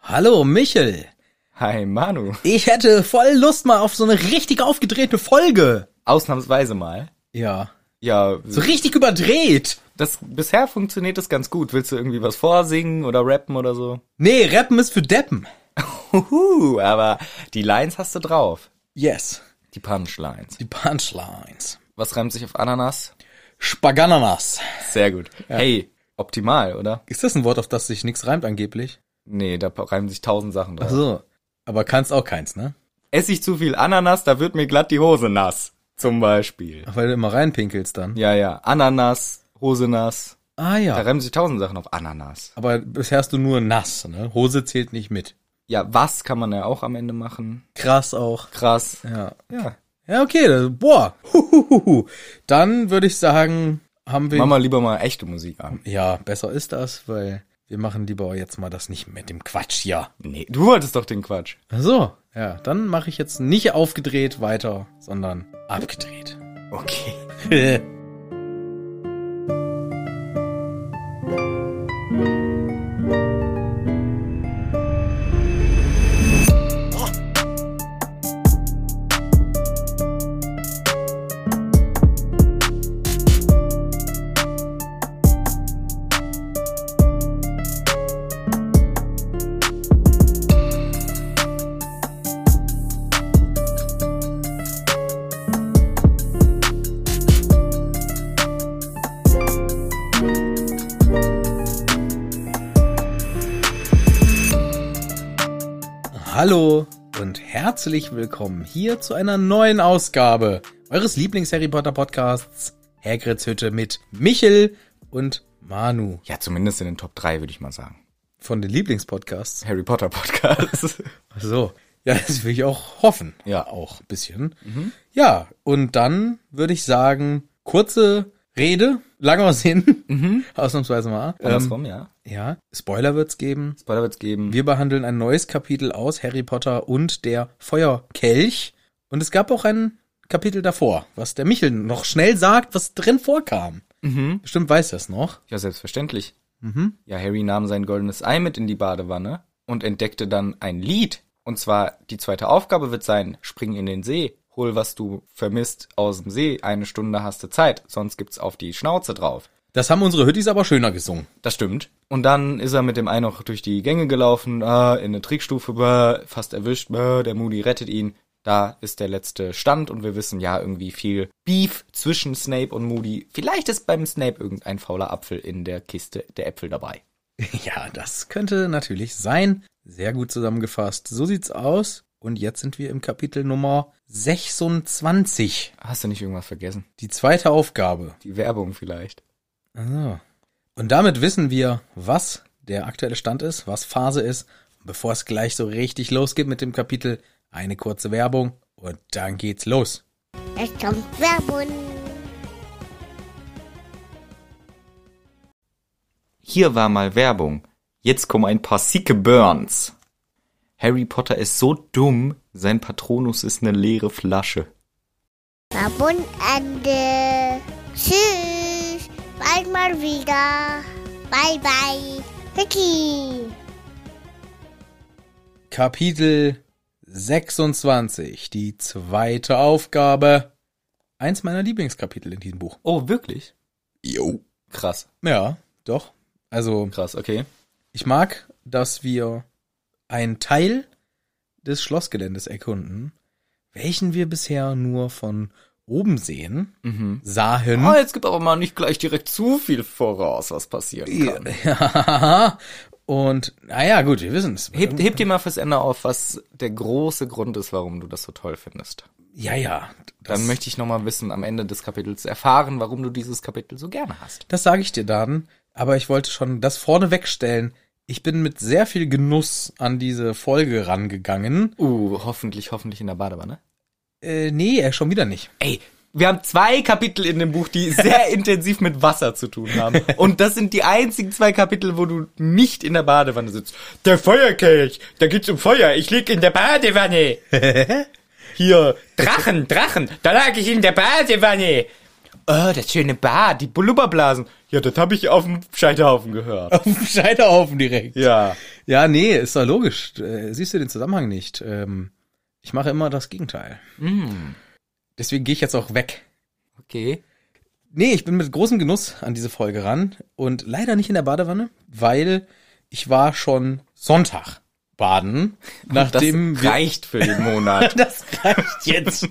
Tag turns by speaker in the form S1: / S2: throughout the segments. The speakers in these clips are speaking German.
S1: Hallo, Michel.
S2: Hi Manu.
S1: Ich hätte voll Lust mal auf so eine richtig aufgedrehte Folge.
S2: Ausnahmsweise mal.
S1: Ja.
S2: Ja,
S1: So richtig überdreht.
S2: das bisher funktioniert das ganz gut. Willst du irgendwie was vorsingen oder rappen oder so?
S1: Nee, Rappen ist für Deppen.
S2: Huhu, aber die Lines hast du drauf.
S1: Yes.
S2: Die Punchlines.
S1: Die Punchlines.
S2: Was reimt sich auf Ananas?
S1: Spagananas.
S2: Sehr gut. Hey, optimal, oder?
S1: Ist das ein Wort, auf das sich nichts reimt angeblich?
S2: Nee, da reimen sich tausend Sachen drauf.
S1: Ach so. Aber kannst auch keins, ne?
S2: Ess ich zu viel Ananas, da wird mir glatt die Hose nass. Zum Beispiel.
S1: Ach, weil du immer reinpinkelst dann.
S2: Ja, ja. Ananas, Hose nass.
S1: Ah
S2: Da
S1: ja.
S2: reimen sich tausend Sachen auf Ananas.
S1: Aber bisher hast du nur nass, ne? Hose zählt nicht mit.
S2: Ja, was kann man ja auch am Ende machen?
S1: Krass auch.
S2: Krass.
S1: Ja.
S2: Ja.
S1: Ja, okay. das- Boah. Huhuhuhu. Dann würde ich sagen, haben wir
S2: Mach mal lieber mal echte Musik an.
S1: Ja, besser ist das, weil wir machen lieber jetzt mal das nicht mit dem Quatsch hier.
S2: Nee, du wolltest doch den Quatsch.
S1: Ach So, ja, dann mache ich jetzt nicht aufgedreht weiter, sondern abgedreht.
S2: Okay.
S1: Hallo und herzlich willkommen hier zu einer neuen Ausgabe eures Lieblings-Harry Potter Podcasts Hagrids Hütte mit Michel und Manu
S2: Ja, zumindest in den Top 3, würde ich mal sagen.
S1: von den Lieblingspodcasts.
S2: Harry Potter Podcast.
S1: Ach So, ja, das will ich auch hoffen.
S2: Ja.
S1: auch ein bisschen. Ja, und dann würde ich sagen, kurze Rede, langer Sinn, ausnahmsweise mal. Ähm,
S2: Andersrum, ja.
S1: ja, Spoiler wird's geben.
S2: Spoiler wird's geben.
S1: Wir behandeln ein neues Kapitel aus Harry Potter und der Feuerkelch. Und es gab auch ein Kapitel davor, was der Michel noch schnell sagt, was drin vorkam. Bestimmt weiß er es noch.
S2: Ja, selbstverständlich. Ja, Harry nahm sein goldenes Ei mit in die Badewanne und entdeckte dann ein Lied. Und zwar, die zweite Aufgabe wird sein, spring in den See, hol was du vermisst aus dem See, eine Stunde hast du Zeit, sonst gibt's auf die Schnauze drauf.
S1: Das haben unsere Hüttis aber schöner gesungen.
S2: Das stimmt. Und dann ist er mit dem Ei noch durch die Gänge gelaufen, ah, in eine Trickstufe, bah, fast erwischt, bah, der Moody rettet ihn. Da ist der letzte Stand und wir wissen ja irgendwie viel Beef zwischen Snape und Moody. Vielleicht ist beim Snape irgendein fauler Apfel in der Kiste der Äpfel dabei.
S1: Ja, das könnte natürlich sein. Sehr gut zusammengefasst. So sieht's aus. Und jetzt sind wir im Kapitel Nummer 26.
S2: Hast du nicht irgendwas vergessen?
S1: Die zweite Aufgabe.
S2: Die Werbung vielleicht.
S1: Ah. Und damit wissen wir, was der aktuelle Stand ist, was Phase ist. Und bevor es gleich so richtig losgeht mit dem Kapitel, eine kurze Werbung und dann geht's los.
S3: Es kommt Werbung.
S2: Hier war mal Werbung. Jetzt kommen ein paar sicke Burns. Harry Potter ist so dumm, sein Patronus ist eine leere Flasche.
S3: Werbung Ende. Tschüss. Bald mal wieder. Bye bye. Vicky.
S1: Kapitel 26, die zweite Aufgabe. Eins meiner Lieblingskapitel in diesem Buch.
S2: Oh, wirklich?
S1: Jo.
S2: Krass,
S1: Ja, doch. Also,
S2: krass, okay.
S1: ich mag, dass wir einen Teil des Schlossgeländes erkunden, welchen wir bisher nur von oben sehen, sahen.
S2: Ah, jetzt gibt aber mal nicht gleich direkt zu viel voraus, was passieren kann.
S1: Ja. Und, naja, gut, wir wissen es.
S2: Heb, heb dir mal fürs Ende auf, was der große Grund ist, warum du das so toll findest.
S1: Ja, ja. Das,
S2: Dann möchte ich nochmal wissen, am Ende des Kapitels erfahren, warum du dieses Kapitel so gerne hast.
S1: das sage ich dir dann. Aber ich wollte schon das vorne wegstellen. Ich bin mit sehr viel Genuss an diese Folge rangegangen.
S2: Uh, hoffentlich, hoffentlich in der Badewanne.
S1: Äh, nee, äh, schon wieder nicht.
S2: Ey, wir haben zwei Kapitel in dem Buch, die sehr intensiv mit Wasser zu tun haben. Und das sind die einzigen zwei Kapitel, wo du nicht in der Badewanne sitzt. Der Feuerkelch, da geht's um Feuer. Ich lieg in der Badewanne. Hier, Drachen, Drachen, da lag ich in der Badewanne. Oh, das schöne Bad, die Blubberblasen. Ja, das habe ich auf dem Scheiterhaufen gehört.
S1: Auf dem Scheiterhaufen direkt.
S2: Ja.
S1: Ja, nee, ist doch logisch. Äh, Siehst du den Zusammenhang nicht? Ähm, ich mache immer das Gegenteil.
S2: Mhm.
S1: Deswegen gehe ich jetzt auch weg.
S2: Okay.
S1: Nee, ich bin mit großem Genuss an diese Folge ran und leider nicht in der Badewanne, weil ich war schon Sonntag baden, nachdem
S2: das
S1: wir
S2: reicht für den Monat.
S1: das reicht jetzt.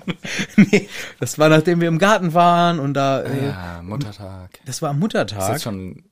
S1: nee, das war nachdem wir im Garten waren und da äh,
S2: ja, Muttertag.
S1: das war am
S2: Ah. Das
S1: Muttertag.
S2: ist schon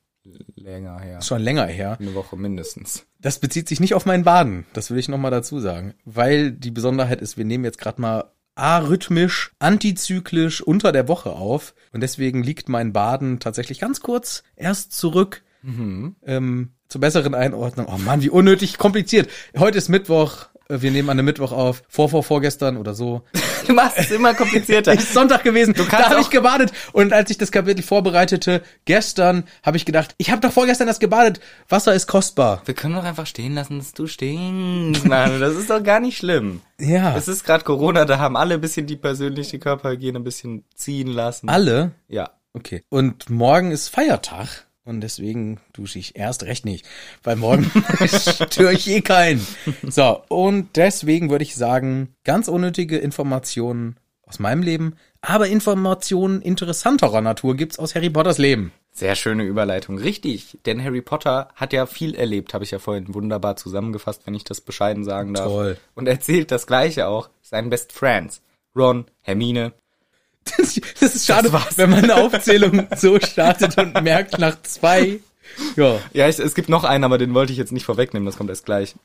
S2: länger her.
S1: schon länger her.
S2: Eine Woche mindestens.
S1: Das bezieht sich nicht auf mein Baden, das will ich nochmal dazu sagen. Weil die Besonderheit ist, wir nehmen jetzt gerade mal arrhythmisch, antizyklisch unter der Woche auf. Und deswegen liegt mein Baden tatsächlich ganz kurz erst zurück ähm, zur besseren Einordnung. Oh Mann, wie unnötig kompliziert. Heute ist Mittwoch, äh, wir nehmen an einem Mittwoch auf, vor, vor, vorgestern oder so.
S2: Du machst es immer komplizierter.
S1: Ist Sonntag gewesen, du
S2: kannst
S1: da habe
S2: auch-
S1: ich gebadet. Und als ich das Kapitel vorbereitete, gestern, habe ich gedacht, ich habe doch vorgestern das gebadet. Wasser ist kostbar.
S2: Wir können doch einfach stehen lassen, dass du stinkst, Mann. Das ist doch gar nicht schlimm.
S1: Ja.
S2: Es ist gerade Corona, da haben alle ein bisschen die persönliche Körperhygiene ein bisschen ziehen lassen.
S1: Alle
S2: Ja.
S1: Okay. Und morgen ist Feiertag und deswegen dusche ich erst recht nicht, weil morgen störe ich eh keinen. So, und deswegen würde ich sagen, ganz unnötige Informationen aus meinem Leben, aber Informationen interessanterer Natur gibt's aus Harry Potters Leben.
S2: Sehr schöne Überleitung. Richtig, denn Harry Potter hat ja viel erlebt, habe ich ja vorhin wunderbar zusammengefasst, wenn ich das bescheiden sagen darf.
S1: Toll.
S2: Und erzählt das gleiche auch seinen Best Friends. Ron, Hermine.
S1: Das, das ist schade,
S2: war's.
S1: wenn man eine Aufzählung so startet und merkt nach zwei. Ja.
S2: Ja, es, es gibt noch einen, aber den wollte ich jetzt nicht vorwegnehmen, das kommt erst gleich.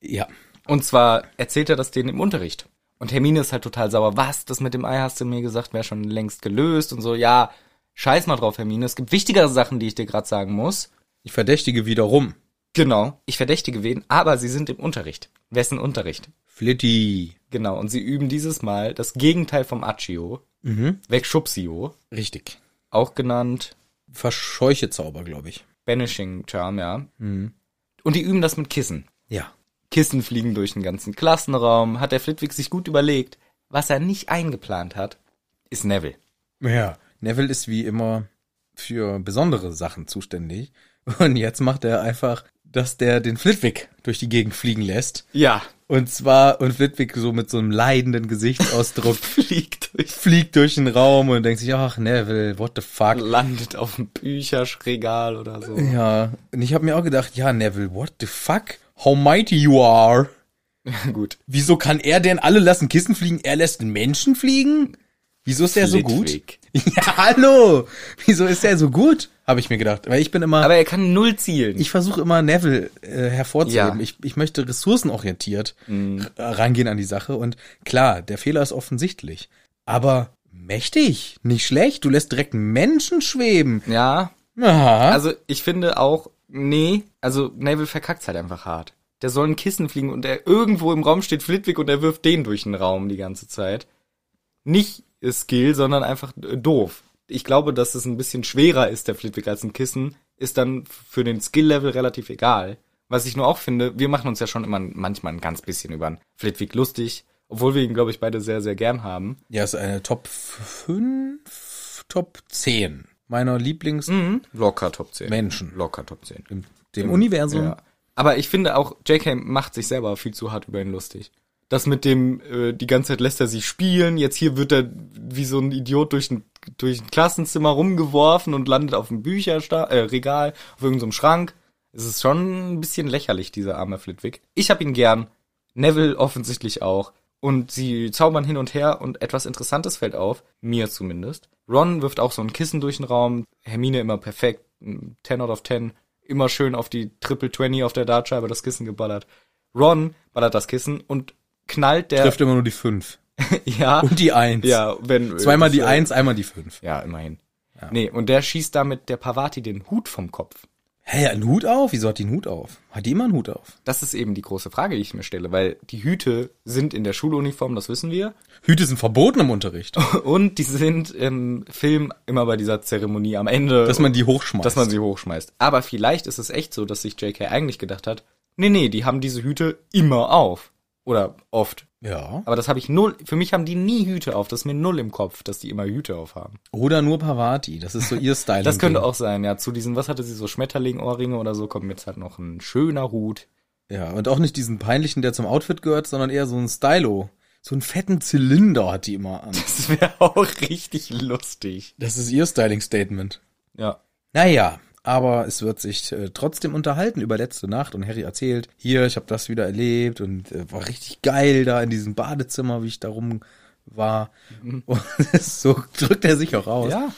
S1: Ja.
S2: Und zwar erzählt er das denen im Unterricht. Und Hermine ist halt total sauer. Was? Das mit dem Ei hast du mir gesagt, wäre schon längst gelöst und so. Ja, scheiß mal drauf, Hermine. Es gibt wichtigere Sachen, die ich dir gerade sagen muss.
S1: Ich verdächtige wiederum.
S2: Genau. Ich verdächtige wen, aber sie sind im Unterricht. Wessen Unterricht?
S1: Flitty.
S2: Genau. Und sie üben dieses Mal das Gegenteil vom Accio. Mhm. Wegschubsio.
S1: Richtig.
S2: Auch genannt
S1: Verscheuche Zauber, glaube ich.
S2: Banishing Charm, ja. Und die üben das mit Kissen.
S1: Ja.
S2: Kissen fliegen durch den ganzen Klassenraum. Hat der Flitwick sich gut überlegt. Was er nicht eingeplant hat, ist Neville.
S1: Ja, Neville ist wie immer für besondere Sachen zuständig. Und jetzt macht er einfach, dass der den Flitwick durch die Gegend fliegen lässt.
S2: Ja,
S1: Und zwar, und Flitwick so mit so einem leidenden Gesichtsausdruck
S2: fliegt durch,
S1: fliegt durch den Raum und denkt sich, ach Neville, what the fuck.
S2: landet auf dem Bücherregal oder so.
S1: Ja, und ich habe mir auch gedacht, ja Neville, what the fuck? How mighty you are.
S2: Gut.
S1: Wieso kann er denn, alle lassen Kissen fliegen, er lässt einen Menschen fliegen? Wieso ist er so gut?
S2: Flitwick.
S1: Ja, hallo! Wieso ist er so gut? Habe ich mir gedacht. Weil ich bin immer.
S2: Aber er kann null zielen.
S1: ich versuche immer Neville äh, hervorzuheben.
S2: Ja. Mhm.
S1: Ich, ich möchte ressourcenorientiert r- rangehen an die Sache. Und klar, der Fehler ist offensichtlich. Aber mächtig, nicht schlecht. Du lässt direkt Menschen schweben.
S2: ja,
S1: Aha.
S2: also ich finde auch, nee, also Neville verkackt's halt einfach hart. Der soll ein Kissen fliegen und er irgendwo im Raum steht Flitwick und er wirft den durch den Raum die ganze Zeit. Nicht äh, Skill, sondern einfach äh, doof. Ich glaube, dass es ein bisschen schwerer ist, der Flitwick, als ein Kissen. Ist dann f- für den Skill-Level relativ egal. Was ich nur auch finde, wir machen uns ja schon immer ein- manchmal ein ganz bisschen über einen Flitwick lustig. Obwohl wir ihn, glaube ich, beide sehr, sehr gern haben.
S1: ja, ist eine Top 5, Top 10 meiner Lieblings
S2: Locker Top 10.
S1: Menschen.
S2: Locker Top 10.
S1: in dem Universum.
S2: Mhm. Ja. Aber ich finde auch, JK macht sich selber viel zu hart über ihn lustig. Das mit dem, äh, die ganze Zeit lässt er sich spielen, jetzt hier wird er wie so ein Idiot durch ein, durch ein Klassenzimmer rumgeworfen und landet auf dem Bücherregal, äh, Regal, auf irgendeinem Schrank. Es ist schon ein bisschen lächerlich, dieser arme Flitwick. Ich hab ihn gern, Neville offensichtlich auch. Und sie zaubern hin und her und etwas Interessantes fällt auf, mir zumindest. Ron wirft auch so ein Kissen durch den Raum, Hermine immer perfekt, mm, 10 out of 10, immer schön auf die Triple 20 auf der Dartscheibe das Kissen geballert. Ron ballert das Kissen und knallt der
S1: Trifft immer nur die 5.
S2: ja
S1: Und die 1.
S2: ja, wenn
S1: Zweimal die
S2: so-
S1: 1, einmal die 5.
S2: Ja, immerhin. Nee, und der schießt damit der Pavati den Hut vom Kopf.
S1: Hä, einen Hut auf? Wieso hat die einen Hut auf? Hat die immer einen Hut auf?
S2: Das ist eben die große Frage, die ich mir stelle, weil die Hüte sind in der Schuluniform, das wissen wir.
S1: Hüte sind verboten im Unterricht.
S2: Oh. Und die sind im Film immer bei dieser Zeremonie am Ende.
S1: Dass man die hochschmeißt.
S2: dass man sie hochschmeißt. Aber vielleicht ist es echt so, dass sich JK eigentlich gedacht hat, nee, nee, die haben diese Hüte immer auf. Oder oft.
S1: Ja.
S2: Aber das habe ich null. Für mich haben die nie Hüte auf. Das ist mir null im Kopf, dass die immer Hüte aufhaben.
S1: Oder nur Pavati. Das ist so ihr Style.
S2: Das könnte auch sein, ja. Zu diesen, was hatte sie so, Schmetterling-Ohrringe oder so, kommt jetzt halt noch ein schöner Hut.
S1: Ja, und auch nicht diesen peinlichen, der zum Outfit gehört, sondern eher so ein Stylo. So einen fetten Zylinder hat die immer an.
S2: Das wäre auch richtig lustig.
S1: Das ist ihr Styling-Statement.
S2: Ja.
S1: Naja, aber es wird sich äh, trotzdem unterhalten über letzte Nacht und Harry erzählt, hier, ich habe das wieder erlebt und äh, war richtig geil da in diesem Badezimmer, wie ich da rum war. Und so drückt er sich auch aus.
S2: Mhm. Ja.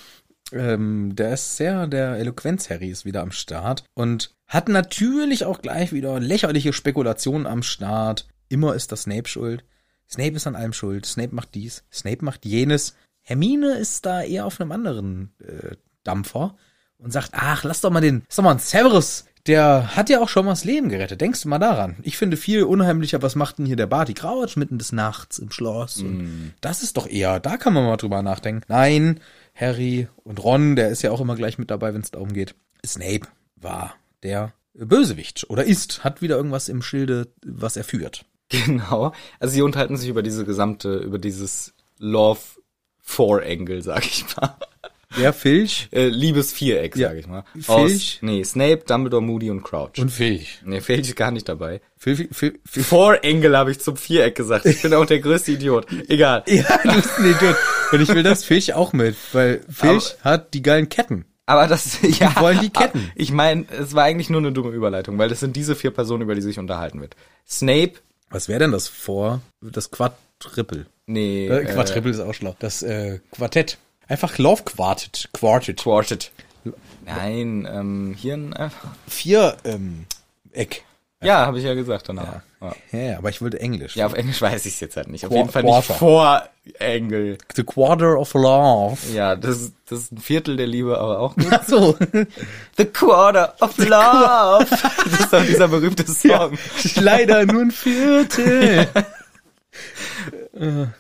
S1: Ähm, der ist sehr, der Eloquenz-Harry ist wieder am Start und hat natürlich auch gleich wieder lächerliche Spekulationen am Start. Immer ist das Snape schuld. Snape ist an allem schuld. Snape macht dies. Snape macht jenes. Hermine ist da eher auf einem anderen äh, Dampfer und sagt, ach, lass doch mal den, lass doch mal einen Severus. Der hat ja auch schon mal das Leben gerettet. Denkst du mal daran? Ich finde viel unheimlicher, was macht denn hier der Barty Crouch mitten des Nachts im Schloss? Und das ist doch eher, da kann man mal drüber nachdenken. Nein, Harry und Ron, der ist ja auch immer gleich mit dabei, wenn es darum geht. Snape war der Bösewicht oder ist, hat wieder irgendwas im Schilde, was er führt.
S2: Genau. Also sie unterhalten sich über diese gesamte, über dieses Love Four Angle, sag ich mal.
S1: Der Filch
S2: Äh, Liebes Viereck,
S1: Ja.
S2: sag ich mal.
S1: Filch.
S2: Aus, nee, Snape, Dumbledore, Moody und Crouch.
S1: und Filch.
S2: nee, Filch ist gar nicht dabei.
S1: Filch, Filch, Filch.
S2: Four Angle habe ich zum Viereck gesagt. Ich bin auch der größte Idiot. Egal.
S1: Ja, du bist ein Idiot. Und ich will das Filch auch mit, weil Filch hat die geilen Ketten.
S2: Aber das, ja.
S1: wollen die Ketten.
S2: Ich meine, es war eigentlich nur eine dumme Überleitung, weil das sind diese vier Personen, über die sich unterhalten wird. Snape,
S1: Was wäre denn das vor? Das Quadrippel.
S2: nee,
S1: Äh,
S2: äh,
S1: Quadrippel ist auch schlau. Das äh, Quartett. Einfach Love Quartet. Quartet.
S2: Quartet. Nein, ähm, Hirn einfach.
S1: Vier ähm, Eck.
S2: Ja, habe ich ja gesagt danach. Ja.
S1: Ja, ja, aber ich wollte Englisch.
S2: Ja, auf Englisch weiß ich es jetzt halt nicht. Auf
S1: Quar-
S2: jeden Fall nicht
S1: Quarter.
S2: vor Engel.
S1: The Quarter of Love.
S2: Ja, das, das ist ein Viertel der Liebe, aber auch gut.
S1: Ach so.
S2: The Quarter of Love. das ist doch dieser berühmte Song.
S1: Leider nur ein Viertel.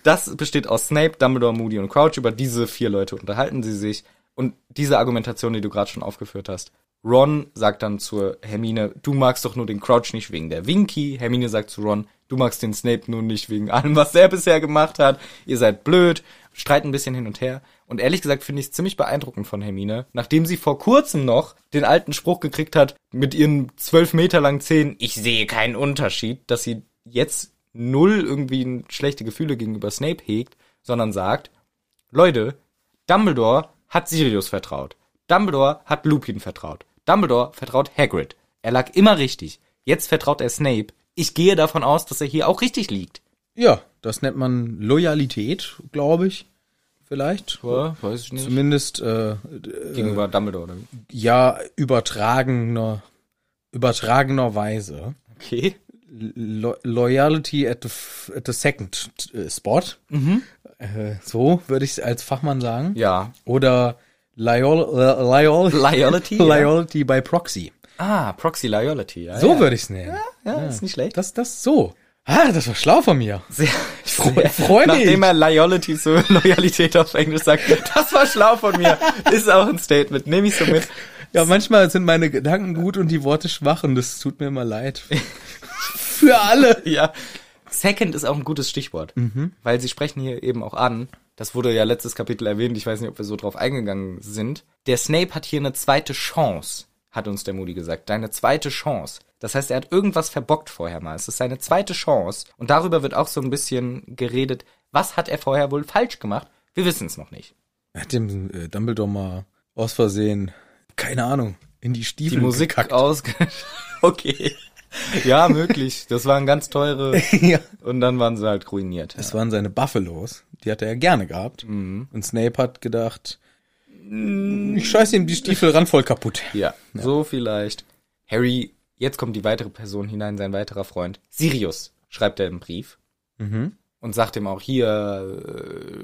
S2: Das besteht aus Snape, Dumbledore, Moody und Crouch. Über diese vier Leute unterhalten sie sich. Und diese Argumentation, die du gerade schon aufgeführt hast. Ron sagt dann zur Hermine, du magst doch nur den Crouch nicht wegen der Winky. Hermine sagt zu Ron, du magst den Snape nur nicht wegen allem, was er bisher gemacht hat. Ihr seid blöd. Streiten ein bisschen hin und her. Und ehrlich gesagt finde ich es ziemlich beeindruckend von Hermine, nachdem sie vor kurzem noch den alten Spruch gekriegt hat mit ihren zwölf Meter langen Zähnen, ich sehe keinen Unterschied, dass sie jetzt null irgendwie n- schlechte Gefühle gegenüber Snape hegt, sondern sagt, Leute, Dumbledore hat Sirius vertraut. Dumbledore hat Lupin vertraut. Dumbledore vertraut Hagrid. Er lag immer richtig. Jetzt vertraut er Snape. Ich gehe davon aus, dass er hier auch richtig liegt.
S1: ja, das nennt man Loyalität, glaube ich. Vielleicht.
S2: weiß ich nicht.
S1: Zumindest äh,
S2: Gegenüber Dumbledore, oder?
S1: ja übertragener, übertragener Weise.
S2: Okay.
S1: Lo Loyalty at the, f- at the second äh, spot. Äh, so würde ich es als Fachmann sagen.
S2: Mhm. Ja.
S1: Oder Liol Liol
S2: Loyalty, ja.
S1: Loyalty by proxy.
S2: Ah, Proxy Loyalty. Ja,
S1: So
S2: ja.
S1: würde ich es nennen.
S2: Ja, ist nicht schlecht.
S1: Das, das so. Ah, das war schlau von mir.
S2: Sehr, ich freu,
S1: freu mich.
S2: Nachdem er Loyalty zu Loyalität auf Englisch sagt, das war schlau von mir. Ist auch ein Statement. Nehme ich so mit.
S1: Ja, manchmal sind meine Gedanken gut und die Worte schwach und das tut mir immer leid. Für alle.
S2: Ja. Second ist auch ein gutes Stichwort, weil sie sprechen hier eben auch an. Das wurde ja letztes Kapitel erwähnt. Ich weiß nicht, ob wir so drauf eingegangen sind. Der Snape hat hier eine zweite Chance, hat uns der Moody gesagt. Deine zweite Chance. Das heißt, er hat irgendwas verbockt vorher mal. Es ist seine zweite Chance. Und darüber wird auch so ein bisschen geredet. Was hat er vorher wohl falsch gemacht? Wir wissen es noch nicht.
S1: Er hat dem äh, Dumbledore mal aus Versehen, keine Ahnung, in die
S2: Die
S1: Stiefel
S2: Musik
S1: gekackt.
S2: aus. okay. Ja, möglich. Das waren ganz teure.
S1: ja.
S2: Und dann waren sie halt ruiniert.
S1: Das waren seine Buffalos. Die hat er ja gerne gehabt. Und Snape hat gedacht, "Hm, ich scheiße ihm die Stiefel ran voll kaputt.
S2: Ja, so vielleicht. Harry, jetzt kommt die weitere Person hinein, sein weiterer Freund. Sirius, schreibt er im Brief.
S1: Mhm.
S2: Und sagt ihm auch hier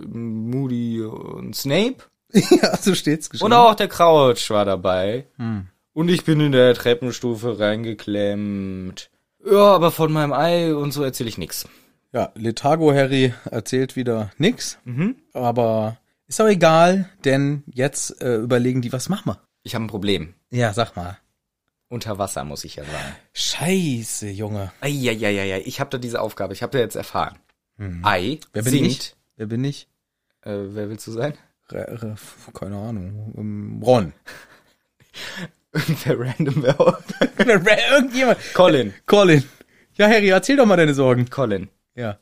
S2: äh, Moody und Snape.
S1: ja, so steht's geschrieben.
S2: Und auch der Crouch war dabei.
S1: Hm.
S2: Und ich bin in der Treppenstufe reingeklemmt. Ja, aber von meinem Ei und so erzähle ich nix.
S1: Ja, Letago Harry erzählt wieder nix. Aber ist auch egal, denn jetzt äh, überlegen die, was machen wir?
S2: Ich habe ein Problem.
S1: Ja, sag mal.
S2: Unter Wasser, muss ich ja sagen.
S1: Scheiße, Junge.
S2: Eieieiei, ich habe da diese Aufgabe, ich habe da jetzt erfahren.
S1: Hm.
S2: Ei
S1: Wer bin ich?
S2: singt.
S1: Wer bin ich?
S2: Äh, wer willst du sein?
S1: Re, re, keine Ahnung. Ähm, Ron.
S2: Wer random wäre.
S1: Irgendjemand.
S2: Colin.
S1: Colin. Ja, Harry, erzähl doch mal deine Sorgen.
S2: Colin.
S1: Ja.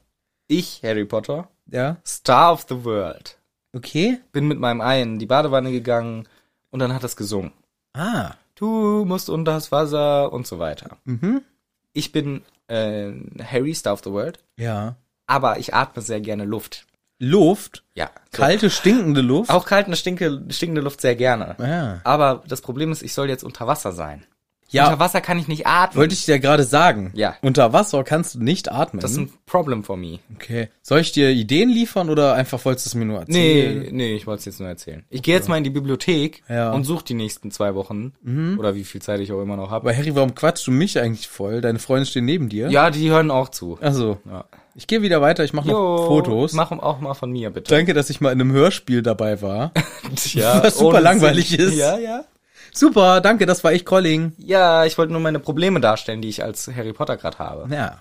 S2: Ich, Harry Potter,
S1: Ja.
S2: Star of the World.
S1: Okay.
S2: Bin mit meinem Ei in die Badewanne gegangen und dann hat das gesungen.
S1: Ah.
S2: Du musst unter das Wasser und so weiter.
S1: Mhm.
S2: Ich bin äh, Harry Star of the World,
S1: Ja.
S2: aber ich atme sehr gerne Luft.
S1: Luft.
S2: Ja. So.
S1: Kalte, stinkende Luft.
S2: Auch kalte, stinke, stinkende Luft sehr gerne.
S1: Ja.
S2: Aber das Problem ist, ich soll jetzt unter Wasser sein.
S1: Ja,
S2: Unter Wasser kann ich nicht atmen.
S1: wollte ich dir gerade sagen.
S2: Ja.
S1: Unter Wasser kannst du nicht atmen.
S2: das ist ein Problem for me.
S1: okay. Soll ich dir Ideen liefern oder einfach wolltest du es mir nur erzählen?
S2: Nee, nee, ich wollte es jetzt nur erzählen. Ich gehe jetzt mal in die Bibliothek
S1: Ja. Mhm.
S2: und suche die nächsten zwei Wochen. Oder wie viel Zeit ich auch immer noch habe.
S1: Aber Harry, warum quatschst du mich eigentlich voll? Deine Freunde stehen neben dir.
S2: Ja, die hören auch zu.
S1: Also,
S2: Ja.
S1: ich gehe wieder weiter, ich mache noch
S2: Jo,
S1: Fotos.
S2: Mach auch mal von mir, bitte.
S1: Danke, dass ich mal in einem Hörspiel dabei war.
S2: Ja,
S1: Was super
S2: ohne Sinn.
S1: langweilig ist.
S2: Ja, ja.
S1: Super, danke, das war ich Colling.
S2: Ja, ich wollte nur meine Probleme darstellen, die ich als Harry Potter gerade habe.
S1: Ja.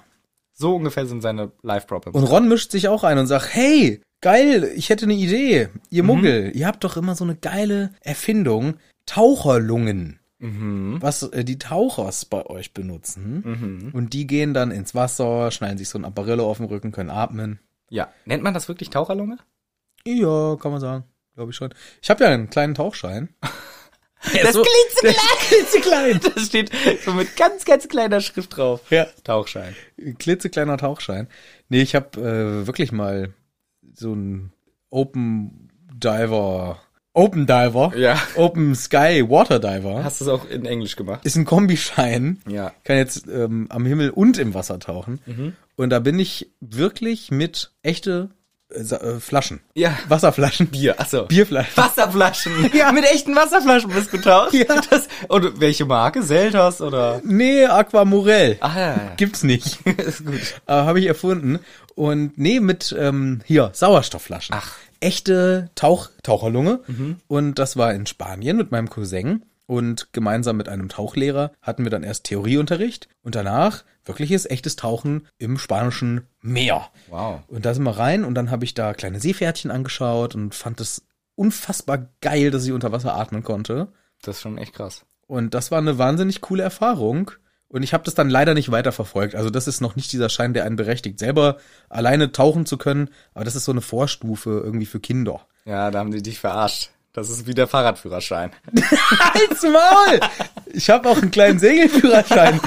S2: So ungefähr sind seine Life-Problems.
S1: Und Ron mischt sich auch ein und sagt, hey, geil, ich hätte eine Idee.
S2: Mhm.
S1: Ihr Muggel, ihr habt doch immer so eine geile Erfindung. Taucherlungen.
S2: Mhm.
S1: Was äh, die Tauchers bei euch benutzen. Und die gehen dann ins Wasser, schneiden sich so ein Apparillo auf den Rücken, können atmen.
S2: Ja. Nennt man das wirklich Taucherlunge?
S1: Ja, kann man sagen. Glaube ich schon. Ich habe ja einen kleinen Tauchschein.
S2: Das
S1: klitzeklein. klitzeklein.
S2: Das steht so mit ganz, ganz kleiner Schrift drauf.
S1: Ja.
S2: Tauchschein.
S1: klitzekleiner Tauchschein. Nee, ich habe äh, wirklich mal so einen Open Diver. Open Diver.
S2: Ja.
S1: Open Sky Water Diver.
S2: Hast du es auch in Englisch gemacht?
S1: ist ein Kombischein.
S2: Ja.
S1: Kann jetzt ähm, am Himmel und im Wasser tauchen.
S2: Mhm.
S1: Und da bin ich wirklich mit echte äh, Sa- äh, Flaschen.
S2: Ja.
S1: Wasserflaschen.
S2: Bier, achso.
S1: Bierflaschen.
S2: Wasserflaschen. ja. Mit echten Wasserflaschen bist du getaucht.
S1: Ja.
S2: Das, und welche Marke? Seltos oder?
S1: Nee, Aquamorell.
S2: Ah, ja,
S1: Gibt's nicht.
S2: ja. ist gut.
S1: äh, habe ich erfunden. Und nee, mit ähm, hier Sauerstoffflaschen.
S2: Ach. Mhm.
S1: Echte Tauch Taucherlunge. Und das war in Spanien mit meinem Cousin. Und gemeinsam mit einem Tauchlehrer hatten wir dann erst Theorieunterricht und danach wirkliches, echtes Tauchen im spanischen Meer.
S2: Wow.
S1: Und da sind wir rein und dann habe ich da kleine Seepferdchen angeschaut und fand es unfassbar geil, dass ich unter Wasser atmen konnte.
S2: Das ist schon echt krass.
S1: Und das war eine wahnsinnig coole Erfahrung. Und ich habe das dann leider nicht weiterverfolgt. Also das ist noch nicht dieser Schein, der einen berechtigt, selber alleine tauchen zu können. Aber das ist so eine Vorstufe irgendwie für Kinder.
S2: Ja, da haben die dich verarscht. Das ist wie der Fahrradführerschein.
S1: Halt's Maul! Ich habe auch einen kleinen Segelführerschein.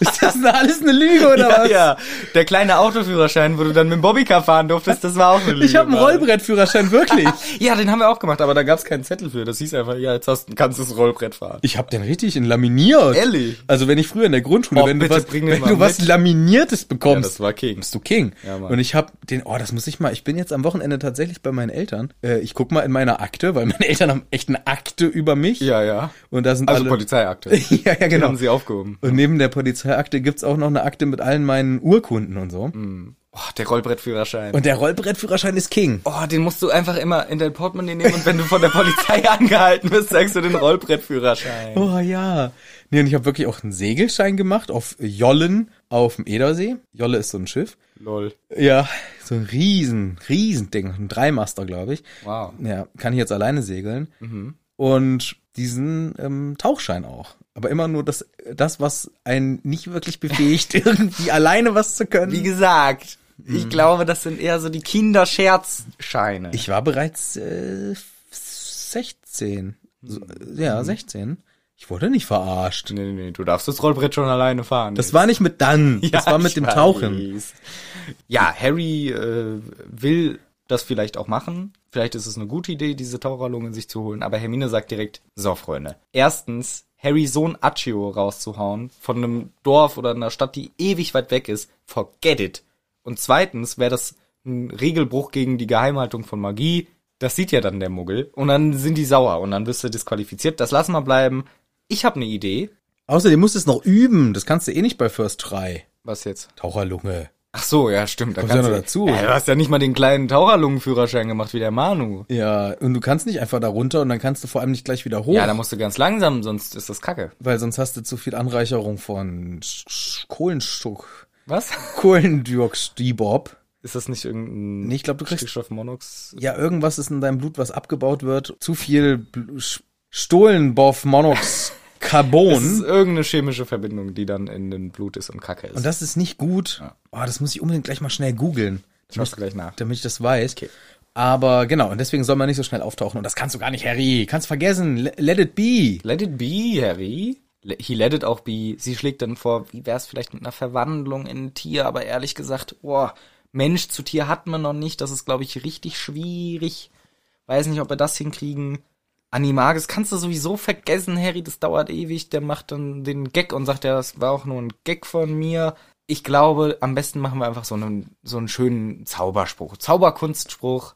S1: ist das denn alles eine Lüge oder
S2: Ja,
S1: was?
S2: ja, der kleine Autoführerschein, wo du dann mit dem Bobbycar fahren durftest, das war auch eine Lüge.
S1: Ich habe einen
S2: Mann.
S1: Rollbrettführerschein, wirklich.
S2: Ja, den haben wir auch gemacht, aber da gab's keinen Zettel für. Das hieß einfach, ja, jetzt hast, kannst du das Rollbrett fahren.
S1: Ich habe den richtig in laminiert.
S2: Ehrlich?
S1: Also wenn ich früher in der Grundschule,
S2: Oh,
S1: wenn du
S2: bitte
S1: was,
S2: bring den
S1: wenn
S2: mal
S1: du was
S2: mit.
S1: laminiertes
S2: Ja,
S1: bekommst,
S2: das war King.
S1: bist du King.
S2: Ja, Mann.
S1: und ich habe den, oh, das muss ich mal, ich bin jetzt am Wochenende tatsächlich bei meinen Eltern. Äh, ich guck mal in meiner Akte, weil meine Eltern haben echt eine Akte über mich.
S2: Ja, ja.
S1: Und da sind
S2: Also
S1: alle,
S2: Polizeiakte.
S1: ja, ja,
S2: Den
S1: genau.
S2: haben sie aufgehoben.
S1: Und neben der Polizeiakte gibt's auch noch eine Akte mit allen meinen Urkunden und so.
S2: Oh, der Rollbrettführerschein.
S1: Und der Rollbrettführerschein ist King.
S2: oh, den musst du einfach immer in dein Portemonnaie nehmen und wenn du von der Polizei angehalten wirst, sagst du den Rollbrettführerschein.
S1: Oh ja. Nee, und ich habe wirklich auch einen Segelschein gemacht auf Jollen auf dem Edersee. Jolle ist so ein Schiff.
S2: Lol.
S1: Ja, so ein riesen, riesen Ding, ein Dreimaster, glaube ich.
S2: Wow. Mhm.
S1: Ja, kann ich jetzt alleine segeln. Und diesen ähm, Tauchschein auch. Aber immer nur das, das, was einen nicht wirklich befähigt, irgendwie alleine was zu können.
S2: Wie gesagt, ich glaube, das sind eher so die Kinderscherzscheine.
S1: Hm. ich war bereits äh, 16. So, äh, ja, 16. Ich wurde nicht verarscht.
S2: Mhm. Nee, nee, nee, du darfst das Rollbrett schon alleine fahren.
S1: Das war nicht mit dann, das
S2: Ja,
S1: war mit
S2: ich
S1: dem
S2: weiß.
S1: Tauchen.
S2: Ja, Harry äh, will das vielleicht auch machen. Vielleicht ist es eine gute Idee, diese Taucherlungen sich zu holen. Aber Hermine sagt direkt, so Freunde, erstens, Harrys Sohn Accio rauszuhauen von einem Dorf oder einer Stadt, die ewig weit weg ist, forget it. Und zweitens wäre das ein Regelbruch gegen die Geheimhaltung von Magie. Das sieht ja dann der Muggel. Und dann sind die sauer und dann wirst du disqualifiziert. Das lassen wir bleiben. Ich habe eine Idee.
S1: Außerdem musst du es noch üben, das kannst du eh nicht bei First Try.
S2: Was jetzt?
S1: Taucherlunge.
S2: Ach so, ja, stimmt. Da
S1: Kommt ja
S2: kannst
S1: noch
S2: du-
S1: dazu.
S2: Ja, du hast ja nicht mal den kleinen Taucherlungenführerschein gemacht wie der Manu.
S1: Ja, und du kannst nicht einfach da runter und dann kannst du vor allem nicht gleich wieder hoch,
S2: Ja, da musst du ganz langsam, sonst ist das Kacke.
S1: weil sonst hast du zu viel Anreicherung von Sch- Sch- Kohlenstock.
S2: Was?
S1: Kohlendioxidbob.
S2: Ist das nicht irgendein
S1: Nee, ich glaub, du kriegst-
S2: Stickstoffmonox?
S1: Ja, irgendwas ist in deinem Blut, was abgebaut wird. Zu viel Bl- Sch- Stohlenboff Monox
S2: Das ist
S1: Carbon.
S2: irgendeine chemische Verbindung, die dann in den Blut ist und Kacke ist.
S1: Und das ist nicht gut. Oh, das muss ich unbedingt gleich mal schnell googeln.
S2: Schaust du gleich nach.
S1: damit ich das weiß. Aber genau, und deswegen soll man nicht so schnell auftauchen. Und das kannst du gar nicht, Harry. Kannst vergessen. Le- Let it be.
S2: Let it be, Harry. Le- He let it auch be. Sie schlägt dann vor, wie wär's vielleicht mit einer Verwandlung in ein Tier, aber ehrlich gesagt, boah, Mensch zu Tier hat man noch nicht. Das ist, glaube ich, richtig schwierig. Weiß nicht, ob wir das hinkriegen. Animagus kannst du sowieso vergessen, Harry, das dauert ewig. Der macht dann den Gag und sagt, ja, das war auch nur ein Gag von mir. Ich glaube, am besten machen wir einfach so einen, so einen schönen Zauberspruch, Zauberkunstspruch,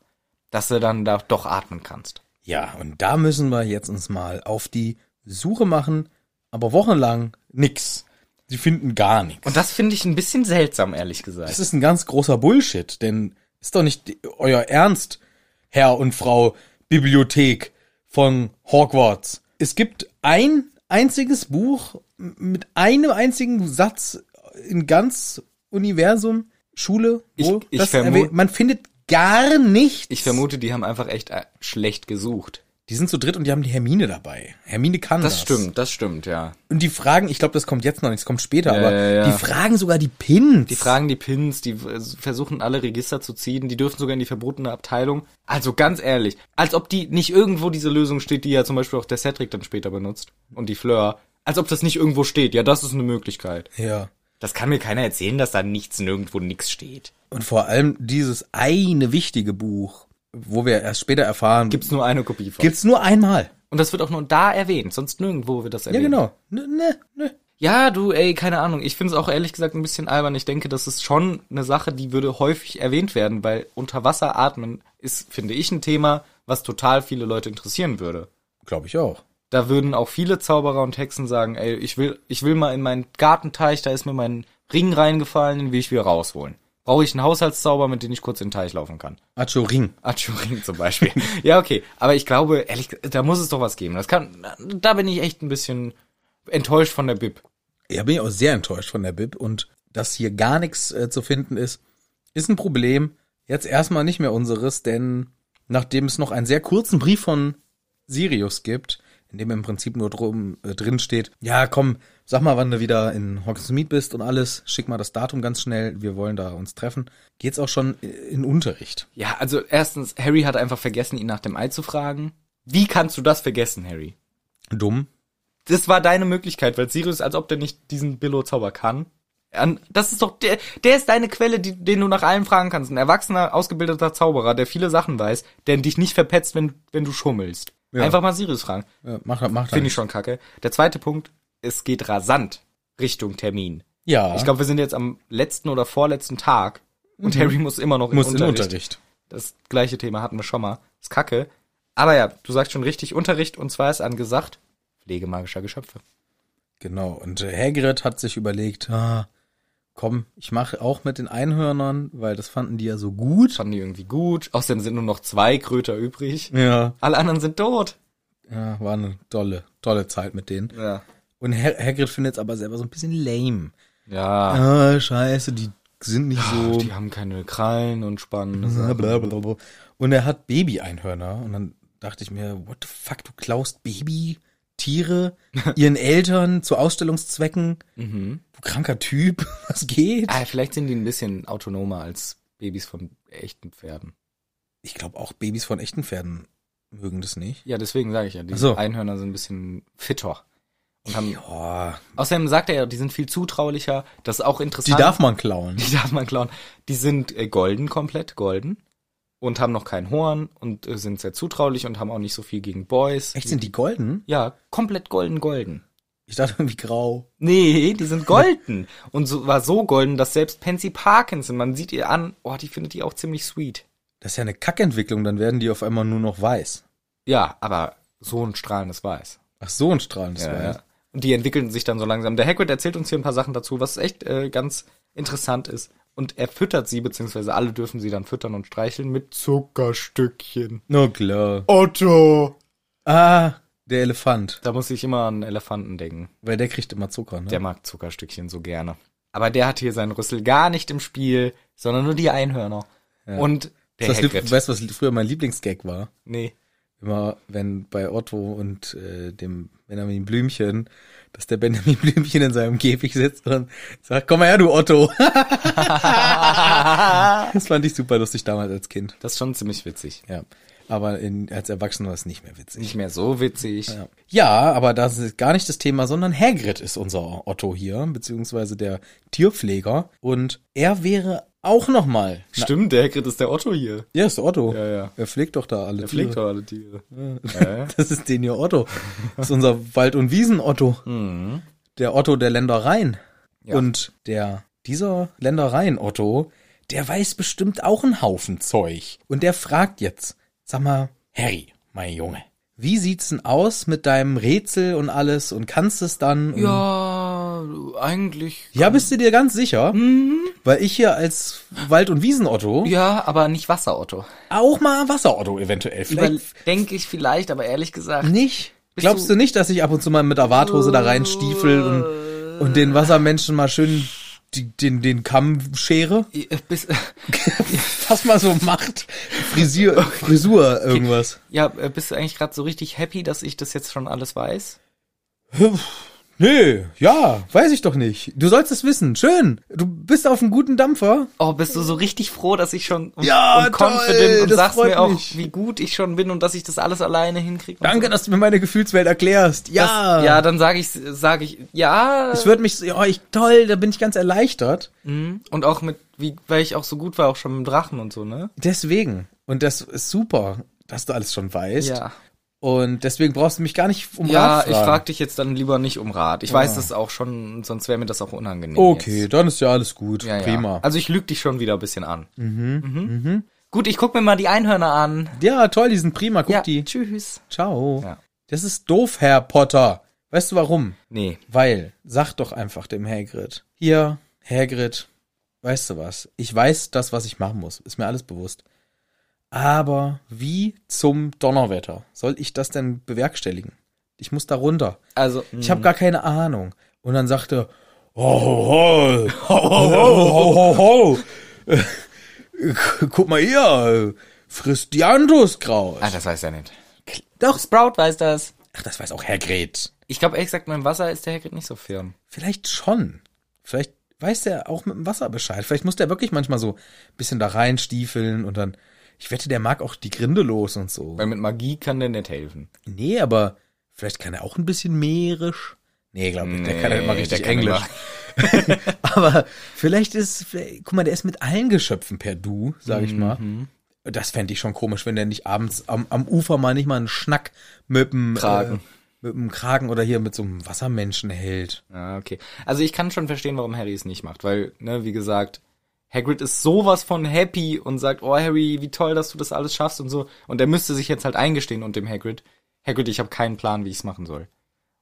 S2: dass du dann da doch atmen kannst.
S1: Ja, und da müssen wir jetzt uns mal auf die Suche machen. Aber wochenlang nix. Sie finden gar nichts.
S2: Und das finde ich ein bisschen seltsam, ehrlich gesagt.
S1: Das ist ein ganz großer Bullshit, denn ist doch nicht die- euer Ernst, Herr und Frau Bibliothek von Hogwarts. Es gibt ein einziges Buch m- mit einem einzigen Satz in ganz Universum, Schule, wo
S2: Ich- ich
S1: das
S2: vermu-
S1: erwähnt- man findet gar nichts.
S2: Ich vermute, die haben einfach echt äh, schlecht gesucht.
S1: Die sind zu dritt und die haben die Hermine dabei. Hermine kann das.
S2: das stimmt, ja.
S1: Und die fragen, ich glaube, das kommt jetzt noch nicht, das kommt später, aber
S2: ja, ja.
S1: die fragen sogar die Pins.
S2: Die fragen die Pins, die äh, versuchen alle Register zu ziehen, die dürfen sogar in die verbotene Abteilung. Also ganz ehrlich, als ob die nicht irgendwo diese Lösung steht, die ja zum Beispiel auch der Cedric dann später benutzt und die Fleur. Als ob das nicht irgendwo steht. Ja, das ist eine Möglichkeit.
S1: Ja.
S2: Das kann mir keiner erzählen, dass da nichts nirgendwo nichts steht.
S1: Und vor allem dieses eine wichtige Buch, wo wir erst später erfahren, gibt's,
S2: Gibt's nur eine Kopie von.
S1: gibt's nur einmal.
S2: und das wird auch nur da erwähnt, sonst nirgendwo wird das
S1: Ja,
S2: erwähnt.
S1: genau. Ne, ne, ne.
S2: Ja, du, ey, keine Ahnung. Ich find's auch ehrlich gesagt ein bisschen albern. Ich denke, das ist schon eine Sache, die würde häufig erwähnt werden, weil unter Wasser atmen ist, finde ich, ein Thema, was total viele Leute interessieren würde.
S1: Glaube ich auch.
S2: Da würden auch viele Zauberer und Hexen sagen, ey, ich will, ich will mal in meinen Gartenteich, da ist mir mein Ring reingefallen, den will ich wieder rausholen. Brauche ich einen Haushaltszauber, mit dem ich kurz in den Teich laufen kann.
S1: Acho Ring.
S2: Achurin zum Beispiel. ja, okay. Aber ich glaube, ehrlich, gesagt, da muss es doch was geben. Das kann, da bin ich echt ein bisschen enttäuscht von der Bib.
S1: Ja, bin ich auch sehr enttäuscht von der Bib und dass hier gar nichts äh, zu finden ist, ist ein Problem. Jetzt erstmal nicht mehr unseres, denn nachdem es noch einen sehr kurzen Brief von Sirius gibt, in dem im Prinzip nur drum äh, drin steht, ja komm, sag mal, wann du wieder in Hogsmeade bist und alles, schick mal das Datum ganz schnell, wir wollen da uns treffen, geht's auch schon äh, in Unterricht.
S2: Ja, also erstens, Harry hat einfach vergessen, ihn nach dem Ei zu fragen. Wie kannst du das vergessen, Harry?
S1: Dumm.
S2: Das war deine Möglichkeit, weil Sirius, als ob der nicht diesen Billo-Zauber kann. An- Das ist doch, der, der ist deine Quelle, die, den du nach allem fragen kannst. Ein erwachsener, ausgebildeter Zauberer, der viele Sachen weiß, der dich nicht verpetzt, wenn, wenn du schummelst.
S1: Ja.
S2: Einfach mal Sirius fragen.
S1: Ja, Äh, mach mach
S2: Finde ich schon kacke. Der zweite Punkt, es geht rasant Richtung Termin.
S1: Ja,
S2: Ich glaube, wir sind jetzt am letzten oder vorletzten Tag und Harry muss immer noch in
S1: Mhm. muss in
S2: Unterricht.
S1: Unterricht.
S2: Das gleiche Thema hatten wir schon mal. Ist kacke. Aber ja, du sagst schon richtig Unterricht und zwar ist angesagt Pflege magischer Geschöpfe.
S1: Genau. Und äh, Hagrid hat sich überlegt, ah, komm, ich mache auch mit den Einhörnern, weil das fanden die ja so gut.
S2: Fanden die irgendwie gut. Außerdem sind nur noch zwei Kröter übrig.
S1: Ja.
S2: Alle anderen sind tot.
S1: Ja, war eine tolle, tolle Zeit mit denen.
S2: Ja.
S1: Und ha Hagrid findet es aber selber so ein bisschen lame.
S2: Ja.
S1: Ah, scheiße, die sind nicht so.
S2: Die haben keine Krallen und Spannen.
S1: Blablabla. Und er hat Baby-Einhörner. Und dann dachte ich mir, what the fuck, du klaust Baby-Tiere ihren Eltern zu Ausstellungszwecken? Du kranker Typ, was geht?
S2: Mhm. Ah, vielleicht sind die ein bisschen autonomer als Babys von echten Pferden.
S1: Ich glaube auch Babys von echten Pferden mögen das nicht.
S2: Ja, deswegen sage ich ja, die
S1: Ach so.
S2: Einhörner sind ein bisschen fitter. Und haben,
S1: Ja,
S2: außerdem sagt er ja, die sind viel zutraulicher. Das ist auch
S1: die
S2: interessant.
S1: darf man klauen.
S2: Die darf man klauen. Die sind äh, golden, komplett golden. Und haben noch kein Horn und äh, sind sehr zutraulich und haben auch nicht so viel gegen Boys.
S1: Echt, sind die golden?
S2: Ja, komplett golden, golden.
S1: Ich dachte irgendwie grau.
S2: Nee, die sind golden. und so, war so golden, dass selbst Pansy Parkinson, man sieht ihr an, oh, die findet die auch ziemlich sweet.
S1: Das ist ja eine Kackentwicklung, dann werden die auf einmal nur noch weiß.
S2: Ja, aber so ein strahlendes Weiß.
S1: Ach so, ein strahlendes
S2: Ja,
S1: Weiß.
S2: ja. Und die entwickeln sich dann so langsam. Der Hagrid erzählt uns hier ein paar Sachen dazu, was echt äh, ganz interessant ist. und er füttert sie, beziehungsweise alle dürfen sie dann füttern und streicheln mit Zuckerstückchen.
S1: Na klar.
S2: Otto!
S1: Ah, der Elefant.
S2: Da muss ich immer an Elefanten denken.
S1: Weil der kriegt immer Zucker, ne?
S2: Der mag Zuckerstückchen so gerne. Aber der hat hier seinen Rüssel gar nicht im Spiel, sondern nur die Einhörner. Und der
S1: das lieb,
S2: Hagrid.
S1: weißt du, was früher mein Lieblingsgag war?
S2: Nee.
S1: Immer, wenn bei Otto und äh, dem Benjamin Blümchen, dass der Benjamin Blümchen in seinem Käfig sitzt und sagt, komm mal her, du Otto. das fand ich super lustig damals als Kind.
S2: Das ist schon ziemlich witzig.
S1: Ja. Aber in, als Erwachsener war es nicht mehr witzig.
S2: Nicht mehr so witzig.
S1: Ja. ja, aber das ist gar nicht das Thema, sondern Hagrid ist unser Otto hier, beziehungsweise der Tierpfleger. Und er wäre auch nochmal.
S2: Stimmt, der Hagrid ist der Otto hier.
S1: Ja, ist der Otto.
S2: Ja, ja.
S1: Er pflegt doch da alle
S2: Der pflegt ne?
S1: Tiere.
S2: doch alle Tiere. Ja.
S1: Das ist den hier Otto. Das ist unser Wald- und Wiesen-Otto.
S2: Hm.
S1: Der Otto der Ländereien.
S2: Ja.
S1: Und der, dieser Ländereien-Otto, der weiß bestimmt auch einen Haufen Zeug. Und der fragt jetzt, sag mal, Harry, mein Junge, wie sieht's denn aus mit deinem Rätsel und alles und kannst es dann? Und
S2: Ja, eigentlich.
S1: Ja, bist du dir ganz sicher? Weil ich hier als Wald- und Wiesen-Otto
S2: Mhm. Ja, aber nicht Wasser, Otto.
S1: auch mal Wasser-Otto eventuell. Vielleicht
S2: Denke ich vielleicht, aber ehrlich gesagt.
S1: nicht. Glaubst du,
S2: du-
S1: nicht, dass ich ab und zu mal mit der Warthose da reinstiefel und, und
S2: Äh.
S1: den Wassermenschen mal schön die, den, den Kamm schere?
S2: Äh, Bis,
S1: Was man so macht. Frisier, Frisur, irgendwas.
S2: ja, äh, bist du eigentlich gerade so richtig happy, dass ich das jetzt schon alles weiß?
S1: Nee, ja, weiß ich doch nicht. Du sollst es wissen. Schön. Du bist auf einem guten Dampfer.
S2: Oh, bist du so richtig froh, dass ich schon und,
S1: Ja,
S2: und confident
S1: toll,
S2: und
S1: das
S2: sagst
S1: freut
S2: mir auch,
S1: mich.
S2: wie gut ich schon bin und dass ich das alles alleine hinkriege. und
S1: Danke, dass du mir meine Gefühlswelt erklärst.
S2: Das,
S1: Ja.
S2: ja, dann sage ich, sage ich, ja.
S1: Es wird mich, so- ja, ich, toll, da bin ich ganz erleichtert.
S2: Mhm. Und auch mit, wie, weil ich auch so gut war, auch schon mit dem Drachen und so, ne?
S1: Deswegen. Und das ist super, dass du alles schon weißt.
S2: Ja.
S1: Und deswegen brauchst du mich gar nicht um
S2: Ja,
S1: Rat fragen.
S2: ich frag dich jetzt dann lieber nicht um Rat. Ich weiß das auch schon, sonst wäre mir das auch unangenehm.
S1: Okay,
S2: jetzt.
S1: dann ist ja alles gut.
S2: Ja,
S1: Prima.
S2: Ja. Also ich lüg dich schon wieder ein bisschen an. Mhm. Mhm. Gut, ich guck mir mal die Einhörner an.
S1: ja, toll, die sind prima. Guck
S2: ja,
S1: die.
S2: tschüss.
S1: Ciao.
S2: Ja.
S1: Das ist doof, Herr Potter. Weißt du warum?
S2: Nee.
S1: Weil, sag doch einfach dem Hagrid. Hier, Hagrid, weißt du was? Ich weiß das, was ich machen muss. Ist mir alles bewusst. Aber wie zum Donnerwetter soll ich das denn bewerkstelligen? Ich muss da runter.
S2: Also,
S1: Ich habe gar keine Ahnung. Und dann sagte, ho, ho, ho, ho, ho, ho, ho, ho. guck mal hier, frisst die Anduskraut.
S2: Ah, das weiß er nicht.
S1: Doch,
S2: Sprout weiß das.
S1: ach, das weiß auch Hagrid.
S2: Ich glaube, ehrlich gesagt, mit dem Wasser ist der Hagrid nicht so firm.
S1: Vielleicht schon. Vielleicht weiß der auch mit dem Wasser Bescheid. Vielleicht muss der wirklich manchmal so ein bisschen da reinstiefeln und dann, ich wette, der mag auch die Grinde los und so.
S2: Weil mit Magie kann der nicht helfen.
S1: Nee, aber vielleicht kann er auch ein bisschen meerisch. Nee, glaube ich, der kann ja immer
S2: Nee,
S1: richtig
S2: der kann
S1: Englisch. aber vielleicht ist, vielleicht, guck mal, der ist mit allen Geschöpfen per Du, sag ich mal.
S2: Mhm.
S1: Das fände ich schon komisch, wenn der nicht abends am, am Ufer mal nicht mal einen Schnack mit dem
S2: Kragen.
S1: Äh, mit dem Kragen oder hier mit so einem Wassermenschen hält.
S2: Ah, okay. Also ich kann schon verstehen, warum Harry es nicht macht, weil, ne, wie gesagt, Hagrid ist sowas von happy und sagt, oh Harry, wie toll, dass du das alles schaffst und so. Und er müsste sich jetzt halt eingestehen und dem Hagrid, Hagrid, ich habe keinen Plan, wie ich es machen soll.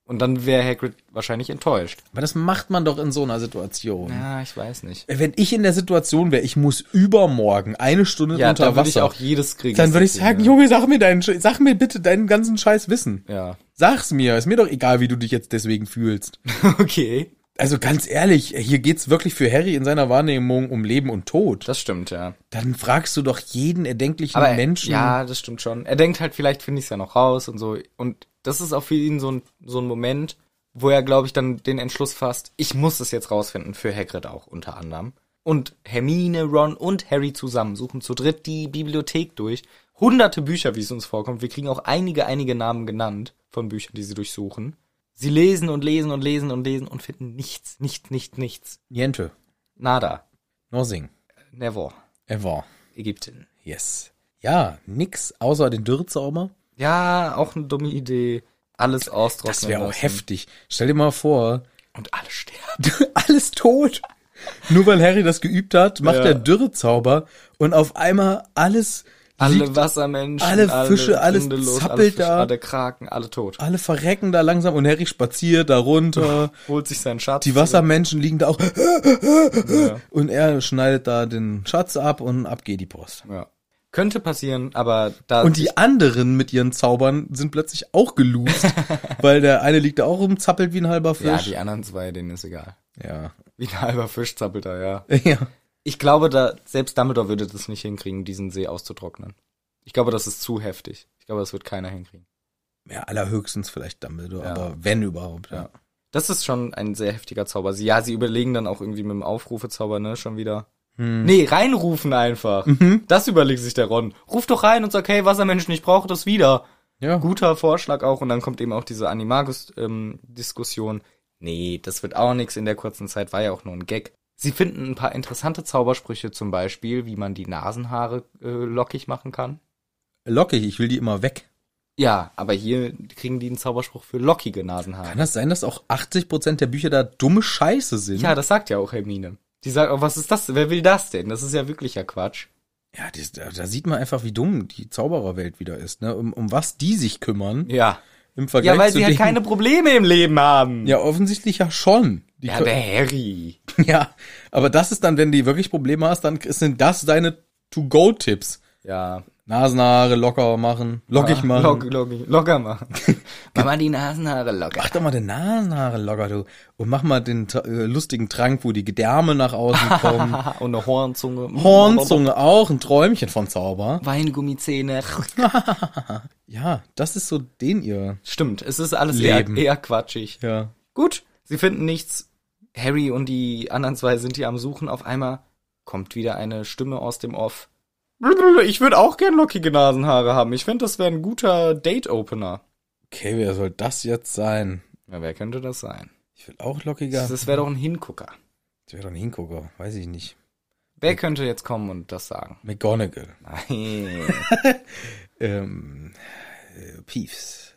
S2: Und dann wäre Hagrid wahrscheinlich enttäuscht.
S1: Aber das macht man doch in so einer Situation. Äh,
S2: Ja, ich weiß nicht.
S1: Wenn ich in der Situation wäre, ich muss übermorgen eine Stunde
S2: Ja,
S1: unter
S2: dann würde ich
S1: Wasser,
S2: auch jedes ne? kriegen.
S1: dann würde ich
S2: das
S1: sagen,
S2: Ding,
S1: Junge, sag mir deinen, Sch- sag mir bitte deinen ganzen Scheiß Wissen.
S2: ja.
S1: Sag's mir, ist mir doch egal, wie du dich jetzt deswegen fühlst.
S2: Ja. Okay.
S1: Also ganz ehrlich, hier geht's wirklich für Harry in seiner Wahrnehmung um Leben und Tod.
S2: Das stimmt, ja.
S1: Dann fragst du doch jeden erdenklichen
S2: Aber äh,
S1: Menschen.
S2: Ja, das stimmt schon. Er denkt halt, vielleicht finde ich es ja noch raus und so. Und das ist auch für ihn so ein, so ein Moment, wo er, glaube ich, dann den Entschluss fasst, ich muss es jetzt rausfinden, für Hagrid auch unter anderem. Und Hermine, Ron und Harry zusammen suchen zu dritt die Bibliothek durch. Hunderte Bücher, wie es uns vorkommt. Wir kriegen auch einige, einige Namen genannt von Büchern, die sie durchsuchen. Sie lesen und lesen und lesen und lesen und finden nichts, nichts, nichts, nichts.
S1: Niente.
S2: Nada.
S1: Nothing.
S2: Never.
S1: Ever.
S2: Ägypten.
S1: Yes. Ja, nix außer den Dürrzauber.
S2: Ja, auch eine dumme Idee. Alles austrocknen.
S1: Das wäre auch
S2: lassen.
S1: heftig. Stell dir mal vor,
S2: Und alle sterben.
S1: alles tot. Nur weil Harry das geübt hat, macht
S2: Ja.
S1: der Dürrezauber und auf einmal alles
S2: Alle
S1: Siegt-
S2: Wassermenschen,
S1: alle Fische, alles
S2: Schwindelos,
S1: zappelt da.
S2: alle ah, Kraken, alle tot.
S1: Alle verrecken da langsam und Harry spaziert da runter.
S2: Holt sich seinen Schatz.
S1: Die Wassermenschen liegen da auch.
S2: Ja.
S1: Und er schneidet da den Schatz ab und ab geht die Post.
S2: ja. Könnte passieren, aber da
S1: Und die anderen mit ihren Zaubern sind plötzlich auch geloost, weil der eine liegt da auch rum, zappelt wie ein halber
S2: ja,
S1: Fisch.
S2: die anderen zwei, denen ist egal.
S1: Ja.
S2: Wie ein halber Fisch zappelt er, ja.
S1: ja.
S2: Ich glaube, da selbst Dumbledore würde das nicht hinkriegen, diesen See auszutrocknen. Ich glaube, das ist zu heftig. Ich glaube, das wird keiner hinkriegen.
S1: Ja, allerhöchstens vielleicht Dumbledore,
S2: Ja.
S1: aber wenn überhaupt, ja.
S2: Ja. Das ist schon ein sehr heftiger Zauber. Sie, ja, sie überlegen dann auch irgendwie mit dem Aufrufezauber, ne, schon wieder. Nee, reinrufen einfach. Das überlegt sich der Ron. Ruf doch rein und sag, hey, Wassermenschen, ich brauche das wieder.
S1: Ja.
S2: Guter Vorschlag auch. Und dann kommt eben auch diese Animagus-Diskussion. nee, das wird auch nichts. In der kurzen Zeit war ja auch nur ein Gag. Sie finden ein paar interessante Zaubersprüche, zum Beispiel, wie man die Nasenhaare äh, lockig machen kann.
S1: Lockig, ich will die immer weg.
S2: Ja, aber hier kriegen die einen Zauberspruch für lockige Nasenhaare.
S1: Kann das sein, dass auch 80% der Bücher da dumme Scheiße sind?
S2: Ja, das sagt ja auch Hermine. Die sagt, oh, was ist das? Wer will das denn? Das ist ja wirklicher Quatsch.
S1: Ja, das, da, da sieht man einfach, wie dumm die Zaubererwelt wieder ist, ne? Um, um was die sich kümmern
S2: Ja.
S1: im Vergleich
S2: Ja, weil
S1: zu
S2: sie ja
S1: denen-
S2: keine Probleme im Leben haben.
S1: Ja, offensichtlich ja schon. Die
S2: ja
S1: kö-
S2: der Harry.
S1: ja, aber das ist dann, wenn die wirklich Probleme hast, dann sind das deine To-Go-Tipps.
S2: Ja.
S1: Nasenhaare locker machen, lockig
S2: Ah,
S1: machen.
S2: Lock, lock, locker machen. Mach mal die Nasenhaare locker.
S1: Mach doch mal die Nasenhaare locker, du. Und mach mal den tra- äh, lustigen Trank, wo die Gedärme nach außen kommen.
S2: Haha, Und eine Hornzunge.
S1: Hornzunge auch, ein Träumchen von Zauber.
S2: Weingummizähne.
S1: Ja, das ist so den ihr.
S2: Stimmt, es ist alles eher,
S1: Leben.
S2: eher quatschig.
S1: Ja.
S2: Gut, sie finden nichts. Harry und die anderen zwei sind hier am Suchen. Auf einmal kommt wieder eine Stimme aus dem Off. Ich würde auch gern lockige Nasenhaare haben. Ich finde, das wäre ein guter Date-Opener.
S1: Okay, wer soll das jetzt sein?
S2: Ja, wer könnte das sein?
S1: Ich will auch lockiger.
S2: Das wäre doch ein Hingucker.
S1: Ich wäre doch ein Hingucker, weiß ich nicht.
S2: Wer könnte jetzt kommen und das sagen?
S1: McGonagall.
S2: Nein.
S1: Ähm, äh, Peeves.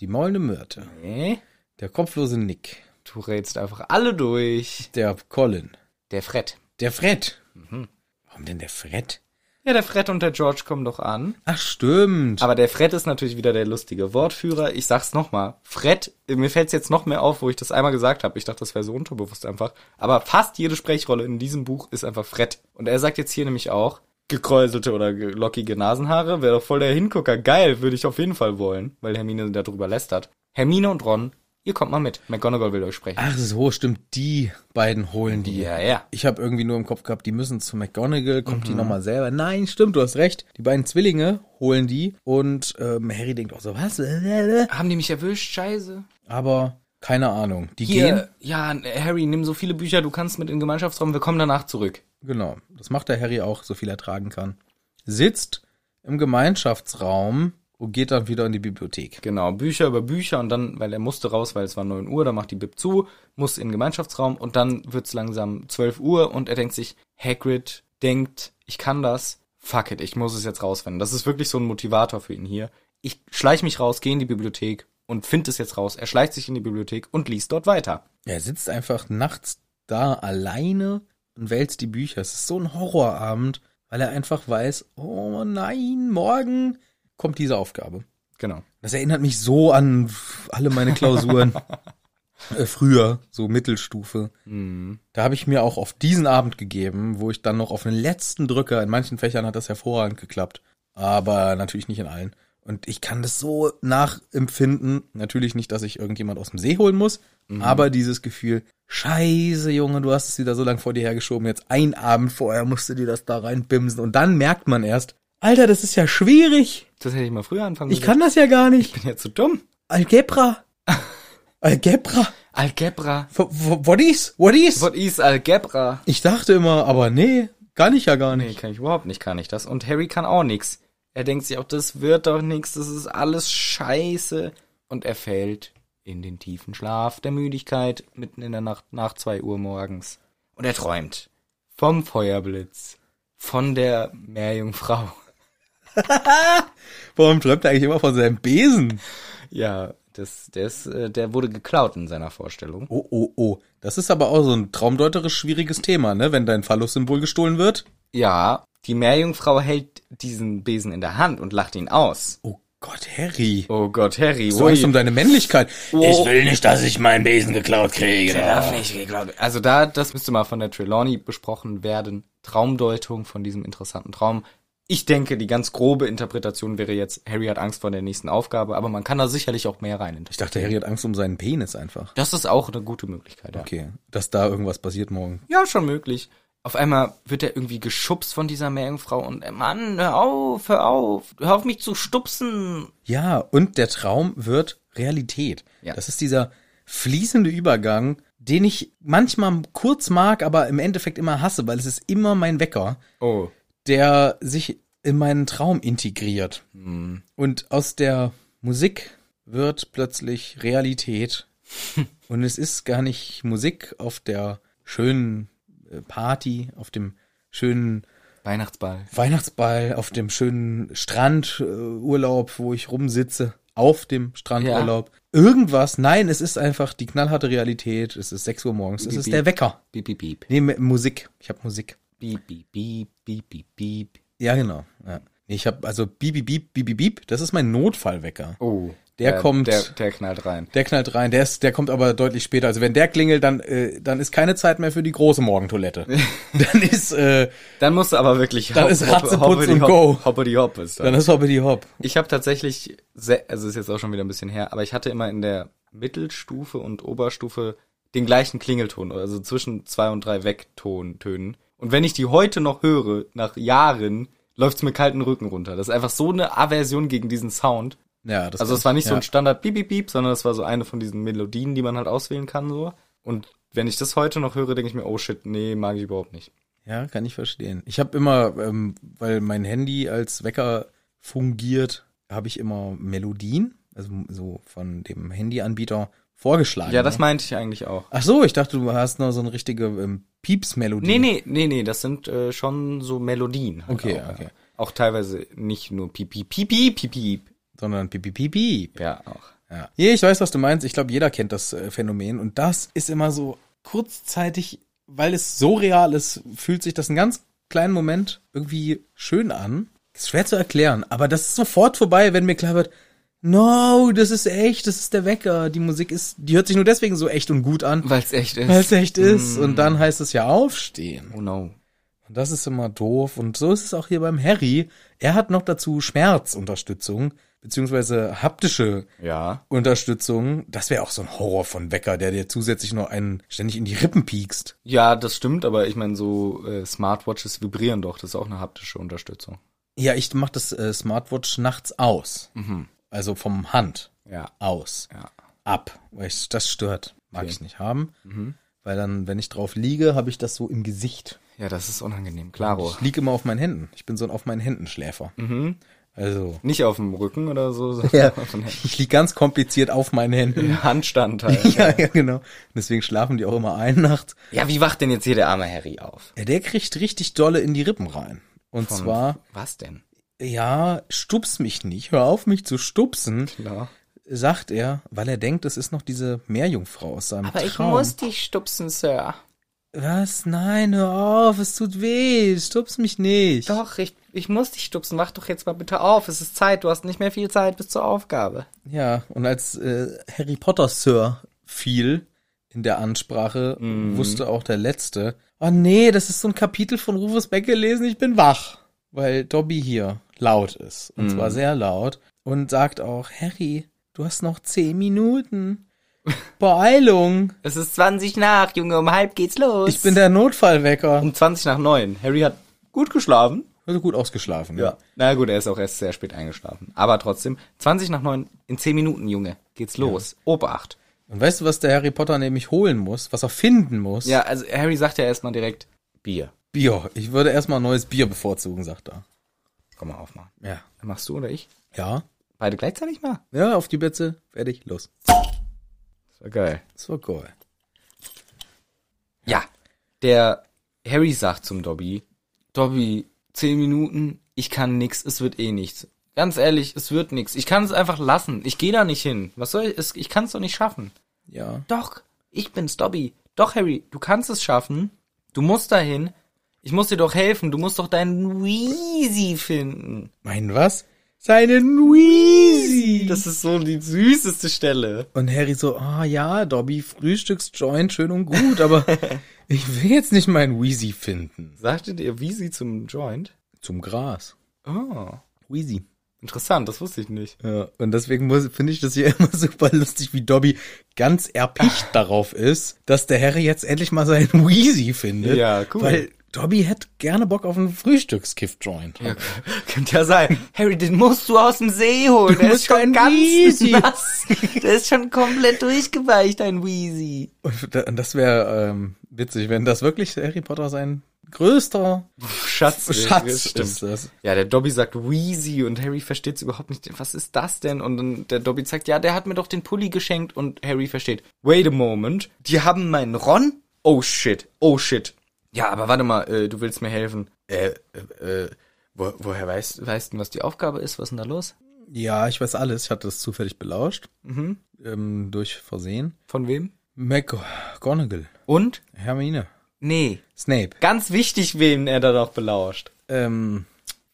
S1: Die maulende Myrte.
S2: Nee.
S1: Der kopflose Nick.
S2: Du rätst einfach alle durch.
S1: Der Colin.
S2: Der Fred.
S1: Der Fred.
S2: Mhm.
S1: Warum denn der Fred?
S2: Ja, der Fred und der George kommen doch an.
S1: Ach, stimmt.
S2: Aber der Fred ist natürlich wieder der lustige Wortführer. Ich sag's nochmal. Fred, mir fällt's jetzt noch mehr auf, wo ich das einmal gesagt habe. Ich dachte, das wäre so unterbewusst einfach. Aber fast jede Sprechrolle in diesem Buch ist einfach Fred. Und er sagt jetzt hier nämlich auch, gekräuselte oder ge- lockige Nasenhaare wäre doch voll der Hingucker. Geil, würde ich auf jeden Fall wollen, weil Hermine darüber lästert. Hermine und Ron, ihr kommt mal mit. McGonagall will euch sprechen.
S1: Ach so, stimmt. Die beiden holen die.
S2: Ah, Ja, ja.
S1: Ich habe irgendwie nur im Kopf gehabt, die müssen zu McGonagall, kommt
S2: Mhm.
S1: die nochmal selber. Nein, stimmt, du hast recht. Die beiden Zwillinge holen die und ähm, Harry denkt auch so, was?
S2: Haben die mich erwischt? Scheiße.
S1: Aber keine Ahnung. Die gehen.
S2: Hier, ja, Harry, nimm so viele Bücher du kannst mit in den Gemeinschaftsraum. Wir kommen danach zurück.
S1: Genau. Das macht der Harry auch, so viel er tragen kann. Sitzt im Gemeinschaftsraum und geht dann wieder in die Bibliothek.
S2: Genau, Bücher über Bücher und dann, weil er musste raus, weil es war 9 Uhr, da macht die Bib zu, muss in den Gemeinschaftsraum und dann wird's langsam 12 Uhr und er denkt sich, Hagrid denkt, ich kann das, fuck it, ich muss es jetzt rausfinden. Das ist wirklich so ein Motivator für ihn hier. Ich schleich mich raus, gehe in die Bibliothek und find es jetzt raus. Er schleicht sich in die Bibliothek und liest dort weiter.
S1: Er sitzt einfach nachts da alleine und wälzt die Bücher. Es ist so ein Horrorabend, weil er einfach weiß, oh nein, morgen kommt diese Aufgabe.
S2: Genau.
S1: Das erinnert mich so an alle meine Klausuren äh, früher, so Mittelstufe. Da habe ich mir auch auf diesen Abend gegeben, wo ich dann noch auf den letzten Drücker, in manchen Fächern hat das hervorragend geklappt, aber natürlich nicht in allen. Und ich kann das so nachempfinden, natürlich nicht, dass ich irgendjemand aus dem See holen muss, aber dieses Gefühl, scheiße Junge, du hast es wieder so lange vor dir hergeschoben, jetzt ein Abend vorher musst du dir das da reinbimsen und dann merkt man erst, Alter, das ist ja schwierig,
S2: Das hätte ich mal früher anfangen
S1: ich
S2: müssen.
S1: kann das ja gar nicht.
S2: Mhm. Ich bin ja zu dumm.
S1: Algebra. Algebra.
S2: Algebra.
S1: W- w- What is? What is?
S2: What is Algebra?
S1: Ich dachte immer, aber nee, kann ich ja gar
S2: Nee,
S1: nicht.
S2: kann ich überhaupt nicht, kann ich das. Und Harry kann auch nix. Er denkt sich auch, das wird doch nix, das ist alles scheiße. Und er fällt in den tiefen Schlaf der Müdigkeit mitten in der Nacht nach 2 Uhr morgens. Und er träumt vom Feuerblitz, von der Meerjungfrau.
S1: Warum träumt er eigentlich immer von seinem Besen?
S2: Ja, das, das, äh, der wurde geklaut in seiner Vorstellung.
S1: Oh, oh, oh. Das ist aber auch so ein traumdeuterisch schwieriges Thema, ne? Wenn dein Phallus-Symbol gestohlen wird.
S2: Ja, Die Meerjungfrau hält diesen Besen in der Hand und lacht ihn aus.
S1: Oh Gott, Harry.
S2: Oh Gott, Harry,
S1: Du hast um deine Männlichkeit.
S2: Oh.
S1: will nicht, dass ich meinen Besen geklaut kriege.
S2: Also da, das müsste mal von der Trelawney besprochen werden. Traumdeutung von diesem interessanten Traum. Ich denke, die ganz grobe Interpretation wäre jetzt, Harry hat Angst vor der nächsten Aufgabe, aber man kann da sicherlich auch mehr rein
S1: Ich
S2: interpretieren.
S1: dachte, Harry hat Angst um seinen Penis einfach.
S2: Das ist auch eine gute Möglichkeit, ja.
S1: Okay, dass da irgendwas passiert morgen.
S2: Ja, schon möglich. Auf einmal wird er irgendwie geschubst von dieser Meerjungfrau und äh, Mann, hör auf, hör auf, hör auf mich zu stupsen.
S1: Ja, und der Traum wird Realität.
S2: Ja.
S1: Das ist dieser fließende Übergang, den ich manchmal kurz mag, aber im Endeffekt immer hasse, weil es ist immer mein Wecker,
S2: Oh.
S1: der sich in meinen Traum integriert.
S2: hm,
S1: Und aus der Musik wird plötzlich Realität. Und es ist gar nicht Musik auf der schönen äh, Party, auf dem schönen
S2: Weihnachtsball.
S1: Weihnachtsball auf dem schönen Strandurlaub, wo ich rumsitze, auf dem Strandurlaub. Irgendwas. Nein, es ist einfach die knallharte Realität. Es ist 6 Uhr morgens. Es
S2: Piep,
S1: ist
S2: piep.
S1: der Wecker.
S2: Piep, piep, piep.
S1: Nee, mit Musik. Ich habe Musik.
S2: Piep, piep, piep, piep, piep, piep.
S1: Ja, genau. Ja. Nee, Ich habe also Bieb, Bieb, Bieb, Bieb, Bieb, Bieb. Das ist mein Notfallwecker.
S2: Oh.
S1: Der kommt-
S2: Der, der knallt rein.
S1: Der knallt rein. Der, ist, der kommt aber deutlich später. Also wenn der klingelt, dann, äh, dann ist keine Zeit mehr für die große Morgentoilette. dann ist, äh,
S2: Dann musst du aber wirklich
S1: Dann ist Ratzeputz und
S2: hopp,
S1: go.
S2: hoppity hopp ist
S1: dann
S2: dann.
S1: ist Hoppity Hopp.
S2: Ich habe tatsächlich, se- also ist jetzt auch schon wieder ein bisschen her, aber ich hatte immer in der Mittelstufe und Oberstufe den gleichen Klingelton, also zwischen zwei und drei Wegtontönen. Und wenn ich die heute noch höre, nach Jahren, läuft's mir kalten Rücken runter. Das ist einfach so eine Aversion gegen diesen Sound.
S1: Ja, das
S2: Also es war nicht so
S1: ja.
S2: ein Standard piep piep piep, sondern es war so eine von diesen Melodien, die man halt auswählen kann so. Und wenn ich das heute noch höre, denke ich mir, oh shit, nee, mag ich überhaupt nicht.
S1: Ja, kann ich verstehen. Ich habe immer, ähm, weil mein Handy als Wecker fungiert, habe ich immer Melodien, also so von dem Handyanbieter vorgeschlagen.
S2: Ja, das
S1: ne?
S2: meinte ich eigentlich auch.
S1: Ach so, ich dachte, du hast noch so eine richtige ähm, Pieps-Melodie.
S2: Nee, nee, nee, nee, das sind äh, schon so Melodien. Halt
S1: Okay,
S2: auch,
S1: okay.
S2: ja. Auch teilweise nicht nur piep, piep, piep, piep, piep, piep.
S1: Sondern piep, piep, piep, piep.
S2: Ja, auch.
S1: Ja. Nee, ich weiß, was du meinst. Ich glaube, jeder kennt das äh, Phänomen. Und das ist immer so kurzzeitig, weil es so real ist, fühlt sich das einen ganz kleinen Moment irgendwie schön an. Ist schwer zu erklären, aber das ist sofort vorbei, wenn mir klar wird, no, das ist echt, das ist der Wecker. Die Musik ist, die hört sich nur deswegen so echt und gut an,
S2: Weil es echt ist.
S1: weil es echt ist. Und dann heißt es ja aufstehen.
S2: Oh no.
S1: Und das ist immer doof. Und so ist es auch hier beim Harry. Er hat noch dazu Schmerzunterstützung, beziehungsweise haptische
S2: Ja.
S1: Unterstützung. Das wäre auch so ein Horror von Wecker, der dir zusätzlich noch einen ständig in die Rippen piekst.
S2: Ja, das stimmt, aber ich meine, so äh, Smartwatches vibrieren doch, das ist auch eine haptische Unterstützung.
S1: Ja, ich mach das äh, Smartwatch nachts aus. Also vom Hand
S2: Mhm. Ja.
S1: aus.
S2: Ja.
S1: Ab. Weil ich, das stört. Mag ich nicht haben.
S2: Mhm.
S1: Weil dann, wenn ich drauf liege, habe ich das so im Gesicht.
S2: Ja, das ist unangenehm, klaro.
S1: Ich liege immer auf meinen Händen. Ich bin so ein auf meinen Händen Schläfer.
S2: Mhm.
S1: Also.
S2: Nicht auf dem Rücken oder so, sondern
S1: Ja,
S2: auf dem Händen.
S1: ich liege ganz kompliziert auf meinen Händen.
S2: Handstand halt.
S1: Ja, ja, genau. Deswegen schlafen die auch immer ein nachts.
S2: Ja, wie wacht denn jetzt hier der arme Harry auf?
S1: Ja, der kriegt richtig dolle in die Rippen rein. Und
S2: Von-
S1: zwar
S2: Was denn?
S1: ja, stups mich nicht, hör auf mich zu stupsen,
S2: Ja.
S1: sagt er, weil er denkt, es ist noch diese Meerjungfrau aus seinem
S2: Aber
S1: Traum.
S2: ich muss dich stupsen, Sir.
S1: Was? Nein, hör auf, es tut weh, stups mich nicht.
S2: Doch, ich, ich muss dich stupsen. Wach doch jetzt mal bitte auf. Es ist Zeit. Du hast nicht mehr viel Zeit bis zur Aufgabe.
S1: Ja, und als äh, Harry Potter Sir fiel in der Ansprache, wusste auch der Letzte, oh nee, das ist so ein Kapitel von Rufus Beck gelesen, ich bin wach. Weil Dobby hier laut ist. Und zwar sehr laut. Und sagt auch, Harry, du hast noch zehn Minuten. Beeilung.
S2: Es ist 20 nach, Junge. Um halb geht's los.
S1: Ich bin der Notfallwecker.
S2: um 20 nach neun. Harry hat gut geschlafen.
S1: Also gut ausgeschlafen. ne?
S2: Na gut, er ist auch erst sehr spät eingeschlafen. Aber trotzdem, 20 nach neun, in 10 Minuten, Junge, geht's los. Obacht.
S1: Und weißt du, was der Harry Potter nämlich holen muss? Was er finden muss?
S2: Ja, also Harry sagt ja erstmal direkt Bier.
S1: Bier. Ich würde erstmal ein neues Bier bevorzugen, sagt er.
S2: Komm mal aufmachen.
S1: Ja.
S2: Machst du oder ich?
S1: Ja.
S2: Beide gleichzeitig mal?
S1: Ja, auf die Plätze. Fertig. Los.
S2: Das war geil.
S1: So geil.
S2: Ja, der Harry sagt zum Dobby, Dobby, zehn Minuten, ich kann nix, es wird eh nichts. Ganz ehrlich, es wird nix. Ich kann es einfach lassen. Ich gehe da nicht hin. Was soll ich? es- Ich kann es doch nicht schaffen.
S1: Ja.
S2: Doch, ich bin's, Dobby. Doch, Harry, du kannst es schaffen. Du musst dahin. Ich muss dir doch helfen. Du musst doch deinen Wheezy finden.
S1: Mein was? Seinen Wheezy.
S2: Das ist so die süßeste Stelle.
S1: Und Harry so, ah ja, Dobby, Frühstücksjoint, schön und gut, aber ich will jetzt nicht meinen Wheezy finden.
S2: Sagtet ihr Wheezy zum Joint?
S1: Zum Gras.
S2: Oh,
S1: Wheezy.
S2: interessant. Das wusste ich nicht.
S1: Ja, und deswegen muss- finde ich das hier immer super lustig, wie Dobby ganz erpicht darauf ist, dass der Harry jetzt endlich mal seinen Wheezy findet.
S2: Ja, cool.
S1: Weil Dobby hätte gerne Bock auf einen Frühstückskiff-Joint.
S2: Ja, könnte ja sein. Harry, den musst du aus dem See holen.
S1: Du musst deinen Wheezy.
S2: nass. Der ist schon komplett durchgeweicht, dein Wheezy.
S1: Und da- und das wäre ähm, witzig, wenn das wirklich Harry Potter sein größter
S2: Schatz.
S1: Schatz
S2: stimmt.
S1: ist. Das.
S2: Ja, der Dobby sagt Wheezy und Harry versteht's überhaupt nicht. Was ist das denn? Und dann der Dobby sagt, ja, der hat mir doch den Pulli geschenkt und Harry versteht. Wait a moment. Die haben meinen Ron? Oh shit. Oh shit. Ja, aber warte mal, äh, du willst mir helfen. Äh, äh, äh, wo, woher weißt, weißt du, was die Aufgabe ist? Was ist denn da los?
S1: Ja, ich weiß alles. Ich hatte das zufällig belauscht.
S2: Mhm.
S1: Ähm, durch Versehen.
S2: Von wem?
S1: McGonagall.
S2: Und?
S1: Hermine.
S2: Nee.
S1: Snape.
S2: Ganz wichtig, wen er da noch belauscht.
S1: Ähm,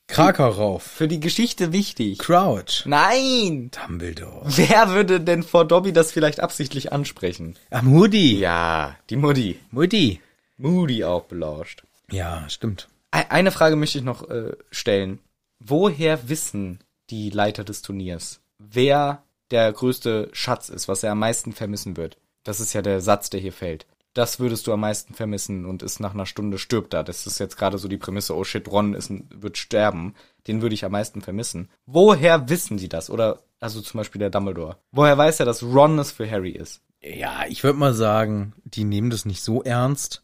S1: Krakau rauf.
S2: Für die Geschichte wichtig.
S1: Crouch.
S2: Nein!
S1: Dumbledore.
S2: Wer würde denn vor Dobby das vielleicht absichtlich ansprechen?
S1: Ah, Moody.
S2: Ja, die Mutti.
S1: Moody.
S2: Moody auch belauscht.
S1: Ja, stimmt.
S2: E- Eine Frage möchte ich noch äh, stellen. Woher wissen die Leiter des Turniers, wer der größte Schatz ist, was er am meisten vermissen wird? Das ist ja der Satz, der hier fällt. Das würdest du am meisten vermissen und ist nach einer Stunde stirbt da. Das ist jetzt gerade so die Prämisse, oh shit, Ron ist, ein- wird sterben. Den würde ich am meisten vermissen. Woher wissen die das? Oder, also zum Beispiel der Dumbledore. Woher weiß er, dass Ron es für Harry ist?
S1: Ja, ich würde mal sagen, die nehmen das nicht so ernst,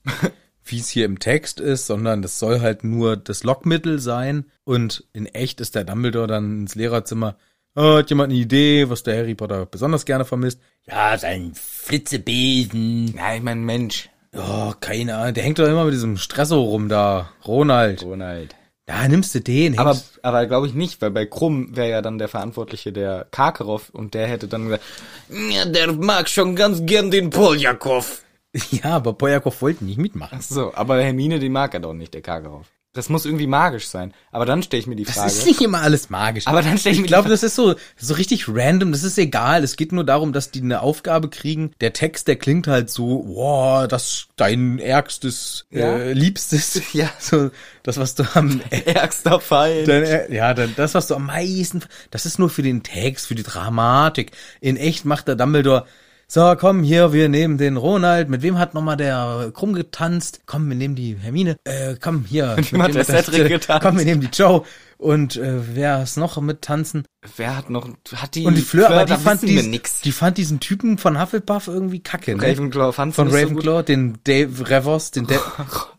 S1: wie es hier im Text ist, sondern das soll halt nur das Lockmittel sein. Und in echt ist der Dumbledore dann ins Lehrerzimmer. Oh, hat jemand eine Idee, was der Harry Potter besonders gerne vermisst? Ja, sein Flitzebesen.
S2: Ja, ich mein Mensch.
S1: Oh, keine Ahnung. Der hängt doch immer mit diesem Stresso rum da. Ronald.
S2: Ronald.
S1: Da nimmst du den.
S2: Oh. Aber,
S1: hängst-
S2: aber glaube ich nicht, weil bei Krumm wäre ja dann der Verantwortliche der Karkaroff und der hätte dann gesagt, ja, der mag schon ganz gern den Poljakov.
S1: ja, aber Bojakow wollte nicht mitmachen.
S2: So, aber Hermine, den mag er doch nicht, der Karkaroff. Das muss irgendwie magisch sein. Aber dann stelle ich mir die Frage.
S1: Das ist nicht immer alles magisch.
S2: aber dann stelle ich mir
S1: Ich glaube,
S2: die
S1: das ist so, so richtig random, das ist egal. Es geht nur darum, dass die eine Aufgabe kriegen. Der Text, der klingt halt so, wow, das dein ärgstes,
S2: Ja.
S1: äh, liebstes.
S2: Ja.
S1: So, das, was du am,
S2: Frage. Ärgster Feind.
S1: dein, ä- äh, ja, dein, das, was du am meisten, das ist nur für den Text, für die Dramatik. In echt macht der Dumbledore, so, komm hier, wir nehmen den Ronald. Mit wem hat nochmal der Krumm getanzt? Komm, wir nehmen die Hermine. Äh, komm hier. Mit
S2: wem hat der Cedric getanzt?
S1: Komm, wir nehmen die Joe. Und äh, wer ist noch mit tanzen?
S2: Wer hat noch, hat die,
S1: Und die Fleur, aber die
S2: da
S1: fand,
S2: wissen wir
S1: diesen,
S2: nix.
S1: die fand diesen Typen von Hufflepuff irgendwie kacke, ne?
S2: Ravenclaw fand
S1: von Ravenclaw, den Dave Revers, den Dave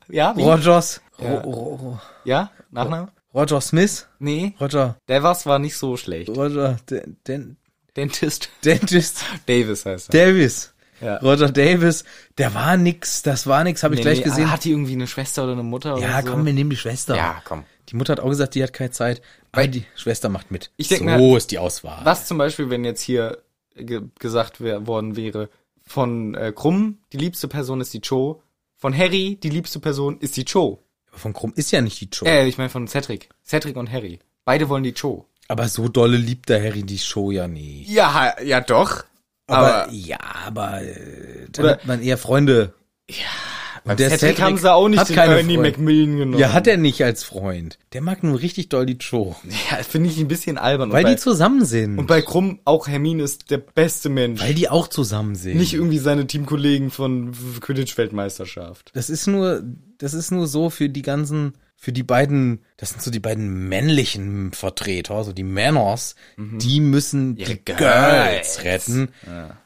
S2: Ja, wie?
S1: Rogers, Ro Ro Ro
S2: Ja, Nachname?
S1: Roger Smith,
S2: Nee,
S1: Roger,
S2: der was war nicht so schlecht.
S1: Roger, den, den
S2: Dentist.
S1: Dentist
S2: Davis heißt er.
S1: Davis.
S2: Ja.
S1: Roger Davis, der war nix, das war nix, habe ich
S2: Nee,
S1: gleich
S2: nee,
S1: gesehen.
S2: Hat die irgendwie eine Schwester oder eine Mutter oder
S1: Ja,
S2: so?
S1: komm, wir nehmen die Schwester.
S2: Ja, komm.
S1: Die Mutter hat auch gesagt, die hat keine Zeit, aber die Schwester macht mit.
S2: Ich denk
S1: so
S2: mir-
S1: ist die Auswahl.
S2: Was zum Beispiel, wenn jetzt hier ge gesagt wär, worden wäre, von äh, Krumm, die liebste Person ist die Cho, von Harry, die liebste Person ist die Cho.
S1: Aber Von Krumm ist ja nicht die Joe.
S2: Äh, ich meine von Cedric. Cedric und Harry. Beide wollen die Cho.
S1: Aber so dolle liebt der Harry die Show ja nicht.
S2: Ja, ja doch.
S1: Aber,
S2: Aber,
S1: ja, aber äh, dann
S2: Oder-
S1: hat man eher Freunde. Ja, und
S2: Cedric, haben sie auch nicht den Ernie Macmillan genommen.
S1: Ja, hat er nicht als Freund. Der mag nur richtig doll die Joe.
S2: Ja, finde ich ein bisschen albern.
S1: Weil
S2: und, bei,
S1: die zusammen sind.
S2: und bei Krumm auch Hermine ist der beste Mensch.
S1: weil die auch zusammen sind.
S2: nicht irgendwie seine Teamkollegen von Quidditch-Weltmeisterschaft.
S1: das ist nur, das ist nur so für die ganzen, für die beiden, das sind so die beiden männlichen Vertreter, so die Männers, die müssen
S2: Ihre
S1: die Girls,
S2: Mhm. Girls.
S1: retten.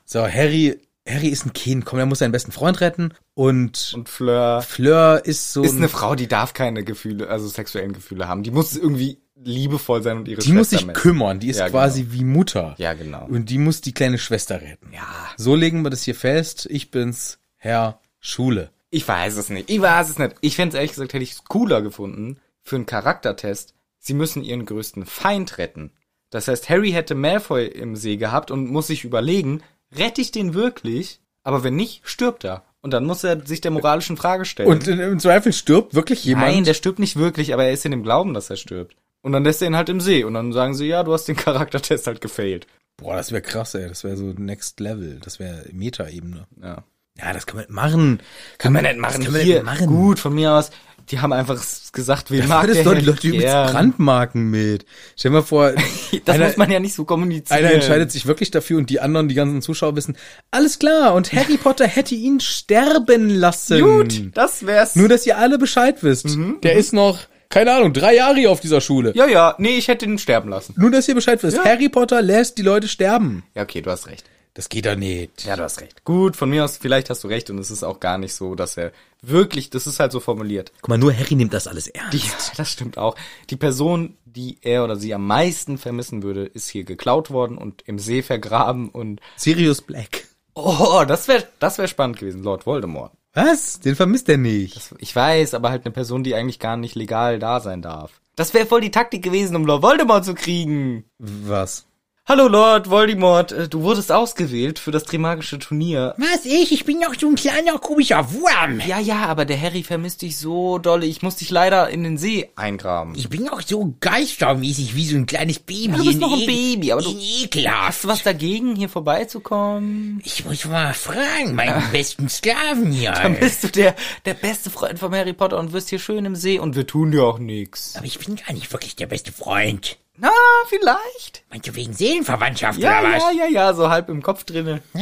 S1: So, Harry, Harry ist ein Kind, komm, er muss seinen besten Freund retten und,
S2: Und Fleur.
S1: Fleur ist so
S2: ist
S1: ein-
S2: eine Frau, die darf keine Gefühle, also sexuellen Gefühle haben. Die muss irgendwie liebevoll sein und ihre
S1: Die muss
S2: Schwester
S1: sich
S2: messen.
S1: kümmern, die ist
S2: Ja,
S1: quasi wie Mutter.
S2: Ja, genau.
S1: Und die muss die kleine Schwester retten.
S2: Ja,
S1: So legen wir das hier fest. Ich bin's, Herr Schule.
S2: ich weiß es nicht. Ich weiß es nicht. Ich fände es ehrlich gesagt, hätte ich es cooler gefunden für einen Charaktertest. Sie müssen ihren größten Feind retten. Das heißt, Harry hätte Malfoy im See gehabt und muss sich überlegen, rette ich den wirklich? Aber wenn nicht, stirbt er. Und dann muss er sich der moralischen Frage stellen.
S1: Und in- im Zweifel stirbt wirklich jemand.
S2: Nein, der stirbt nicht wirklich, aber er ist in dem Glauben, dass er stirbt. Und dann lässt er ihn halt im See. Und dann sagen sie, ja, du hast den Charaktertest halt gefailt.
S1: Boah, das wäre krass, ey. Das wäre so Next Level. Das wäre Meta-Ebene.
S2: Ja.
S1: Ja, das kann man nicht machen. Kann man nicht
S2: machen
S1: Das kann man
S2: hier.
S1: nicht machen.
S2: Gut, von mir aus. Die haben einfach s- gesagt, wir
S1: Mag
S2: mag
S1: das
S2: der
S1: dort
S2: Held
S1: Leute übelst
S2: gern.
S1: Brandmarken mit. Stell dir mal vor,
S2: Das
S1: einer,
S2: muss man ja nicht so kommunizieren.
S1: einer entscheidet sich wirklich dafür und die anderen, die ganzen Zuschauer wissen, alles klar, und Harry Potter hätte ihn sterben lassen.
S2: Gut, das wär's.
S1: Hm. Nur, dass ihr alle Bescheid wisst. Der ist noch, keine Ahnung, drei Jahre auf dieser Schule.
S2: ja, ja, nee, ich hätte ihn sterben lassen.
S1: Nur, dass ihr Bescheid wisst. Harry Potter lässt die Leute sterben.
S2: Ja, okay, du hast recht.
S1: Das geht doch nicht.
S2: Ja, du hast recht. Gut, von mir aus, vielleicht hast du recht und es ist auch gar nicht so, dass er wirklich, das ist halt so formuliert.
S1: Guck mal, nur Harry nimmt das alles ernst.
S2: Die, das stimmt auch. Die Person, die er oder sie am meisten vermissen würde, ist hier geklaut worden und im See vergraben und
S1: Sirius Black.
S2: oh, das wäre das wär spannend gewesen, Lord Voldemort.
S1: Was? Den vermisst er nicht.
S2: Ich weiß, aber halt eine Person, die eigentlich gar nicht legal da sein darf. Das wäre voll die Taktik gewesen, um Lord Voldemort zu kriegen.
S1: Was?
S2: Hallo Lord Voldemort, äh, du wurdest ausgewählt für das Trimagische Turnier.
S1: Was, ich? Ich bin noch so ein kleiner komischer Wurm.
S2: Ja, ja, aber der Harry vermisst dich so dolle. Ich muss dich leider in den See eingraben.
S1: Ich bin auch so geistermäßig wie so ein kleines Baby.
S2: du bist
S1: in
S2: noch ein
S1: E-
S2: Baby, aber du-
S1: in Ekelhaft.
S2: Was dagegen, hier vorbeizukommen?
S1: Ich muss mal fragen, meinen besten Sklaven hier.
S2: Dann
S1: Aber
S2: bist du der, der beste Freund von Harry Potter und wirst hier schön im See und wir tun dir auch nix.
S1: ich bin gar nicht wirklich der beste Freund.
S2: Na, vielleicht.
S1: Meinst du wegen Seelenverwandtschaft
S2: Ja,
S1: oder was?
S2: ja, ja, ja, so halb im Kopf drinne.
S1: Ja,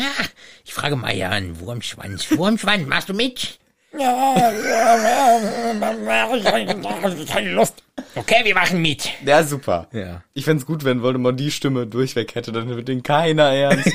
S1: ich frage mal Jan, Wurmschwanz. Wurmschwanz, machst du mit? Keine Lust. Okay, wir machen mit.
S2: Ja, super.
S1: Ja.
S2: Ich find's gut, wenn Voldemort die Stimme durchweg hätte, dann wird ihn keiner ernst.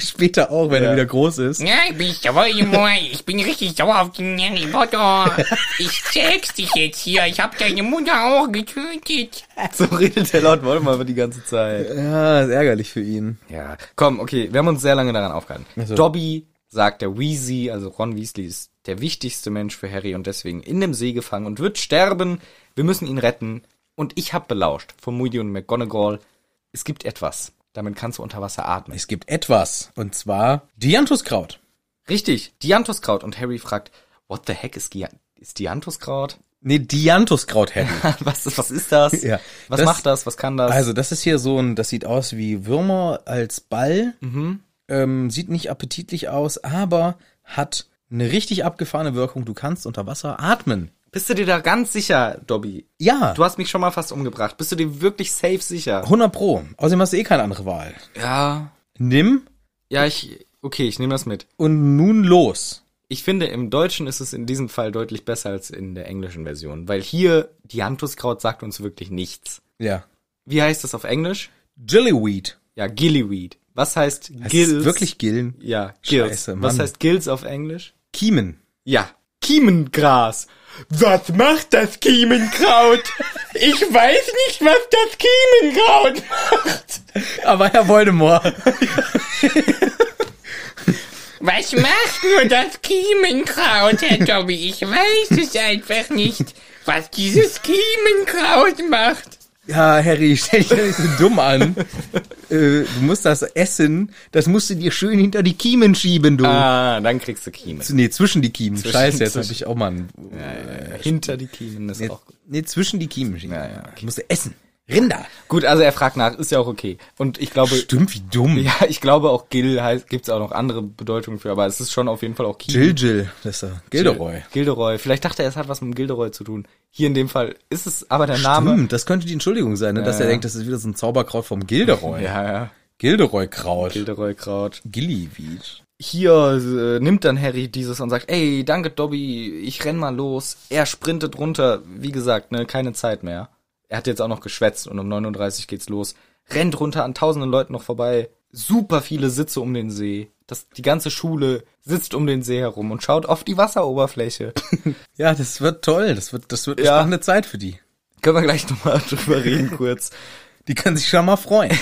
S1: Später auch, wenn er wieder groß ist.
S4: Ja, ich bin sauer, Humor. Ich bin richtig sauer auf den Harry Potter. Ich zeig's dich jetzt hier. Ich hab deine Mutter auch getötet.
S2: so redet der Lord Voldemort aber die ganze Zeit.
S1: Ja, ist ärgerlich für ihn.
S2: Ja, komm, okay, wir haben uns sehr lange daran aufgehalten.
S1: so.
S2: Dobby sagt, der Weasley, also Ron Weasley ist der wichtigste Mensch für Harry und deswegen in dem See gefangen und wird sterben. Wir müssen ihn retten. Und ich habe belauscht von Moody und McGonagall, es gibt etwas. Damit kannst du unter Wasser atmen.
S1: Es gibt etwas, und zwar Dianthuskraut.
S2: Richtig, Dianthuskraut. Und Harry fragt, what the heck ist, Gia ist Dianthuskraut?
S1: Nee, Dianthuskraut hätten.
S2: was, ist- was ist das?
S1: Ja,
S2: was
S1: das-
S2: macht das? Was kann das?
S1: Also, das ist hier so ein, das sieht aus wie Würmer als Ball. Ähm, sieht nicht appetitlich aus, aber hat eine richtig abgefahrene Wirkung. Du kannst unter Wasser atmen.
S2: Bist du dir da ganz sicher, Dobby?
S1: Ja,
S2: Du hast mich schon mal fast umgebracht. Bist du dir wirklich safe sicher?
S1: 100 Pro. Außerdem hast du eh keine andere Wahl.
S2: Ja,
S1: Nimm
S2: Ja, ich. Okay, ich nehme das mit.
S1: und nun los.
S2: Ich finde, im Deutschen ist es in diesem Fall deutlich besser als in der englischen Version, weil hier Dianthuskraut sagt uns wirklich nichts.
S1: Ja.
S2: Wie heißt das auf Englisch?
S1: Jellyweed.
S2: Ja, Gillyweed. Was heißt
S1: Heißt es
S2: Gills?
S1: Wirklich Gillen.
S2: Ja, Gills.
S1: Scheiße, Mann.
S2: Was heißt Gills auf Englisch?
S1: Kiemen.
S2: Ja, Kiemengras. Was macht das Kiemenkraut? Ich weiß nicht, was das Kiemenkraut macht.
S1: Aber Herr Voldemort.
S4: Was macht nur das Kiemenkraut, Herr Dobby? Ich weiß es einfach nicht, was dieses Kiemenkraut macht.
S1: Ja, Harry, stell dich doch nicht so dumm an. äh, du musst das essen. Das musst du dir schön hinter die Kiemen schieben, du.
S2: Ah, dann kriegst du Kiemen.
S1: Nee, zwischen die Kiemen.
S2: Zwischen-
S1: Scheiße, jetzt
S2: zwischen-
S1: habe ich auch mal einen.
S2: äh, Hinter die Kiemen ist auch gut.
S1: Nee, zwischen die Kiemen. Ja,
S2: ja,
S1: Musst du essen. Rinder.
S2: Gut, also er fragt nach, ist ja auch okay. Und ich glaube,
S1: Stimmt, wie dumm.
S2: ja, ich glaube auch Gil heißt, gibt's auch noch andere Bedeutungen für, aber es ist schon auf jeden Fall auch Kiemen.
S1: Jill Jill, das ist er. Gilderoy.
S2: Gilderoy. Vielleicht dachte er, es hat was mit dem Gilderoy zu tun. Hier in dem Fall ist es aber der Name.
S1: Stimmt, das könnte die Entschuldigung sein, ne? dass er denkt, das ist wieder so ein Zauberkraut vom Gilderoy.
S2: Ja, ja.
S1: Gilderoy-Kraut.
S2: Gilderoy-Kraut.
S1: Gillyweed.
S2: Hier äh, nimmt dann Harry dieses und sagt, ey, danke Dobby, ich renn mal los. Er sprintet runter. Wie gesagt, ne, keine Zeit mehr. Er hat jetzt auch noch geschwätzt und um 39 geht's los. Rennt runter an tausenden Leuten noch vorbei. Super viele Sitze um den See. Das, die ganze Schule sitzt um den See herum und schaut auf die Wasseroberfläche.
S1: Ja, das wird toll. Das wird, das wird eine
S2: Ja.
S1: spannende Zeit für die.
S2: Können wir gleich nochmal drüber reden kurz.
S1: Die kann sich schon mal freuen.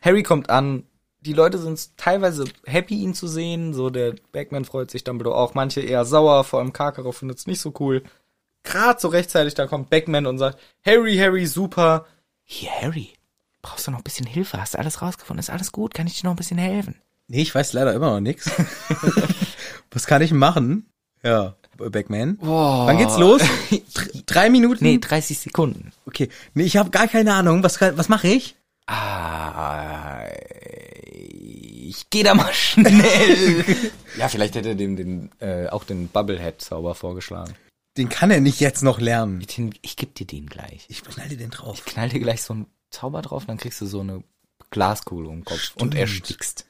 S2: Harry kommt an. Die Leute sind teilweise happy, ihn zu sehen. So, der Batman freut sich, Dumbledore auch. Manche eher sauer, vor allem Karkaroff findet es nicht so cool. Gerade so rechtzeitig, da kommt Batman und sagt, Harry, Harry, super.
S4: Hier, Harry, brauchst du noch ein bisschen Hilfe? Hast du alles rausgefunden? Ist alles gut? Kann ich dir noch ein bisschen helfen?
S1: Nee, ich weiß leider immer noch nichts. Was kann ich machen? Ja, Backman.
S2: Boah.
S1: Wann geht's los? Dr- Drei Minuten?
S2: Nee, 30 Sekunden.
S1: Okay. Nee, ich habe gar keine Ahnung. Was, kann- was mache ich?
S2: Ah, ich gehe da mal schnell. ja, vielleicht hätte er dem, den, äh, auch den Bubblehead-Zauber vorgeschlagen.
S1: Den kann er nicht jetzt noch lernen.
S2: Den, ich geb dir den gleich.
S1: Ich knall dir den drauf.
S2: Ich knall dir gleich so einen Zauber drauf, dann kriegst du so eine Glaskugel um den Kopf und erstickst.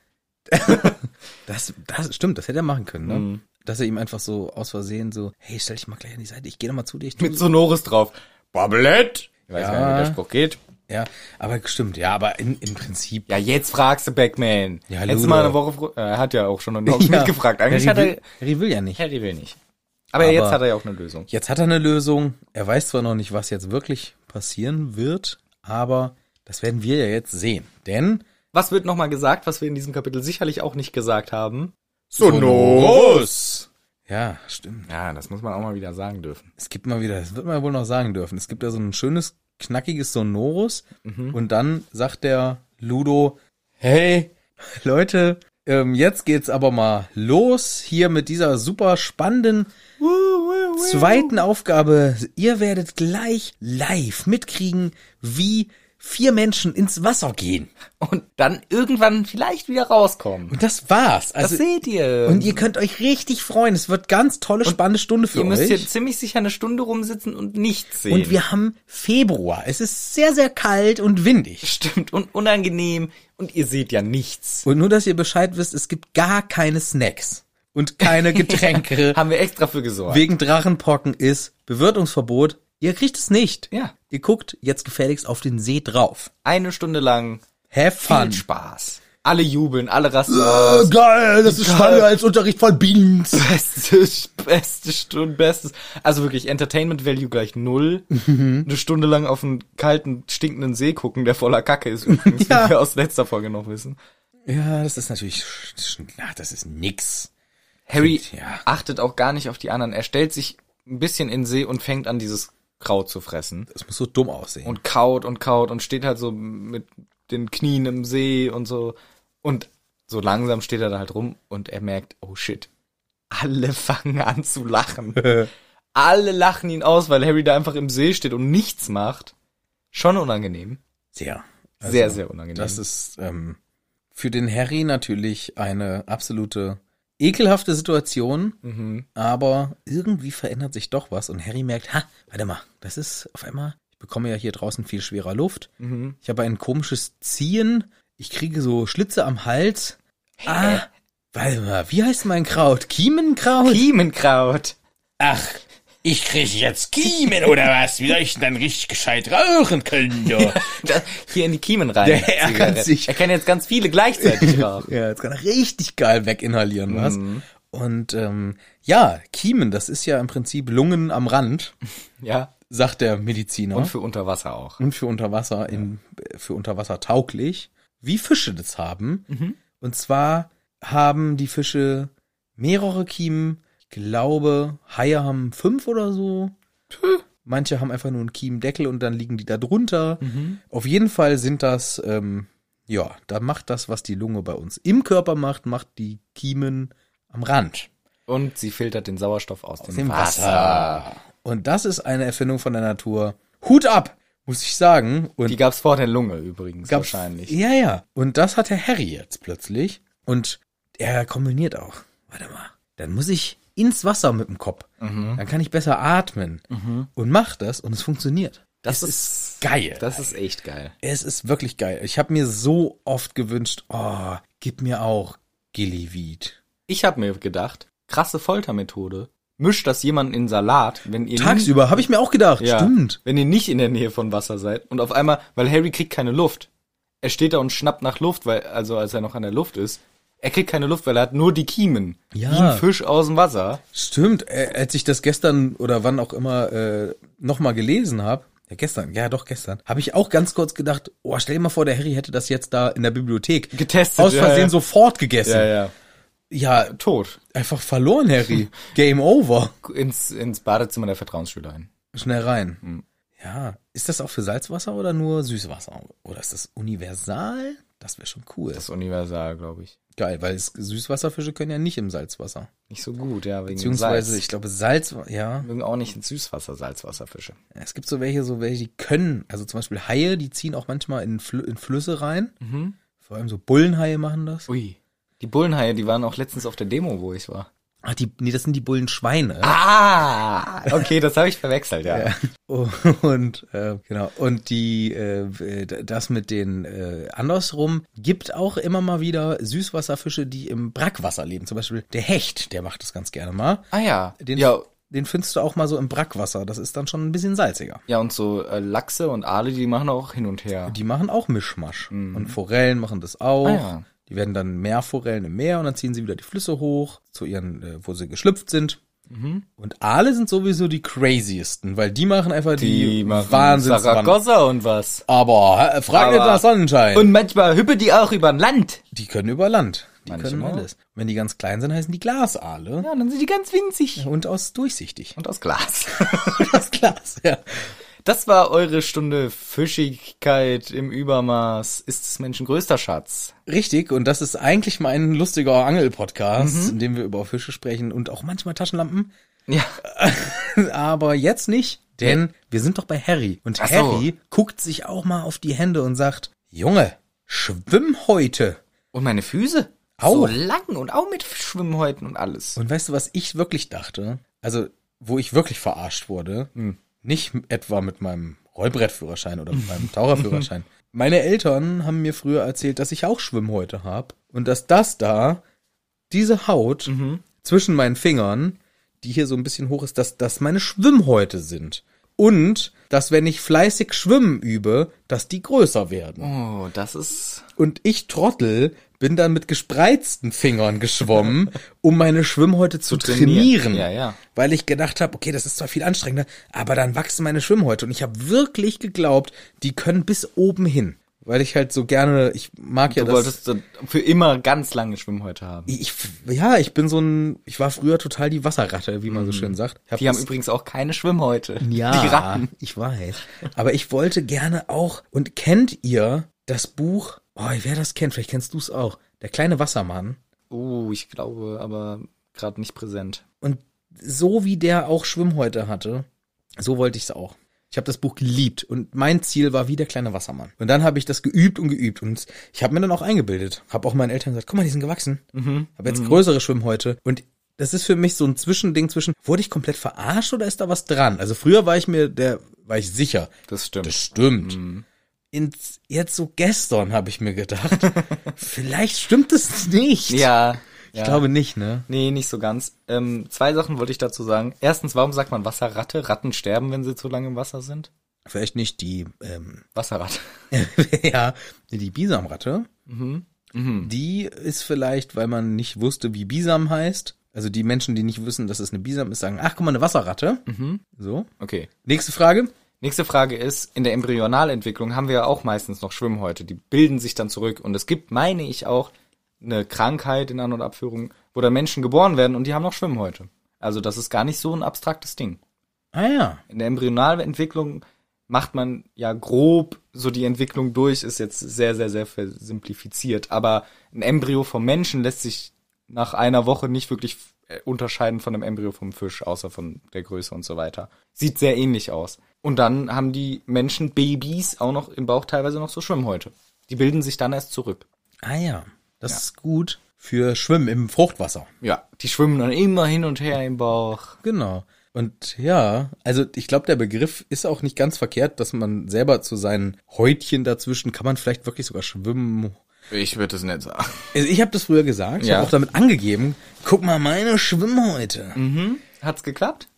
S1: Das, das stimmt, das hätte er machen können, ne?
S2: Mhm.
S1: Dass er ihm einfach so aus Versehen so, hey, stell dich mal gleich an die Seite, ich gehe mal zu dir. Ich
S2: Mit Sonoris drauf. Bubblehead! Ich weiß
S1: Ja.
S2: gar nicht, wie der Spruch geht.
S1: ja, aber stimmt, ja, aber in, im Prinzip.
S2: Ja, jetzt fragst du Backman.
S1: Ja,
S2: Letztes
S1: Ludo.
S2: Mal eine Woche früher. Er hat ja auch schon eine Woche
S1: Ja.
S2: mitgefragt. Eigentlich hat
S1: Harry,
S2: er.
S1: will, Harry will ja nicht.
S2: Harry will nicht. Aber, jetzt hat er ja auch eine Lösung.
S1: Jetzt hat er eine Lösung. Er weiß zwar noch nicht, was jetzt wirklich passieren wird, aber das werden wir ja jetzt sehen. Denn
S2: Was wird nochmal gesagt, was wir in diesem Kapitel sicherlich auch nicht gesagt haben?
S1: Sonoros! Ja, stimmt.
S2: Ja, das muss man auch mal wieder sagen dürfen.
S1: Es gibt mal wieder, das wird man wohl noch sagen dürfen. Es gibt ja so ein schönes, knackiges Sonorus
S2: Mhm.
S1: und dann sagt der Ludo, hey, Leute, ähm, jetzt geht's aber mal los hier mit dieser super spannenden zweiten Aufgabe. Ihr werdet gleich live mitkriegen, wie vier Menschen ins Wasser gehen.
S2: Und dann irgendwann vielleicht wieder rauskommen.
S1: Und das war's.
S2: Das
S1: Also,
S2: seht ihr.
S1: und ihr könnt euch richtig freuen. Es wird ganz tolle, spannende Stunde für
S2: ihr müsst
S1: euch.
S2: hier ziemlich sicher eine Stunde rumsitzen und nichts sehen.
S1: und wir haben Februar. Es ist sehr, sehr kalt und windig.
S2: Stimmt, und unangenehm. Und ihr seht ja nichts.
S1: Und nur, dass ihr Bescheid wisst, es gibt gar keine Snacks und keine Getränke.
S2: Haben wir extra für gesorgt.
S1: Wegen Drachenpocken ist Bewirtungsverbot. Ihr kriegt es nicht.
S2: Ja.
S1: Ihr guckt jetzt gefälligst auf den See drauf.
S2: eine Stunde lang
S1: Have
S2: viel
S1: fun.
S2: Spaß. Alle jubeln, alle rasten aus.
S1: Äh, geil, das ist
S2: spannender
S1: als Unterricht von Beans.
S2: Bestes, beste Stunde, bestes. Also wirklich, Entertainment Value gleich null.
S1: Mhm.
S2: Eine Stunde lang auf einen kalten, stinkenden See gucken, der voller Kacke ist übrigens,
S1: Ja.
S2: wie wir aus letzter Folge noch wissen.
S1: Ja, das ist natürlich, sch- sch- ach, das ist nix.
S2: Harry
S1: Ja.
S2: achtet auch gar nicht auf die anderen. Er stellt sich ein bisschen in den See und fängt an, dieses Kraut zu fressen.
S1: Das muss so dumm aussehen.
S2: Und kaut und kaut und steht halt so mit den Knien im See und so. Und so langsam steht er da halt rum und er merkt, oh shit, alle fangen an zu lachen. Alle lachen ihn aus, weil Harry da einfach im See steht und nichts macht. Schon unangenehm.
S1: sehr.
S2: sehr, sehr unangenehm.
S1: Also, Das ist ähm, für den Harry natürlich eine absolute ekelhafte Situation,
S2: Mhm,
S1: aber irgendwie verändert sich doch was und Harry merkt, ha, warte mal, das ist auf einmal, ich bekomme ja hier draußen viel schwerer Luft,
S2: mhm.
S1: ich habe ein komisches Ziehen, ich kriege so Schlitze am Hals. Ah, warte mal, wie heißt mein Kraut? Kiemenkraut?
S2: Kiemenkraut.
S4: Ach, ich krieg jetzt Kiemen oder was? Wie soll ich denn dann richtig gescheit rauchen können, du?
S2: Da- Hier in die Kiemen rein.
S1: Der ärgert
S2: Zigarette.
S1: sich.
S2: Er kann jetzt ganz viele gleichzeitig rauchen.
S1: Ja, jetzt kann er richtig geil weginhalieren, was? Und ähm, ja, Kiemen, das ist ja im Prinzip Lungen am Rand,
S2: Ja.
S1: sagt der Mediziner.
S2: Und für Unterwasser auch.
S1: und für Unterwasser in, für Unterwasser tauglich, wie Fische das haben. Und zwar haben die Fische mehrere Kiemen. Ich glaube, Haie haben fünf oder so. Manche haben einfach nur einen Kiemendeckel und dann liegen die da drunter. Auf jeden Fall sind das, ähm, ja, da macht das, was die Lunge bei uns im Körper macht, macht die Kiemen am Rand.
S2: Und sie filtert den Sauerstoff aus, dem,
S1: dem
S2: Wasser.
S1: Wasser. Und das ist eine Erfindung von der Natur. Hut ab, muss ich sagen. Und
S2: Die gab's vor der Lunge übrigens
S1: gab's-
S2: wahrscheinlich.
S1: Ja, ja. Und das hat der Harry jetzt plötzlich. Und er kombiniert auch. Warte mal. Dann muss ich ins Wasser mit dem Kopf.
S2: Mhm.
S1: Dann kann ich besser atmen. Und mach das und es funktioniert.
S2: Das
S1: es
S2: ist-
S1: geil.
S2: Das ist echt geil.
S1: es ist wirklich geil. Ich habe mir so oft gewünscht, oh, gib mir auch Gilliweed.
S2: Ich habe mir gedacht, krasse Foltermethode. Mischt das jemanden in Salat, wenn ihr
S1: Tagsüber habe ich mir auch gedacht,
S2: Hm. Ja,
S1: stimmt.
S2: Wenn ihr nicht in der Nähe von Wasser seid und auf einmal, weil Harry kriegt keine Luft. Er steht da und schnappt nach Luft, weil also als er noch an der Luft ist, er kriegt keine Luft, weil er hat nur die Kiemen.
S1: Ja.
S2: Wie ein Fisch aus dem Wasser.
S1: Stimmt, äh, als ich das gestern oder wann auch immer äh, nochmal gelesen habe, ja gestern, ja doch gestern, habe ich auch ganz kurz gedacht, oh, stell dir mal vor, der Harry hätte das jetzt da in der Bibliothek
S2: Getestet,
S1: aus
S2: ja,
S1: Versehen
S2: ja.
S1: sofort gegessen.
S2: Ja,
S1: Ja,
S2: ja. Tot.
S1: einfach verloren, Harry. Game over.
S2: Ins, ins Badezimmer der Vertrauensschülerin.
S1: Schnell rein.
S2: Hm.
S1: Ja, ist das auch für Salzwasser oder nur Süßwasser? Oder ist das universal? Das wäre schon cool.
S2: Das ist universal, glaube ich.
S1: Geil, weil es, Süßwasserfische können ja nicht im Salzwasser.
S2: Nicht so gut, ja, wegen dem
S1: Beziehungsweise,
S2: Salz.
S1: ich glaube, Salz, ja.
S2: Mögen auch nicht in Süßwasser Salzwasserfische.
S1: Es gibt so welche, so welche, die können, also zum Beispiel Haie, die ziehen auch manchmal in, Flü in Flüsse rein. Vor allem so Bullenhaie machen das.
S2: Ui. Die Bullenhaie, die waren auch letztens auf der Demo, wo ich war.
S1: Ach, die, nee, das sind die Bullenschweine.
S2: Ah! Okay, das habe ich verwechselt, ja.
S1: Und äh, genau. Und die äh, d- das mit den äh, andersrum gibt auch immer mal wieder Süßwasserfische, die im Brackwasser leben. Zum Beispiel der Hecht, der macht das ganz gerne mal.
S2: Ah ja.
S1: Den,
S2: ja,
S1: den findest du auch mal so im Brackwasser. Das ist dann schon ein bisschen salziger.
S2: ja, und so äh, Lachse und Aale, die machen auch hin und her.
S1: Die machen auch Mischmasch. Und Forellen machen das auch.
S2: Mhm. Ah ja.
S1: Die werden dann Meerforellen im Meer und dann ziehen sie wieder die Flüsse hoch, zu ihren, äh, wo sie geschlüpft sind.
S2: Mhm.
S1: Und Aale sind sowieso die craziesten, weil die machen einfach die, Wahnsinnswanderung.
S2: Saragossa und was.
S1: Aber äh, frag nicht
S2: Aber-
S1: nach Sonnenschein.
S2: Und manchmal hüppe die auch über Land.
S1: die können über Land. Die
S2: Manche
S1: können
S2: mal.
S1: alles. Wenn die ganz klein sind, heißen die Glasaale
S2: Ja, und dann sind die ganz winzig.
S1: und aus durchsichtig.
S2: Und aus Glas.
S1: Das Glas, ja.
S2: Das war eure Stunde Fischigkeit im Übermaß. Ist des Menschen größter Schatz.
S1: Richtig, und das ist eigentlich mal ein lustiger Angel-Podcast,
S2: Mhm.
S1: in dem wir über Fische sprechen und auch manchmal Taschenlampen,
S2: Ja.
S1: aber jetzt nicht, denn wir sind doch bei Harry. Und
S2: Ach so.
S1: Harry guckt sich auch mal auf die Hände und sagt, Junge, schwimm heute.
S2: Und meine Füße?
S1: Au.
S2: So lang und auch mit Schwimmhäuten und alles.
S1: Und weißt du, was ich wirklich dachte? Also, wo ich wirklich verarscht wurde, nicht m- etwa mit meinem Rollbrettführerschein oder mit meinem Taucherführerschein. Meine Eltern haben mir früher erzählt, dass ich auch Schwimmhäute habe und dass das da, diese Haut zwischen meinen Fingern, die hier so ein bisschen hoch ist, dass das meine Schwimmhäute sind. Und dass, wenn ich fleißig schwimmen übe, dass die größer werden.
S2: Oh, das ist.
S1: Und ich Trottel bin dann mit gespreizten Fingern geschwommen, um meine Schwimmhäute zu, trainieren.
S2: trainieren. Ja, ja.
S1: Weil ich gedacht habe, okay, das ist zwar viel anstrengender, aber dann wachsen meine Schwimmhäute. Und ich habe wirklich geglaubt, die können bis oben hin. Weil ich halt so gerne, ich mag ja
S2: Du
S1: das.
S2: wolltest so für immer ganz lange Schwimmhäute haben.
S1: ich, ja, ich bin so ein, ich war früher total die Wasserratte, wie man so schön sagt. Ich hab
S2: Mhm. Die haben
S1: das-
S2: übrigens auch keine Schwimmhäute.
S1: ja,
S2: Die Ratten.
S1: ich weiß. Aber ich wollte gerne auch, und kennt ihr das Buch, oh, wer das kennt, vielleicht kennst du es auch, Der kleine Wassermann.
S2: Oh, ich glaube, aber gerade nicht präsent.
S1: Und so wie der auch Schwimmhäute hatte, so wollte ich es auch. Ich habe das Buch geliebt und mein Ziel war wie der kleine Wassermann. Und dann habe ich das geübt und geübt und ich habe mir dann auch eingebildet. Habe auch meinen Eltern gesagt, guck mal, die sind gewachsen. Habe jetzt größere Schwimmhäute und das ist für mich so ein Zwischending zwischen, wurde ich komplett verarscht oder ist da was dran? Also früher war ich mir der, war ich sicher,
S2: Das stimmt.
S1: das stimmt. Ins, jetzt so gestern habe ich mir gedacht, vielleicht stimmt es nicht.
S2: ja.
S1: Ich glaube nicht, ne?
S2: Nee, nicht so ganz. Ähm, zwei Sachen wollte ich dazu sagen. Erstens, warum sagt man Wasserratte? Ratten sterben, wenn sie zu lange im Wasser sind?
S1: Vielleicht nicht die ähm,
S2: Wasserratte.
S1: ja, die Bisamratte, Mhm. die ist vielleicht, weil man nicht wusste, wie Bisam heißt. Also die Menschen, die nicht wissen, dass es eine Bisam ist, sagen, ach, guck mal, eine Wasserratte. So.
S2: Okay.
S1: Nächste Frage.
S2: Nächste Frage ist, in der Embryonalentwicklung haben wir ja auch meistens noch Schwimmhäute. Die bilden sich dann zurück. Und es gibt, meine ich auch, eine Krankheit in An- und Abführung, wo da Menschen geboren werden und die haben noch Schwimmhäute. Also das ist gar nicht so ein abstraktes Ding.
S1: Ah ja.
S2: In der Embryonalentwicklung macht man ja grob so die Entwicklung durch, ist jetzt sehr, sehr, sehr versimplifiziert. Aber ein Embryo vom Menschen lässt sich nach einer Woche nicht wirklich äh, unterscheiden von einem Embryo vom Fisch, außer von der Größe und so weiter. Sieht sehr ähnlich aus. Und dann haben die Menschen Babys auch noch im Bauch teilweise noch so Schwimmhäute. Die bilden sich dann erst zurück.
S1: Ah ja. Das ist gut für Schwimmen im Fruchtwasser.
S2: Ja. Die schwimmen dann immer hin und her im Bauch.
S1: Genau. Und ja, also ich glaube, der Begriff ist auch nicht ganz verkehrt, dass man selber zu seinen Häutchen dazwischen kann man vielleicht wirklich sogar schwimmen.
S2: Ich würde es nicht sagen.
S1: Also ich habe das früher gesagt, ich
S2: Ja.
S1: habe auch damit angegeben, guck mal, meine Schwimmhäute.
S2: Hat's geklappt?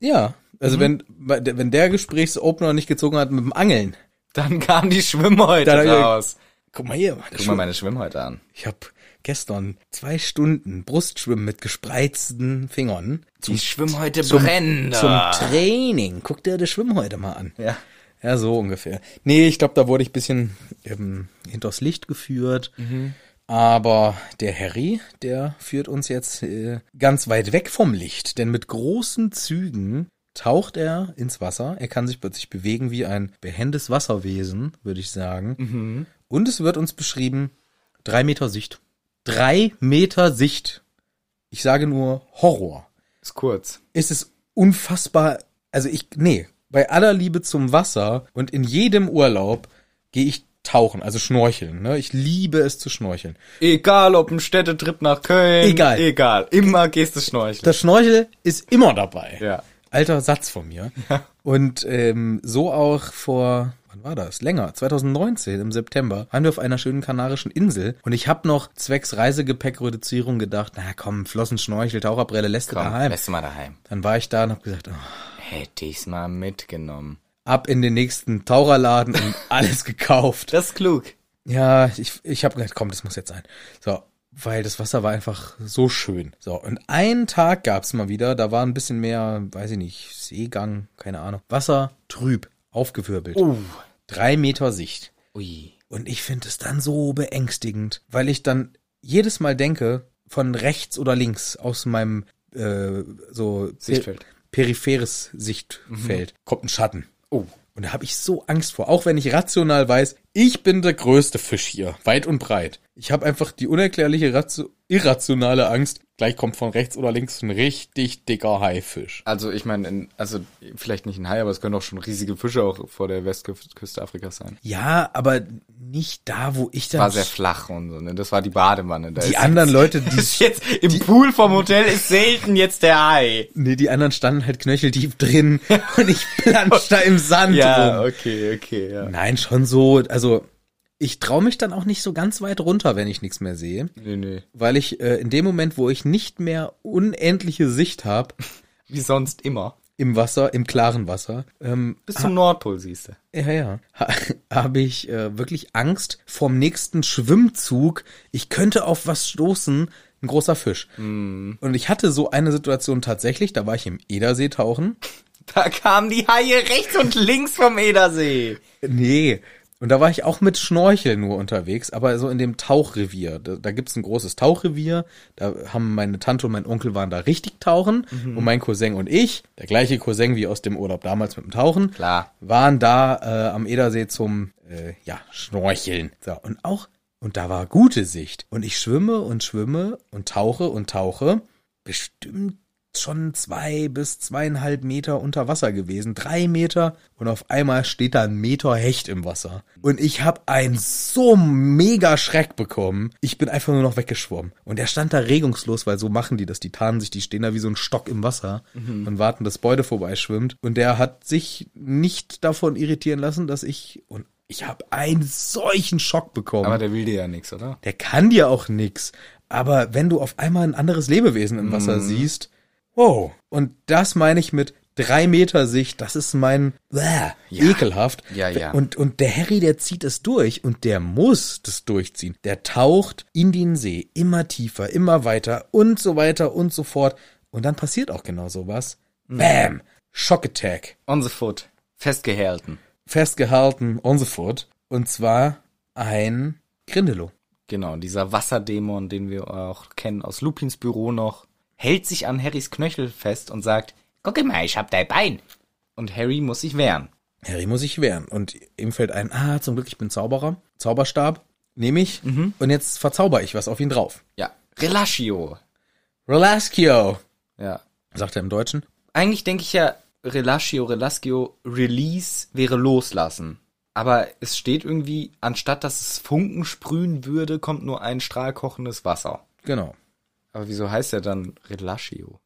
S1: Ja,
S2: Mhm.
S1: also wenn, bei der- wenn der Gesprächsopener nicht gezogen hat mit dem Angeln,
S2: Dann kamen die Schwimmhäute
S1: Dann hab ich-
S2: raus.
S1: guck mal hier, meine
S2: Guck mal
S1: Schwim-
S2: meine Schwimmhäute an.
S1: ich habe gestern zwei Stunden Brustschwimmen mit gespreizten Fingern
S2: Die schwimmen heute
S1: zum,
S2: brennend.
S1: zum Training. Guck dir das Schwimmen heute mal an.
S2: Ja.
S1: Ja, so ungefähr. Nee, ich glaube, da wurde ich bisschen ähm, hinters Licht geführt. Aber der Harry, der führt uns jetzt äh, ganz weit weg vom Licht. Denn mit großen Zügen taucht er ins Wasser. Er kann sich plötzlich bewegen wie ein behendes Wasserwesen, würde ich sagen. Und es wird uns beschrieben, drei Meter Sicht. Drei Meter Sicht. Ich sage nur Horror.
S2: Ist kurz.
S1: Es ist unfassbar. Also ich, nee, bei aller Liebe zum Wasser und in jedem Urlaub gehe ich tauchen, also schnorcheln. Ne? Ich liebe es zu schnorcheln.
S2: Egal, ob ein Städtetrip nach Köln.
S1: Egal.
S2: Egal. Immer gehst du schnorcheln.
S1: Das Schnorchel ist immer dabei.
S2: Ja.
S1: Alter Satz von mir. Und ähm, so auch vor, wann war das? Länger, 2019 im September, waren wir auf einer schönen kanarischen Insel und ich habe noch zwecks Reisegepäckreduzierung gedacht, na komm, Flossen, Schnorchel, Taucherbrille, lässt du
S2: Komm,
S1: daheim.
S2: lässt du mal daheim.
S1: Dann war ich da und habe gesagt, oh,
S2: Hätte ich's mal mitgenommen.
S1: ab in den nächsten Taucherladen und alles gekauft.
S2: Das ist klug.
S1: Ja, ich, ich habe gedacht, komm, das muss jetzt sein. So, weil das Wasser war einfach so schön. So, und einen Tag gab's mal wieder, da war ein bisschen mehr, weiß ich nicht, Seegang, keine Ahnung. Wasser trüb, aufgewirbelt. Drei Meter Sicht.
S2: Ui.
S1: Und ich finde es dann so beängstigend, weil ich dann jedes Mal denke, von rechts oder links aus meinem äh, so per-
S2: Sichtfeld.
S1: peripheres Sichtfeld kommt ein Schatten.
S2: Oh.
S1: Und da habe ich so Angst vor, auch wenn ich rational weiß, ich bin der größte Fisch hier, weit und breit. Ich habe einfach die unerklärliche ratio irrationale Angst, gleich kommt von rechts oder links ein richtig dicker Haifisch.
S2: Also ich meine, in- also vielleicht nicht ein Hai, aber es können auch schon riesige Fische auch vor der Westküste Afrikas sein.
S1: Ja, aber nicht da, wo ich dann
S2: War sehr flach und so. Ne? Das war die Badewanne. Da
S1: die
S2: ist
S1: anderen Leute, die
S2: ist jetzt im Pool vom Hotel ist selten jetzt der Hai.
S1: Nee, die anderen standen halt knöcheltief drin und ich plansch da im Sand
S2: Ja,
S1: rum.
S2: okay, okay, ja.
S1: Nein, schon so. Also ich traue mich dann auch nicht so ganz weit runter, wenn ich nichts mehr sehe,
S2: Nee, nee.
S1: weil ich äh, in dem Moment, wo ich nicht mehr unendliche Sicht habe
S2: Wie sonst immer.
S1: im Wasser, im klaren Wasser, ähm,
S2: Bis zum Nordpol siehst du.
S1: ja, ja, ha, habe ich äh, wirklich Angst vorm nächsten Schwimmzug. Ich könnte auf was stoßen, ein großer Fisch. Und ich hatte so eine Situation tatsächlich, da war ich im Edersee tauchen.
S2: Da kamen die Haie rechts und links vom Edersee.
S1: Nee. Und da war ich auch mit Schnorchel nur unterwegs, aber so in dem Tauchrevier. Da, da gibt's ein großes Tauchrevier. Da haben meine Tante und mein Onkel waren da richtig tauchen. Und mein Cousin und ich, der gleiche Cousin wie aus dem Urlaub damals mit dem Tauchen,
S2: Klar.
S1: waren da äh, am Edersee zum äh, ja, Schnorcheln. So, und auch, und da war gute Sicht. Und ich schwimme und schwimme und tauche und tauche. Bestimmt schon zwei bis zweieinhalb Meter unter Wasser gewesen, drei Meter und auf einmal steht da ein Meter Hecht im Wasser. Und ich habe einen so mega Schreck bekommen. Ich bin einfach nur noch weggeschwommen. Und er stand da regungslos, weil so machen die das. Die tarnen sich, die stehen da wie so ein Stock im Wasser und warten, dass Beute vorbeischwimmt. Und der hat sich nicht davon irritieren lassen, dass ich... Und ich habe einen solchen Schock bekommen
S2: Aber der will dir ja nichts, oder?
S1: der kann dir auch nix. Aber wenn du auf einmal ein anderes Lebewesen im Wasser
S2: Mhm.
S1: siehst, wow. Und das meine ich mit drei Meter Sicht, das ist mein bäh, ekelhaft.
S2: Ja, ja.
S1: Und, und der Harry, der zieht es durch und der muss das durchziehen. Der taucht in den See immer tiefer, immer weiter und so weiter und so fort. Und dann passiert auch genau sowas.
S2: Mhm.
S1: Bam! Shock Attack
S2: On the foot. Festgehalten.
S1: festgehalten und so fort. Und zwar ein Grindelow.
S2: Genau, dieser Wasserdämon, den wir auch kennen aus Lupins Büro noch, hält sich an Harrys Knöchel fest und sagt, guck mal, ich hab dein Bein. Und Harry muss sich wehren.
S1: Harry muss sich wehren. Und ihm fällt ein, ah, zum Glück, ich bin Zauberer. Zauberstab nehme ich und jetzt verzauber ich was auf ihn drauf.
S2: Ja. Relatio.
S1: Relascio,
S2: Ja.
S1: sagt er im Deutschen.
S2: Eigentlich denke ich ja, Relatio, Relascio, Release wäre loslassen. Aber es steht irgendwie, anstatt dass es Funken sprühen würde, kommt nur ein strahlkochendes Wasser.
S1: Genau.
S2: Aber wieso heißt er dann Relatio?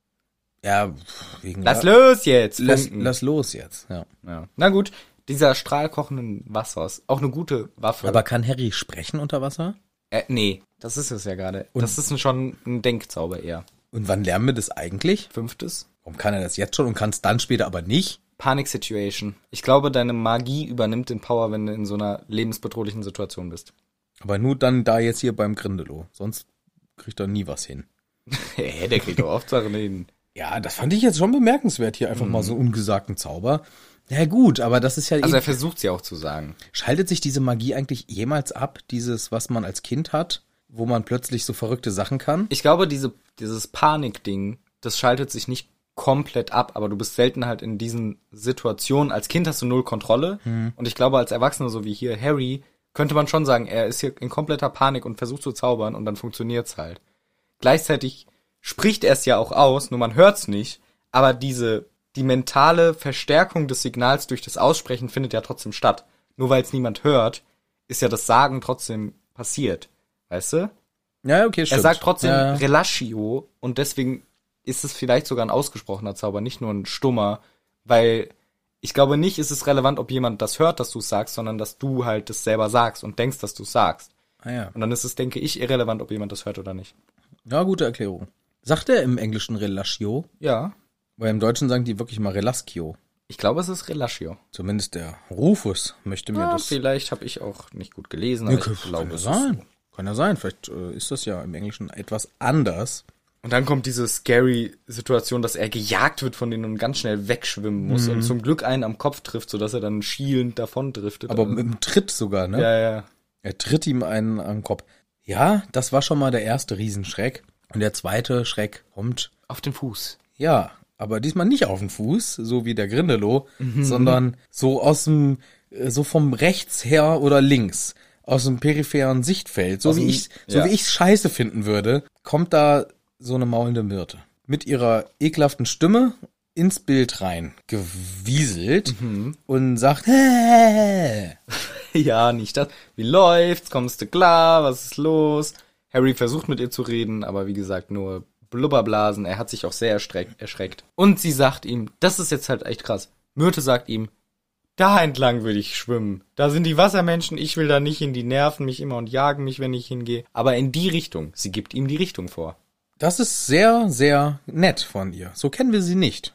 S1: Ja, pff, wegen
S2: Lass
S1: La-
S2: los jetzt!
S1: lass,
S2: Funken.
S1: lass los jetzt. Ja.
S2: Ja. Na gut, dieser Strahl kochenden Wassers, auch eine gute Waffe.
S1: Aber kann Harry sprechen unter Wasser?
S2: äh, nee, das ist es ja gerade.
S1: Und-
S2: Das ist ein- schon ein Denkzauber eher.
S1: Und wann lernen wir das eigentlich?
S2: Fünftes,
S1: Warum kann er das jetzt schon und kann es dann später aber nicht?
S2: Panic Situation. Ich glaube, deine Magie übernimmt den Power, wenn du in so einer lebensbedrohlichen Situation bist.
S1: Aber nur dann da jetzt hier beim Grindelow. Sonst kriegt er nie was hin.
S2: Hä, der kriegt doch oft Sachen hin.
S1: Ja, das fand ich jetzt schon bemerkenswert, hier einfach mal so einen ungesagten Zauber. Na ja, gut, aber das ist ja
S2: Also er versucht sie auch zu sagen.
S1: Schaltet sich diese Magie eigentlich jemals ab, dieses, was man als Kind hat, wo man plötzlich so verrückte Sachen kann?
S2: Ich glaube, diese, dieses Panik-Ding, das schaltet sich nicht komplett ab, aber du bist selten halt in diesen Situationen. Als Kind hast du null Kontrolle und ich glaube, als Erwachsener, so wie hier Harry, könnte man schon sagen, er ist hier in kompletter Panik und versucht zu zaubern und dann funktioniert's halt. Gleichzeitig spricht er es ja auch aus, nur man hört's nicht, aber diese, die mentale Verstärkung des Signals durch das Aussprechen findet ja trotzdem statt. Nur weil es niemand hört, ist ja das Sagen trotzdem passiert. Weißt du?
S1: Ja, okay, stimmt.
S2: Er sagt trotzdem
S1: Ja, ja.
S2: Relatio und deswegen ist es vielleicht sogar ein ausgesprochener Zauber, nicht nur ein stummer, weil ich glaube nicht, ist es relevant, ob jemand das hört, dass du es sagst, sondern dass du halt das selber sagst und denkst, dass du es sagst.
S1: Ah, ja.
S2: Und dann ist es, denke ich, irrelevant, ob jemand das hört oder nicht.
S1: ja, gute Erklärung. Sagt er im Englischen Relatio?
S2: Ja.
S1: Weil im Deutschen sagen die wirklich mal Relascio.
S2: Ich glaube, es ist Relatio.
S1: Zumindest der Rufus möchte mir
S2: Ja,
S1: das.
S2: vielleicht habe ich auch nicht gut gelesen,
S1: Ja,
S2: aber
S1: kann,
S2: ich glaube,
S1: ja
S2: es ist
S1: sein. Kann ja sein. Vielleicht äh, ist das ja im Englischen etwas anders.
S2: Und dann kommt diese scary Situation, dass er gejagt wird von denen und ganz schnell wegschwimmen muss
S1: Mhm.
S2: und zum Glück einen am Kopf trifft, sodass er dann schielend davon driftet.
S1: Aber
S2: Also-
S1: mit dem Tritt sogar, ne?
S2: ja, ja.
S1: Er tritt ihm einen an den Kopf. Ja, das war schon mal der erste Riesenschreck. Und der zweite Schreck kommt,
S2: Auf den Fuß.
S1: ja, aber diesmal nicht auf den Fuß, so wie der Grindelow, sondern so aus dem, äh, so vom rechts her oder links, aus dem peripheren Sichtfeld, so
S2: Aus
S1: wie
S2: dem-
S1: ich, so
S2: ja.
S1: wie ich scheiße finden würde, kommt da so eine maulende Myrte mit ihrer ekelhaften Stimme ins Bild rein, gewieselt und sagt, Hä?
S2: Ja, nicht das. Wie läuft's? Kommst du klar? Was ist los? Harry versucht mit ihr zu reden, aber wie gesagt, nur Blubberblasen. Er hat sich auch sehr erschreckt. erschreckt. Und sie sagt ihm, das ist jetzt halt echt krass. Myrte sagt ihm, da entlang will ich schwimmen. Da sind die Wassermenschen, ich will da nicht hin, die nerven mich immer und jagen mich, wenn ich hingehe. Aber in die Richtung. Sie gibt ihm die Richtung vor.
S1: Das ist sehr, sehr nett von ihr. So kennen wir sie nicht.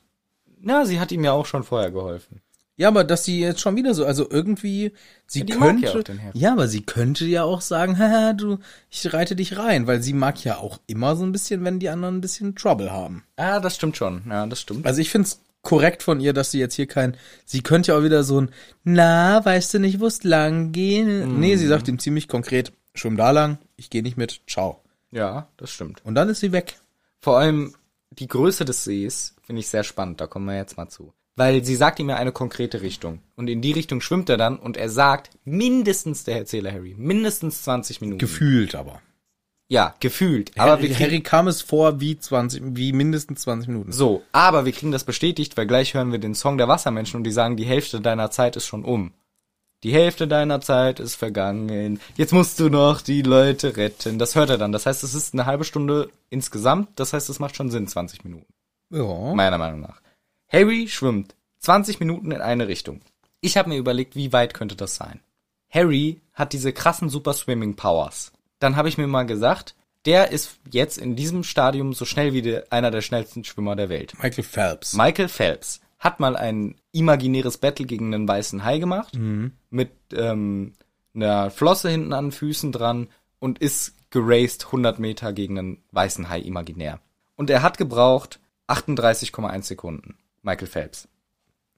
S2: Na, sie hat ihm ja auch schon vorher geholfen.
S1: Ja, aber dass sie jetzt schon wieder so, also irgendwie, sie
S2: Ja, die mag ja
S1: könnte,
S2: auch den Herrn.
S1: ja, aber sie könnte ja auch sagen, haha, du, ich reite dich rein, weil sie mag ja auch immer so ein bisschen, wenn die anderen ein bisschen Trouble haben.
S2: Ah, das stimmt schon. Ja, das stimmt.
S1: Also ich find's korrekt von ihr, dass sie jetzt hier kein, sie könnte ja auch wieder so ein, na, weißt du nicht, wo's lang
S2: Mhm.
S1: gehen? Nee, sie sagt ihm ziemlich konkret, schwimm da lang, ich gehe nicht mit, ciao.
S2: Ja, das stimmt.
S1: Und dann ist sie weg.
S2: Vor allem die Größe des Sees finde ich sehr spannend, da kommen wir jetzt mal zu. Weil sie sagt ihm ja eine konkrete Richtung. Und in die Richtung schwimmt er dann und er sagt mindestens, der Erzähler Harry, mindestens 20 Minuten.
S1: Gefühlt aber.
S2: Ja, gefühlt. Aber
S1: Harry,
S2: wir kriegen,
S1: Harry kam es vor wie 20, wie mindestens 20 Minuten.
S2: so, aber wir kriegen das bestätigt, weil gleich hören wir den Song der Wassermenschen und die sagen, die Hälfte deiner Zeit ist schon um. Die Hälfte deiner Zeit ist vergangen. Jetzt musst du noch die Leute retten. Das hört er dann. Das heißt, es ist eine halbe Stunde insgesamt. Das heißt, es macht schon Sinn, 20 Minuten.
S1: Ja.
S2: meiner Meinung nach. Harry schwimmt 20 Minuten in eine Richtung. Ich habe mir überlegt, wie weit könnte das sein? Harry hat diese krassen Super Swimming Powers. Dann habe ich mir mal gesagt, der ist jetzt in diesem Stadium so schnell wie der, einer der schnellsten Schwimmer der Welt.
S1: Michael Phelps.
S2: Michael Phelps hat mal ein imaginäres Battle gegen einen weißen Hai gemacht,
S1: Mhm.
S2: mit ähm, einer Flosse hinten an den Füßen dran und ist geraced 100 Meter gegen einen weißen Hai imaginär. Und er hat gebraucht 38,1 Sekunden. Michael Phelps.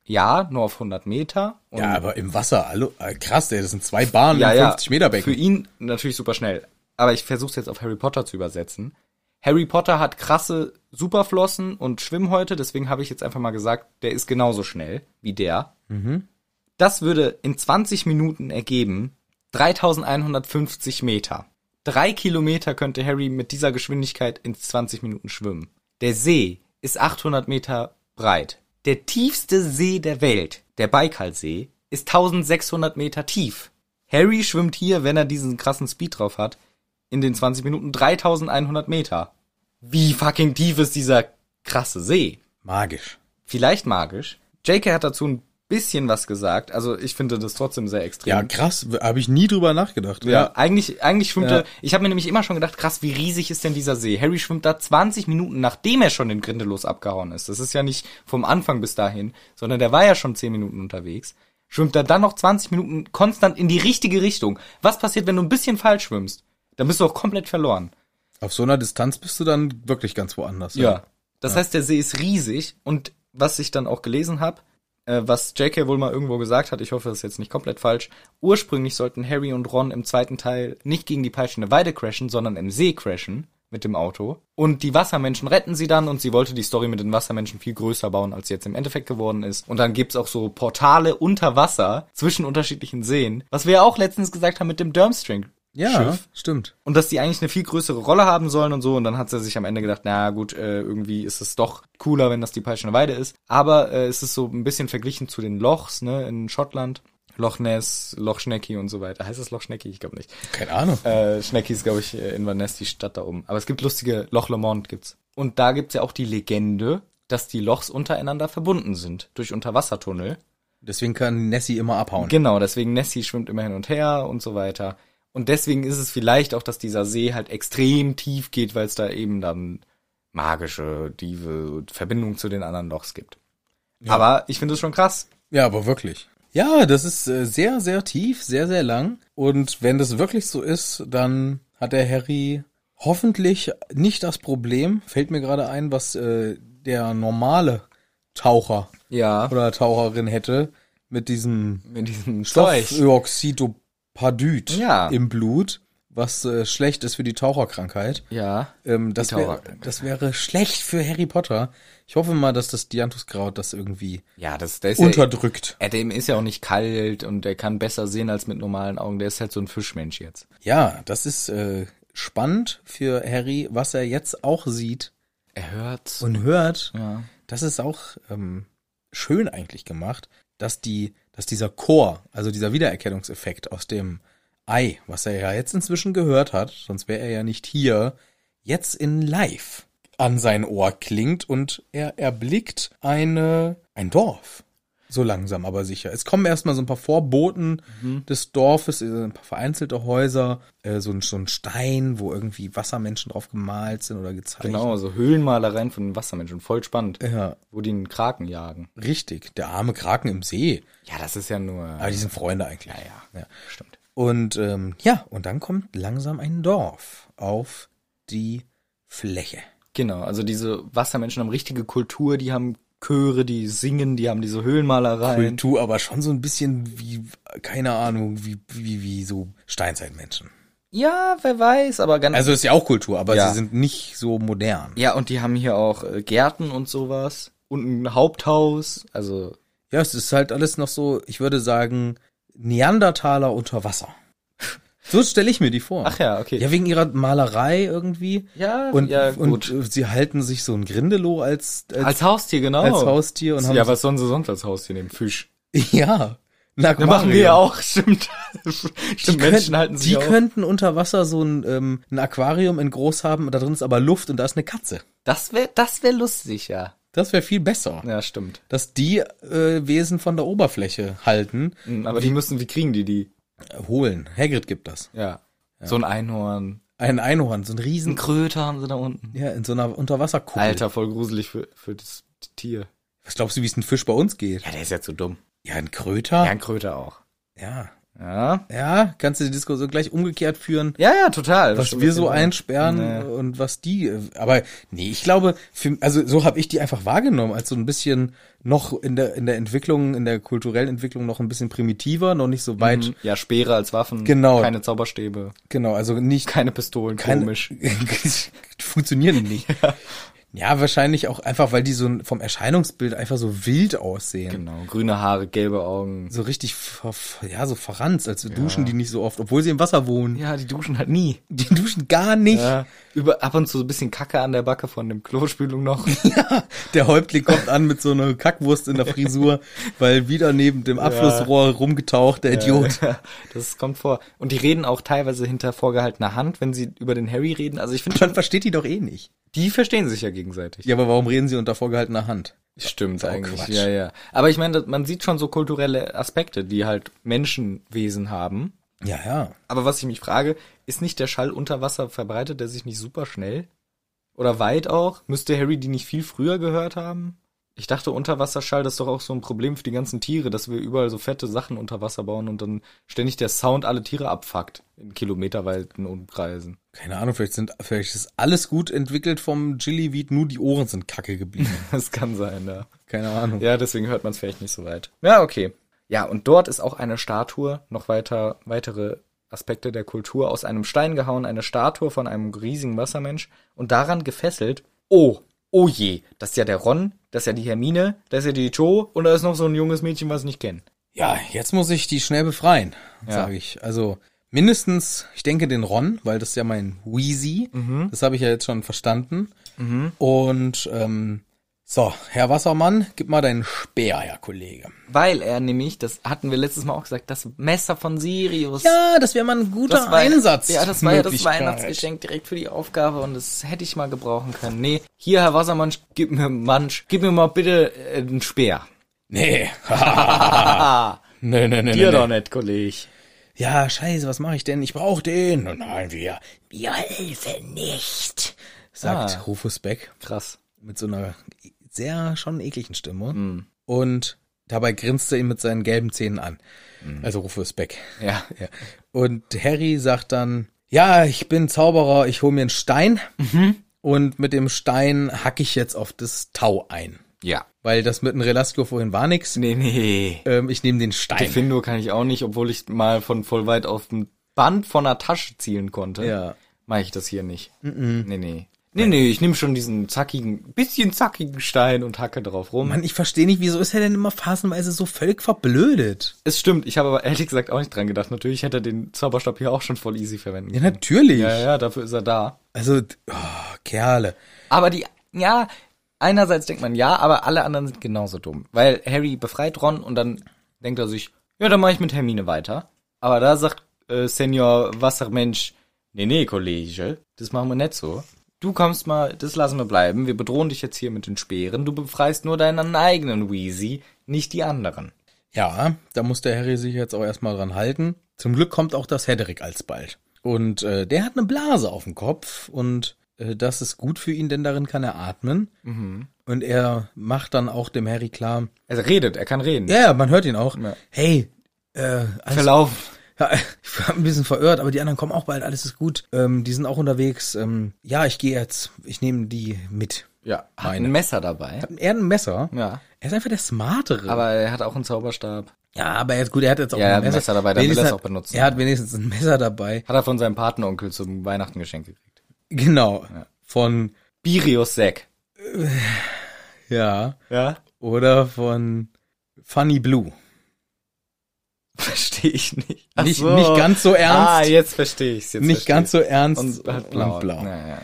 S2: Ja, nur auf 100 Meter. Und
S1: ja, aber im Wasser, hallo, äh, krass, ey, das sind zwei Bahnen
S2: ja,
S1: im
S2: ja.
S1: 50 Meter Becken.
S2: Für ihn natürlich super schnell. Aber ich versuche es jetzt auf Harry Potter zu übersetzen. Harry Potter hat krasse Superflossen und Schwimmhäute, deswegen habe ich jetzt einfach mal gesagt, der ist genauso schnell wie der.
S1: Mhm.
S2: Das würde in 20 Minuten ergeben 3150 Meter. Drei Kilometer könnte Harry mit dieser Geschwindigkeit in 20 Minuten schwimmen. Der See ist 800 Meter breit. Der tiefste See der Welt, der Baikalsee, ist 1600 Meter tief. Harry schwimmt hier, wenn er diesen krassen Speed drauf hat, in den 20 Minuten 3100 Meter. Wie fucking tief ist dieser krasse See?
S1: Magisch.
S2: Vielleicht magisch. JK hat dazu ein bisschen was gesagt. Also ich finde das trotzdem sehr extrem.
S1: Ja, krass, habe ich nie drüber nachgedacht.
S2: Genau. Ja, eigentlich, eigentlich schwimmt
S1: Ja.
S2: er. Ich habe mir nämlich immer schon gedacht, krass, wie riesig ist denn dieser See? Harry schwimmt da 20 Minuten, nachdem er schon in Grindelos abgehauen ist. Das ist ja nicht vom Anfang bis dahin, sondern der war ja schon 10 Minuten unterwegs. Schwimmt er dann noch 20 Minuten konstant in die richtige Richtung. Was passiert, wenn du ein bisschen falsch schwimmst? Dann bist du auch komplett verloren.
S1: Auf so einer Distanz bist du dann wirklich ganz woanders.
S2: Ja. Das heißt, der See ist riesig und was ich dann auch gelesen habe, äh, was J.K. wohl mal irgendwo gesagt hat, ich hoffe, das ist jetzt nicht komplett falsch, ursprünglich sollten Harry und Ron im zweiten Teil nicht gegen die peitschende Weide crashen, sondern im See crashen, mit dem Auto. Und die Wassermenschen retten sie dann und sie wollte die Story mit den Wassermenschen viel größer bauen, als sie jetzt im Endeffekt geworden ist. Und dann gibt's auch so Portale unter Wasser zwischen unterschiedlichen Seen, was wir ja auch letztens gesagt haben mit dem Durmstrang.
S1: Ja,
S2: Schiff.
S1: stimmt.
S2: Und dass die eigentlich eine viel größere Rolle haben sollen und so. Und dann hat sie sich am Ende gedacht, na gut, äh, irgendwie ist es doch cooler, wenn das die Peitschende Weide ist. Aber äh, es ist so ein bisschen verglichen zu den Lochs, ne, in Schottland. Loch Ness, Loch Schnecki und so weiter. Heißt es Loch Schnecki? Ich glaube nicht.
S1: Keine Ahnung.
S2: Äh, Schnecki ist, glaube ich, äh, Inverness, die Stadt da oben. Aber es gibt lustige Loch Lomond gibt's. Und da gibt's ja auch die Legende, dass die Lochs untereinander verbunden sind durch Unterwassertunnel.
S1: Deswegen kann Nessie immer abhauen.
S2: Genau, deswegen Nessie schwimmt immer hin und her und so weiter. Und deswegen ist es vielleicht auch, dass dieser See halt extrem tief geht, weil es da eben dann magische, tiefe Verbindung zu den anderen Lochs gibt. Aber ich finde es schon krass.
S1: Ja, aber wirklich. Ja, das ist äh, sehr, sehr tief, sehr, sehr lang. Und wenn das wirklich so ist, dann hat der Harry hoffentlich nicht das Problem, fällt mir gerade ein, was äh, der normale Taucher
S2: Ja.
S1: oder Taucherin hätte mit diesem
S2: Mit diesem Storch.
S1: Stoffoxidopardid
S2: Ja.
S1: im Blut, was äh, schlecht ist für die Taucherkrankheit.
S2: Ja.
S1: Ähm, das, wär,
S2: Taucherkrankheit.
S1: das wäre schlecht für Harry Potter. Ich hoffe mal, dass das Dianthuskraut das irgendwie
S2: Ja, das, der ist ja,
S1: unterdrückt.
S2: er, dem ist ja auch nicht kalt und er kann besser sehen als mit normalen Augen. Der ist halt so ein Fischmensch jetzt.
S1: Ja, das ist äh, spannend für Harry, was er jetzt auch sieht
S2: Er hört's.
S1: und hört.
S2: ja.
S1: Das ist auch ähm, schön eigentlich gemacht, dass die, dass dieser Chor, also dieser Wiedererkennungseffekt aus dem Ei, was er ja jetzt inzwischen gehört hat, sonst wäre er ja nicht hier, jetzt in Live an sein Ohr klingt und er erblickt eine ein Dorf. So langsam, aber sicher. Es kommen erstmal so ein paar Vorboten des Dorfes, äh, ein paar vereinzelte Häuser, äh, so, ein, so ein Stein, wo irgendwie Wassermenschen drauf gemalt sind oder gezeichnet.
S2: Genau, so Höhlenmalereien von Wassermenschen. Voll spannend.
S1: Ja,
S2: Wo die einen Kraken jagen.
S1: richtig. Der arme Kraken im See.
S2: Ja, das ist ja nur.
S1: Aber die sind Freunde eigentlich.
S2: Ah, ja,
S1: Ja.
S2: stimmt.
S1: Und ähm, ja, und dann kommt langsam ein Dorf auf die Fläche.
S2: Genau, also diese Wassermenschen haben richtige Kultur, die haben Chöre, die singen, die haben diese Höhlenmalereien.
S1: Kultur, aber schon so ein bisschen wie, keine Ahnung, wie, wie, wie so Steinzeitmenschen.
S2: Ja, wer weiß, aber ganz.
S1: Also ist ja auch Kultur, aber
S2: Ja.
S1: sie sind nicht so modern.
S2: ja, und die haben hier auch äh, Gärten und sowas und ein Haupthaus. Also
S1: Ja, es ist halt alles noch so, ich würde sagen, Neandertaler unter Wasser. So stelle ich mir die vor.
S2: ach ja, okay.
S1: Ja, wegen ihrer Malerei irgendwie.
S2: Ja,
S1: und,
S2: ja,
S1: und
S2: gut.
S1: äh, sie halten sich so ein Grindelow als, als,
S2: als Haustier genau.
S1: als Haustier und haben
S2: ja, was sollen sie sonst als Haustier nehmen? Fisch.
S1: Ja.
S2: Da
S1: Narkoman
S2: machen wir ja auch, stimmt. stimmt,
S1: Die,
S2: Menschen
S1: könnten-
S2: halten sich
S1: die
S2: auf.
S1: könnten unter Wasser so ein, ähm, ein Aquarium in groß haben, da drin ist aber Luft und da ist eine Katze.
S2: Das wäre das wär lustig, ja.
S1: Das wäre viel besser.
S2: Ja, stimmt.
S1: Dass die äh, Wesen von der Oberfläche halten,
S2: Mhm, Aber die müssen, wie kriegen die die?
S1: äh, holen. Hagrid gibt das.
S2: Ja. So ein Einhorn.
S1: Ein Einhorn, so ein
S2: Ein
S1: Riesen,
S2: Kröter haben sie da unten.
S1: ja, in so einer Unterwasserkuppel.
S2: Alter, voll gruselig für, für das Tier.
S1: Was glaubst du, wie es ein Fisch bei uns geht?
S2: Ja, der ist ja zu dumm.
S1: Ja, ein Kröter?
S2: Ja, ein Kröter auch.
S1: Ja.
S2: Ah. Ja.
S1: Ja, kannst du die Diskussion gleich umgekehrt führen.
S2: Ja, ja, total.
S1: was wir so einsperren
S2: Nee.
S1: und was die. äh, Aber nee, ich glaube, für, also so habe ich die einfach wahrgenommen, als so ein bisschen noch in der in der Entwicklung, in der kulturellen Entwicklung noch ein bisschen primitiver, noch nicht so weit.
S2: Mhm. Ja, Speere als Waffen.
S1: Genau.
S2: Keine Zauberstäbe.
S1: Genau, also nicht
S2: Keine Pistolen.
S1: keine-
S2: komisch.
S1: funktionieren nicht. Ja. wahrscheinlich auch einfach, weil die so ein- vom Erscheinungsbild einfach so wild aussehen.
S2: Genau. Grüne Haare, gelbe Augen.
S1: So richtig, ver, ja, so verranzt, als duschen die nicht so oft, obwohl sie im Wasser wohnen.
S2: Ja, die duschen halt nie.
S1: Die duschen gar nicht.
S2: Ja. Über, ab und zu so ein bisschen Kacke an der Backe von dem Klospülung noch.
S1: Der Häuptling kommt an mit so einer Kackwurst in der Frisur, weil wieder neben dem Abflussrohr rumgetaucht, der Idiot.
S2: Das kommt vor. Und die reden auch teilweise hinter vorgehaltener Hand, wenn sie über den Harry reden. Also ich finde schon,
S1: Man versteht die doch eh nicht.
S2: die verstehen sich ja gegenseitig.
S1: Ja, aber warum reden sie unter vorgehaltener Hand?
S2: Stimmt
S1: auch
S2: eigentlich,
S1: Quatsch.
S2: ja, ja. Aber ich meine, das- man sieht schon so kulturelle Aspekte, die halt Menschenwesen haben.
S1: Ja, ja.
S2: Aber was ich mich frage, ist nicht der Schall unter Wasser verbreitet der sich nicht super schnell? Oder weit auch? Müsste Harry die nicht viel früher gehört haben? Ich dachte, Unterwasserschall, das ist doch auch so ein Problem für die ganzen Tiere, dass wir überall so fette Sachen unter Wasser bauen und dann ständig der Sound alle Tiere abfuckt in kilometerweiten Umkreisen.
S1: Keine Ahnung, vielleicht sind, vielleicht ist alles gut entwickelt vom Gillyweed, nur die Ohren sind kacke geblieben.
S2: Das kann sein, ja.
S1: Keine Ahnung.
S2: Ja, deswegen hört man es vielleicht nicht so weit. Ja, okay. Ja, und dort ist auch eine Statue, noch weiter, weitere Aspekte der Kultur aus einem Stein gehauen, eine Statue von einem riesigen Wassermensch und daran gefesselt. Oh, oh je, das ist ja der Ron, das ist ja die Hermine, das ist ja die Jo und da ist noch so ein junges Mädchen, was ich nicht kenne.
S1: Ja, jetzt muss ich die schnell befreien, sag sage ich. Also mindestens, ich denke den Ron, weil das ist ja mein Wheezy.
S2: Mhm.
S1: Das habe ich ja jetzt schon verstanden. Und ähm, so, Herr Wassermann, gib mal deinen Speer, Herr Kollege.
S2: Weil er nämlich, das hatten wir letztes Mal auch gesagt, das Messer von Sirius.
S1: Ja, das wäre mal ein guter
S2: war-
S1: Einsatz.
S2: Ja, das war ja das
S1: Möglichkeit.
S2: Weihnachtsgeschenk direkt für die Aufgabe und das hätte ich mal gebrauchen können. Nee, hier, Herr Wassermann, gib mir, Mansch, gib mir mal bitte äh, einen Speer.
S1: Nee.
S2: Ah,
S1: nee, nee, nee, nee,
S2: dir
S1: nee.
S2: doch nicht, Kollege.
S1: Ja, scheiße, was mache ich denn? Ich brauche den. Und nein, wir, wir helfen nicht, sagt
S2: Ah.
S1: Rufus Beck.
S2: Krass.
S1: mit so einer sehr schon ekligen Stimme.
S2: Mhm.
S1: Und dabei grinst er ihn mit seinen gelben Zähnen an. Also Rufus Beck.
S2: Mhm. Ja.
S1: Ja. Und Harry sagt dann, ja, ich bin Zauberer, ich hole mir einen Stein.
S2: Mhm.
S1: Und mit dem Stein hack ich jetzt auf das Tau ein.
S2: Ja.
S1: Weil das mit dem Relasco vorhin war nix.
S2: Nee, nee.
S1: Ähm, ich nehme den Stein.
S2: Findo kann ich auch nicht, obwohl ich mal von voll weit auf dem Band von einer Tasche zielen konnte.
S1: Ja.
S2: Mache ich das hier nicht. Nee, nee. Nee, nee, ich nehme schon diesen zackigen, bisschen zackigen Stein und hacke drauf rum.
S1: Mann, ich verstehe nicht, wieso ist er denn immer phasenweise so völlig verblödet?
S2: Es stimmt, ich habe aber ehrlich gesagt auch nicht dran gedacht. Natürlich hätte er den Zauberstab hier auch schon voll easy verwenden
S1: Ja,
S2: können.
S1: natürlich.
S2: Ja, ja, dafür ist er da.
S1: Also, oh, Kerle.
S2: Aber die, ja, einerseits denkt man ja, aber alle anderen sind genauso dumm. Weil Harry befreit Ron und dann denkt er sich, ja, dann mache ich mit Hermine weiter. Aber da sagt äh, Senior Wassermensch, nee, nee, Kollege, das machen wir nicht so. Du kommst mal, das lassen wir bleiben. Wir bedrohen dich jetzt hier mit den Speeren. Du befreist nur deinen eigenen Wheezy, nicht die anderen.
S1: Ja, da muss der Harry sich jetzt auch erstmal dran halten. Zum Glück kommt auch das Hedrick alsbald. Und äh, der hat eine Blase auf dem Kopf und äh, das ist gut für ihn, denn darin kann er atmen.
S2: Mhm.
S1: Und er macht dann auch dem Harry klar,
S2: Er redet, er kann reden.
S1: ja, ja, man hört ihn auch,
S2: Ja.
S1: hey, äh, alles,
S2: Verlauf.
S1: ja, ich war ein bisschen verirrt, aber die anderen kommen auch bald, alles ist gut. Ähm, die sind auch unterwegs. Ähm, ja, ich gehe jetzt, ich nehme die mit.
S2: Ja, hat
S1: meine.
S2: ein Messer dabei.
S1: Er hat ein Messer.
S2: Ja.
S1: Er ist einfach der Smartere.
S2: Aber er hat auch einen Zauberstab.
S1: ja, aber er, gut, er hat jetzt auch
S2: Ja, er hat ein Messer dabei, dann will
S1: Wenigstens
S2: er es
S1: hat-
S2: auch benutzen.
S1: Er hat wenigstens ein Messer dabei.
S2: Hat er von seinem Patenonkel zum Weihnachten geschenkt gekriegt.
S1: Genau. Von,
S2: Birius Sack.
S1: ja,
S2: Ja?
S1: oder von Funny Blue.
S2: Verstehe ich nicht. Ach
S1: Nicht, nicht ganz so ernst.
S2: Ah, jetzt verstehe ich's. Jetzt
S1: nicht
S2: versteh
S1: ganz so
S2: ich's.
S1: ernst.
S2: Und halt blau.
S1: Und, blau.
S2: Ja,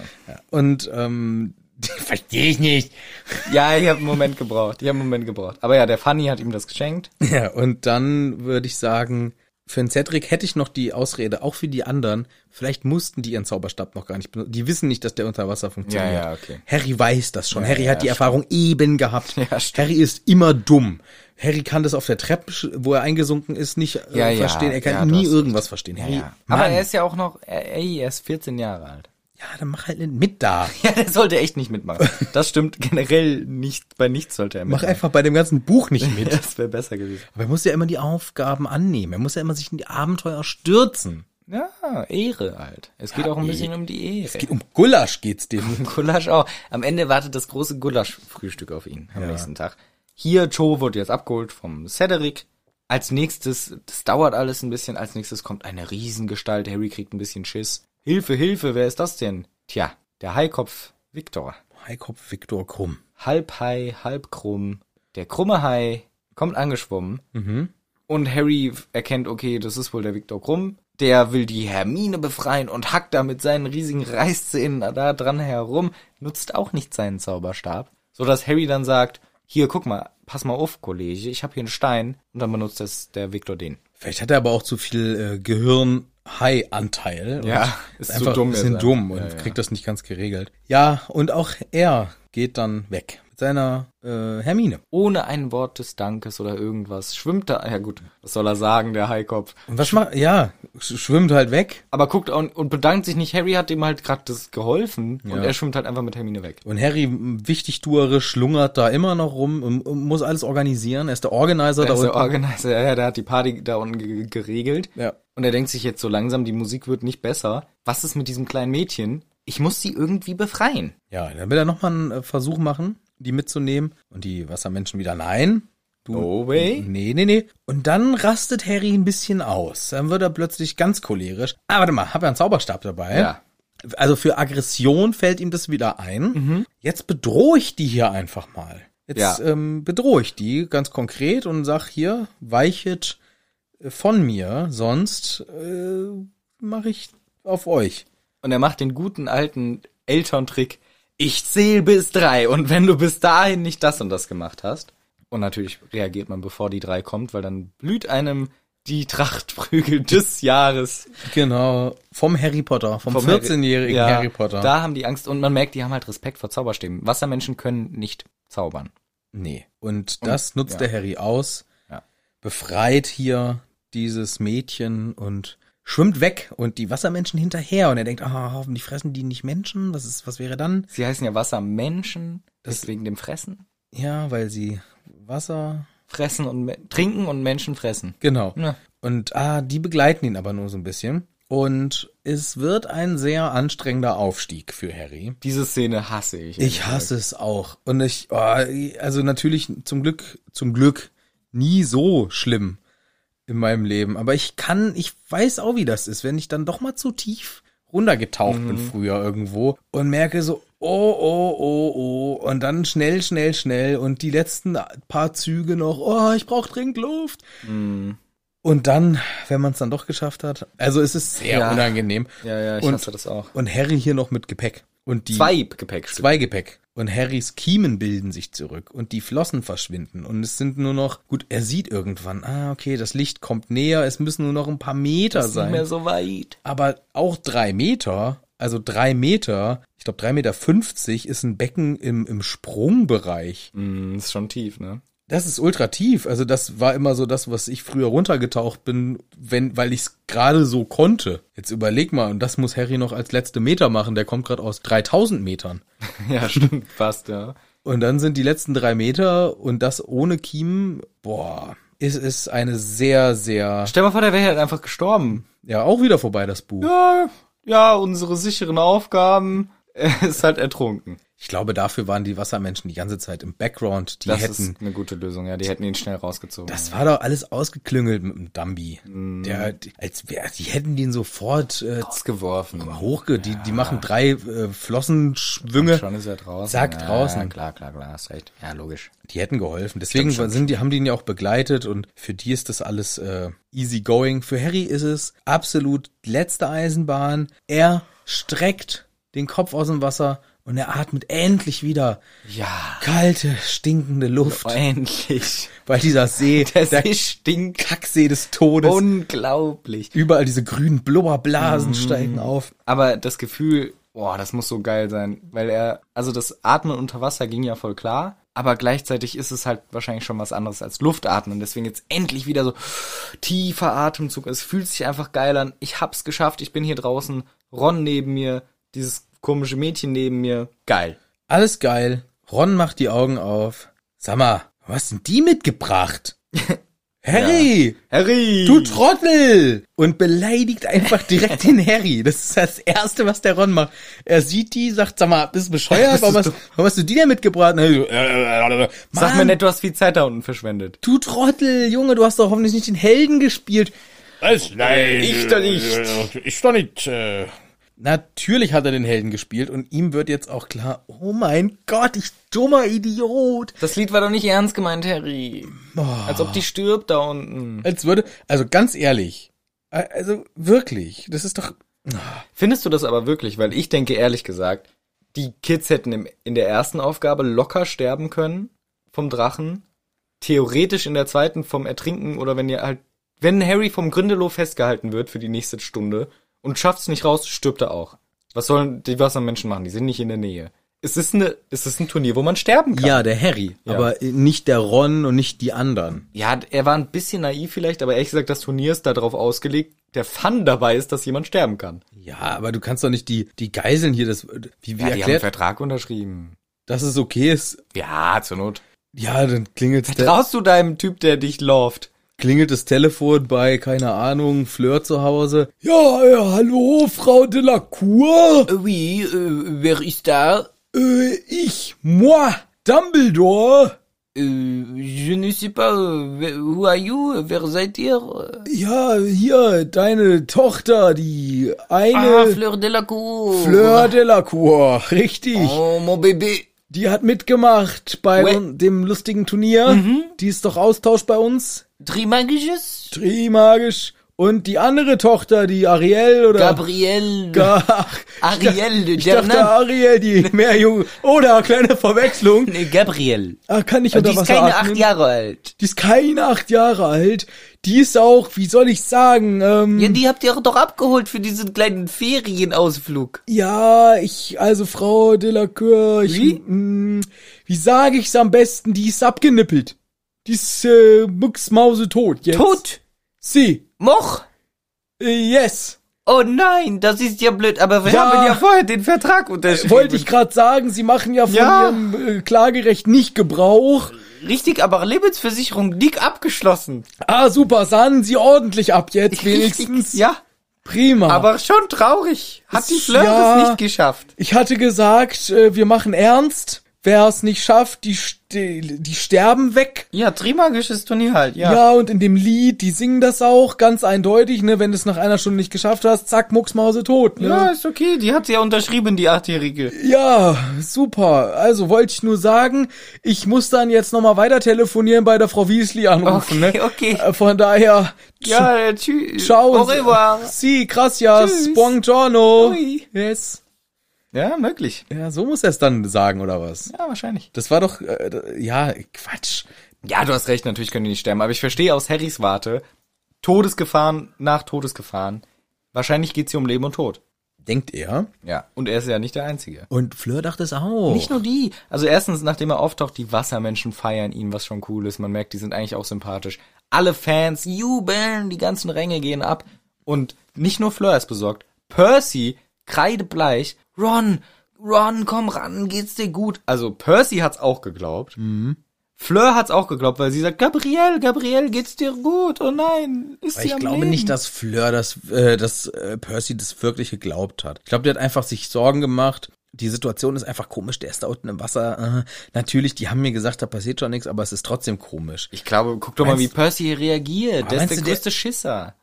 S1: und ähm, verstehe ich nicht.
S2: ja. ja, ich habe einen Moment gebraucht. Ich habe einen Moment gebraucht. Aber ja, der Fanny hat ihm das geschenkt.
S1: Ja, und dann würde ich sagen, für den Cedric hätte ich noch die Ausrede, auch für die anderen, vielleicht mussten die ihren Zauberstab noch gar nicht benutzen. Die wissen nicht, dass der unter Wasser funktioniert.
S2: Ja, ja, okay.
S1: Harry weiß das schon. Harry
S2: ja,
S1: hat die Erfahrung eben gehabt.
S2: Ja, stimmt.
S1: Harry ist immer dumm. Harry kann das auf der Treppe, sch- wo er eingesunken ist, nicht äh,
S2: Ja, ja,
S1: verstehen. Er kann
S2: ja, du
S1: nie
S2: hast
S1: irgendwas verstehen. Harry,
S2: Aber
S1: Mann.
S2: er ist ja auch noch, er- ey, er ist 14 Jahre alt.
S1: ja, dann mach halt nicht mit da.
S2: Ja, der sollte echt nicht mitmachen. Das stimmt generell nicht, bei nichts sollte er
S1: Mach
S2: mitmachen.
S1: einfach bei dem ganzen Buch nicht mit.
S2: Das wäre besser gewesen.
S1: Aber er muss ja immer die Aufgaben annehmen. Er muss ja immer sich in die Abenteuer stürzen.
S2: Ja, Ehre halt. Es geht auch ein bisschen um die Ehre.
S1: Um Gulasch geht's dem
S2: Gulasch auch. Am Ende wartet das große Gulasch-Frühstück auf ihn am nächsten Tag. Hier, Joe wird jetzt abgeholt vom Cedric. Als nächstes, das dauert alles ein bisschen, als nächstes kommt eine Riesengestalt. Harry kriegt ein bisschen Schiss. Hilfe, Hilfe, wer ist das denn? Tja, der Haikopf Victor.
S1: Heikopf Viktor Krumm.
S2: Halb Hai, halb krumm. Der krumme Hai kommt angeschwommen. Und Harry erkennt, okay, das ist wohl der Viktor Krumm. Der will die Hermine befreien und hackt da mit seinen riesigen Reißzähnen da dran herum, nutzt auch nicht seinen Zauberstab, sodass Harry dann sagt, hier, guck mal, pass mal auf, Kollege, ich habe hier einen Stein. Und dann benutzt das der Viktor den.
S1: Vielleicht hat er aber auch zu viel äh, Gehirn-High-Anteil.
S2: Ja,
S1: ist,
S2: ist
S1: einfach
S2: zu dumm
S1: ein bisschen
S2: jetzt
S1: dumm
S2: einfach.
S1: und
S2: Ja, ja.
S1: kriegt das nicht ganz geregelt. Ja, und auch er geht dann weg mit seiner äh, Hermine.
S2: Ohne ein Wort des Dankes oder irgendwas schwimmt da, ja gut, was soll er sagen, der Haikopf.
S1: Und was macht, ja, sch- schwimmt halt weg.
S2: Aber guckt und, und bedankt sich nicht, Harry hat ihm halt gerade das geholfen und er schwimmt halt einfach mit Hermine weg.
S1: Und Harry, m, wichtig tuerisch, schlungert da immer noch rum und, und muss alles organisieren. Er ist der Organizer da
S2: Der ist der
S1: unten.
S2: Organizer, ja, ja, der hat die Party da unten ge- geregelt.
S1: Ja.
S2: Und er denkt sich jetzt so langsam, die Musik wird nicht besser. Was ist mit diesem kleinen Mädchen? Ich muss sie irgendwie befreien.
S1: ja, dann will er nochmal einen äh, Versuch machen, die mitzunehmen. Und die Wassermenschen wieder, nein, Du,
S2: No way.
S1: Nee, nee, nee. Und dann rastet Harry ein bisschen aus. Dann wird er plötzlich ganz cholerisch. Ah, warte mal, hab ja einen Zauberstab dabei.
S2: Ja.
S1: Also für Aggression fällt ihm das wieder ein. Jetzt bedrohe ich die hier einfach mal. Jetzt
S2: Mhm. Ja.
S1: ähm, bedrohe ich die ganz konkret und sag hier, weichet äh, von mir, sonst äh, mache ich auf euch.
S2: Und er macht den guten alten Elterntrick. Ich zähle bis drei und wenn du bis dahin nicht das und das gemacht hast. Und natürlich reagiert man, bevor die drei kommt, weil dann blüht einem die Trachtprügel des Jahres.
S1: Genau, vom Harry Potter, vom,
S2: Vom
S1: 14-jährigen
S2: Ja,
S1: Harry, Potter.
S2: Da haben die Angst und man merkt, die haben halt Respekt vor Zauberstäben. Wassermenschen können nicht zaubern.
S1: Nee. Und das nutzt
S2: ja.
S1: der Harry aus,
S2: Ja.
S1: befreit hier dieses Mädchen und schwimmt weg und die Wassermenschen hinterher und er denkt, ah, hoffentlich fressen die nicht Menschen, was ist, was wäre dann?
S2: Sie heißen ja Wassermenschen, das wegen dem Fressen.
S1: Ja, weil sie Wasser,
S2: Fressen und Me- trinken und Menschen fressen. Ne,
S1: genau.
S2: Ja.
S1: Und ah, die begleiten ihn aber nur so ein bisschen und es wird ein sehr anstrengender Aufstieg für Harry.
S2: Diese Szene hasse ich.
S1: Ich hasse es auch. Und ich, oh, also natürlich zum Glück, zum Glück nie so schlimm in meinem Leben. Aber ich kann, ich weiß auch, wie das ist, wenn ich dann doch mal zu tief runtergetaucht bin
S2: Mhm.
S1: früher irgendwo und merke so, oh, oh, oh, oh. Und dann schnell, schnell, schnell. Und die letzten paar Züge noch, oh, ich brauche dringend Luft.
S2: Mhm.
S1: Und dann, wenn man es dann doch geschafft hat, also es ist sehr
S2: Ja.
S1: unangenehm.
S2: Ja, ja, ich
S1: und,
S2: hasse das auch.
S1: Und Harry hier noch mit Gepäck. Und die,
S2: Zwei Gepäckstücke.
S1: Zwei Gepäck. Und Harrys Kiemen bilden sich zurück und die Flossen verschwinden und es sind nur noch, gut, er sieht irgendwann, ah, okay, das Licht kommt näher, es müssen nur noch ein paar Meter
S2: Ist nicht
S1: sein.
S2: mehr so weit.
S1: Aber auch drei Meter, also drei Meter, ich glaube drei Meter fünfzig ist ein Becken im, im Sprungbereich.
S2: Mm, ist schon tief, ne?
S1: Das ist ultra tief. Also das war immer so das, was ich früher runtergetaucht bin, wenn, weil ich es gerade so konnte. Jetzt überleg mal, und das muss Harry noch als letzte Meter machen, der kommt gerade aus 3000 Metern.
S2: Ja, stimmt, fast, ja.
S1: Und dann sind die letzten drei Meter und das ohne Kiemen, boah, es ist eine sehr, sehr,
S2: Stell mal vor, der wäre halt einfach gestorben.
S1: ja, auch wieder vorbei, das Buch.
S2: Ja, ja, unsere sicheren Aufgaben. Er ist halt ertrunken.
S1: Ich glaube, dafür waren die Wassermenschen die ganze Zeit im Background, die
S2: Das
S1: hätten,
S2: ist eine gute Lösung, ja. Die hätten ihn schnell rausgezogen.
S1: das war doch alles ausgeklüngelt mit dem Dumbi.
S2: Mhm.
S1: Der, die- als wär, die hätten den sofort äh,
S2: rausgeworfen.
S1: hochge, die, die machen drei äh, Flossenschwünge,
S2: Schon ist er draußen.
S1: Zack,
S2: ja,
S1: draußen.
S2: Klar, klar, klar, hast recht. Ja, logisch.
S1: die hätten geholfen. Deswegen sind die, haben die ihn ja auch begleitet und für die ist das alles äh, easy going. Für Harry ist es absolut letzte Eisenbahn. Er streckt den Kopf aus dem Wasser und er atmet endlich wieder
S2: Ja,
S1: kalte, stinkende Luft,
S2: endlich.
S1: weil dieser See,
S2: Der
S1: der,
S2: See stinkt.
S1: Kacksee des Todes,
S2: Oh Unglaublich.
S1: überall diese grünen Blubberblasen steigen auf.
S2: Aber das Gefühl, boah, das muss so geil sein, weil er, also das Atmen unter Wasser ging ja voll klar, aber gleichzeitig ist es halt wahrscheinlich schon was anderes als Luftatmen. Deswegen jetzt endlich wieder so tiefer Atemzug. Es fühlt sich einfach geil an. Ich hab's geschafft. Ich bin hier draußen. Ron neben mir, dieses komische Mädchen neben mir. Geil.
S1: Alles geil. Ron macht die Augen auf. Sag mal, was sind die mitgebracht? Harry!
S2: Harry!
S1: Du Trottel! Und beleidigt einfach direkt den Harry. Das ist das Erste, was der Ron macht. Er sieht die, sagt, sag mal, bist du bescheuert?
S2: Bist du
S1: Warum hast,
S2: dumm?
S1: warum hast du die denn mitgebracht? Und Harry so, äh, äh, äh, äh.
S2: Sag mir
S1: Mann,
S2: nicht, du hast viel Zeit da unten verschwendet.
S1: Du Trottel, Junge, du hast doch hoffentlich nicht den Helden gespielt.
S5: Was? Nein.
S2: Ich doch nicht.
S5: äh, Ich doch nicht. äh.
S1: Natürlich hat er den Helden gespielt und ihm wird jetzt auch klar, oh mein Gott, ich dummer Idiot.
S2: Das Lied war doch nicht ernst gemeint, Harry. Als ob die stirbt da unten.
S1: Als würde, also ganz ehrlich, äh, also wirklich, das ist doch,
S2: Findest du das aber wirklich? Weil ich denke ehrlich gesagt, die Kids hätten im, in der ersten Aufgabe locker sterben können vom Drachen. Theoretisch in der zweiten vom Ertrinken oder wenn ihr halt, wenn Harry vom Grindelow festgehalten wird für die nächste Stunde und schafft's nicht raus, stirbt er auch. Was sollen die Wassermenschen machen? Die sind nicht in der Nähe. Es ist eine, es ist ein Turnier, wo man sterben kann.
S1: ja, der Harry, aber nicht der Ron und nicht die anderen.
S2: Ja, er war ein bisschen naiv vielleicht, aber ehrlich gesagt, das Turnier ist darauf ausgelegt, der Fun dabei ist, dass jemand sterben kann.
S1: Ja, aber du kannst doch nicht die, die Geiseln hier, das, wie, wie erklärt,
S2: Vertrag unterschrieben.
S1: dass es okay ist.
S2: Ja, zur Not.
S1: Ja, dann klingelt, der,
S2: Traust du deinem Typ, der dich loft?
S1: klingelt das Telefon bei, keine Ahnung, Fleur zu Hause. Ja, ja hallo, Frau Delacour.
S2: Oui, wer ist da?
S1: Äh, ich, moi, Äh, Dumbledore.
S6: je ne sais pas, who are you? Wer seid ihr?
S1: Ja, hier, deine Tochter, die
S6: Ah,
S1: eine
S6: Fleur de la Cour.
S1: Fleur Delacour, richtig.
S6: Oh, mon bébé.
S1: Die hat mitgemacht bei
S6: Wait.
S1: un- dem lustigen Turnier.
S6: Mhm.
S1: Die ist doch Austausch bei uns.
S6: Trimagisches?
S1: Trimagisch. Und die andere Tochter, die Ariel oder...
S6: Gabriel.
S1: Ga-
S6: Ariel de
S1: Ich dachte
S2: ah.
S6: Gernan.
S1: Ariel, die Meerjunge. Oder, kleine Verwechslung.
S6: Nee, Gabriel.
S1: Ah, kann ich
S6: Die
S1: unter
S6: ist
S1: Wasser
S6: keine
S1: atmen?
S6: acht Jahre alt.
S1: Die ist keine acht Jahre alt. Die ist auch, wie soll ich sagen, ähm,
S6: Ja, die habt ihr doch abgeholt für diesen kleinen Ferienausflug.
S1: Ja, ich, also Frau Delacour, ich,
S6: Wie?
S1: Mh, wie sage ich's am besten? Die ist abgenippelt. Die ist äh, mucksmause tot jetzt.
S6: Tot.
S1: Sie.
S6: Moch.
S1: Äh, yes.
S6: Oh nein, das ist ja blöd, aber wir
S1: Ja.
S6: haben ja vorher den
S2: Äh,
S6: Vertrag unterschrieben.
S1: Wollte ich gerade sagen, Sie machen ja von
S6: Ja.
S1: Ihrem äh, Klagerecht nicht Gebrauch.
S6: Richtig, aber Lebensversicherung dick abgeschlossen.
S1: Ah, super, sahnen Sie ordentlich ab jetzt wenigstens.
S6: Richtig, ja.
S1: Prima.
S6: Aber schon traurig. Hat
S1: Ist-
S6: die Fleur
S1: ja.
S6: das nicht geschafft?
S1: ich hatte gesagt, äh, wir machen ernst. Wer es nicht schafft, die, st- die sterben weg.
S6: Ja, trimagisches Turnier halt,
S1: Ja.
S6: ja.
S1: und in dem Lied, die singen das auch ganz eindeutig, ne, wenn du es nach einer Stunde nicht geschafft hast, zack, Mucksmause tot,
S6: Ja,
S1: ne?
S6: ist okay, die hat ja unterschrieben, die Achtjährige.
S1: Ja, super. Also wollte ich nur sagen, ich muss dann jetzt nochmal weiter telefonieren bei der Frau Wiesley anrufen,
S6: Okay,
S1: ne?
S6: okay.
S1: Äh, Von daher,
S6: Ja, äh, tschüss.
S1: ciao.
S6: Au revoir.
S1: Sie, gracias,
S6: Tschüss.
S1: buongiorno.
S6: Ui.
S1: Yes.
S6: Ja, möglich.
S1: Ja, so muss er es dann sagen, oder was?
S6: Ja, wahrscheinlich.
S1: Das war doch, äh, d- ja, Quatsch.
S2: Ja, du hast recht, natürlich können die nicht sterben, aber ich verstehe aus Harrys Warte, Todesgefahren nach Todesgefahren. Wahrscheinlich geht's hier um Leben und Tod.
S1: Denkt er.
S2: Ja, und er ist ja nicht der Einzige.
S1: Und Fleur dachte es auch.
S2: Nicht nur die. Also erstens, nachdem er auftaucht, die Wassermenschen feiern ihn, was schon cool ist. Man merkt, die sind eigentlich auch sympathisch. Alle Fans jubeln, die ganzen Ränge gehen ab. Und nicht nur Fleur ist besorgt. Percy, kreidebleich. Ron, Ron, komm ran, geht's dir gut? Also Percy hat's auch geglaubt.
S1: Mhm.
S2: Fleur hat's auch geglaubt, weil sie sagt, Gabrielle, Gabrielle, geht's dir gut? Oh nein, ist
S1: Aber
S2: sie
S1: ich
S2: am
S1: glaube
S2: Leben?
S1: nicht, dass Fleur, dass, äh, dass äh, Percy das wirklich geglaubt hat. Ich glaube, der hat einfach sich Sorgen gemacht. Die Situation ist einfach komisch, der ist da unten im Wasser. Äh, natürlich, die haben mir gesagt, da passiert schon nichts, aber es ist trotzdem komisch.
S2: Ich glaube, guck doch mal,
S1: Meinst-
S2: wie Percy reagiert. Der
S1: meinst
S2: ist der
S1: du, der-
S2: größte Schisser.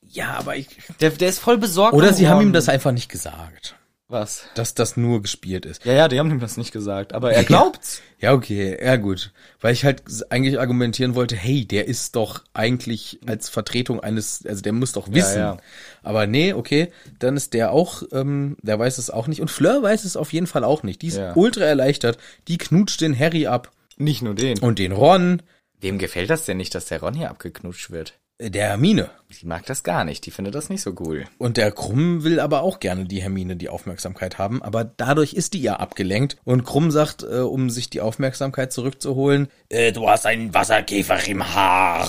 S1: Ja, aber ich.
S2: Der, der ist voll besorgt.
S1: Oder
S2: um
S1: sie haben
S2: Ron.
S1: ihm das einfach nicht gesagt,
S2: Was?
S1: dass das nur gespielt ist.
S2: Ja, ja, die haben ihm das nicht gesagt, aber er glaubt's.
S1: Ja, okay, ja gut. Weil ich halt eigentlich argumentieren wollte, hey, der ist doch eigentlich als Vertretung eines, also der muss doch wissen.
S2: ja.
S1: Aber nee, okay, dann ist der auch, ähm, der weiß es auch nicht. Und Fleur weiß es auf jeden Fall auch nicht. Die ist
S2: Ja.
S1: ultra erleichtert. Die knutscht den Harry ab
S2: nicht nur den.
S1: und den Ron,
S2: Wem gefällt das denn nicht, dass der Ron hier abgeknutscht wird?
S1: äh, der Hermine.
S2: Die mag das gar nicht, die findet das nicht so cool.
S1: Und der Krumm will aber auch gerne die Hermine die Aufmerksamkeit haben, aber dadurch ist die ja abgelenkt. Und Krumm sagt, äh, um sich die Aufmerksamkeit zurückzuholen,
S5: Äh, du hast einen Wasserkäfer im Haar.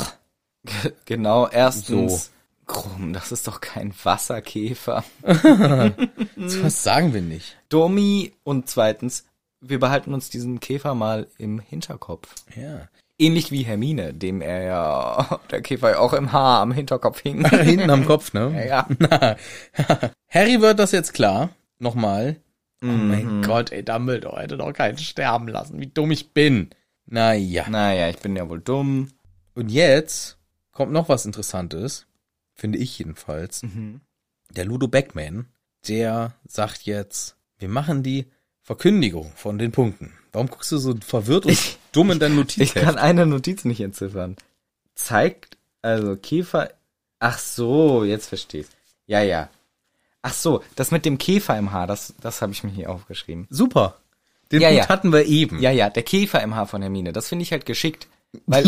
S2: Genau, erstens. Krumm, das ist doch kein Wasserkäfer. Hm.
S1: was sagen wir nicht?
S2: Dummi. Und zweitens, wir behalten uns diesen Käfer mal im Hinterkopf.
S1: Ja.
S2: Ähnlich wie Hermine, dem er ja, der Käfer ja auch im Haar am Hinterkopf hing.
S1: Hinten am Kopf, ne?
S2: ja.
S1: Harry wird das jetzt klar. Nochmal. Oh
S2: Mhm.
S1: mein Gott, ey, Dumbledore hätte doch keinen sterben lassen. Wie dumm ich bin. Naja.
S2: Naja, ich bin ja wohl dumm.
S1: Und jetzt kommt noch was Interessantes. Finde ich jedenfalls.
S2: Mhm.
S1: Der Ludo Backman, der sagt jetzt, wir machen die Verkündigung von den Punkten. Warum guckst du so verwirrt und
S2: Ich-
S1: dumm in deinen Notizen?
S2: Ich kann eine Notiz nicht entziffern. Zeigt, also Käfer. Ach so, jetzt verstehe ich. Ja, ja. Ach so, das mit dem Käfer im Haar, das, das habe ich mir hier aufgeschrieben.
S1: Super. Den
S2: Ja,
S1: Punkt
S2: ja.
S1: hatten wir eben.
S2: Ja, ja, der Käfer im Haar von Hermine, das finde ich halt geschickt. Weil,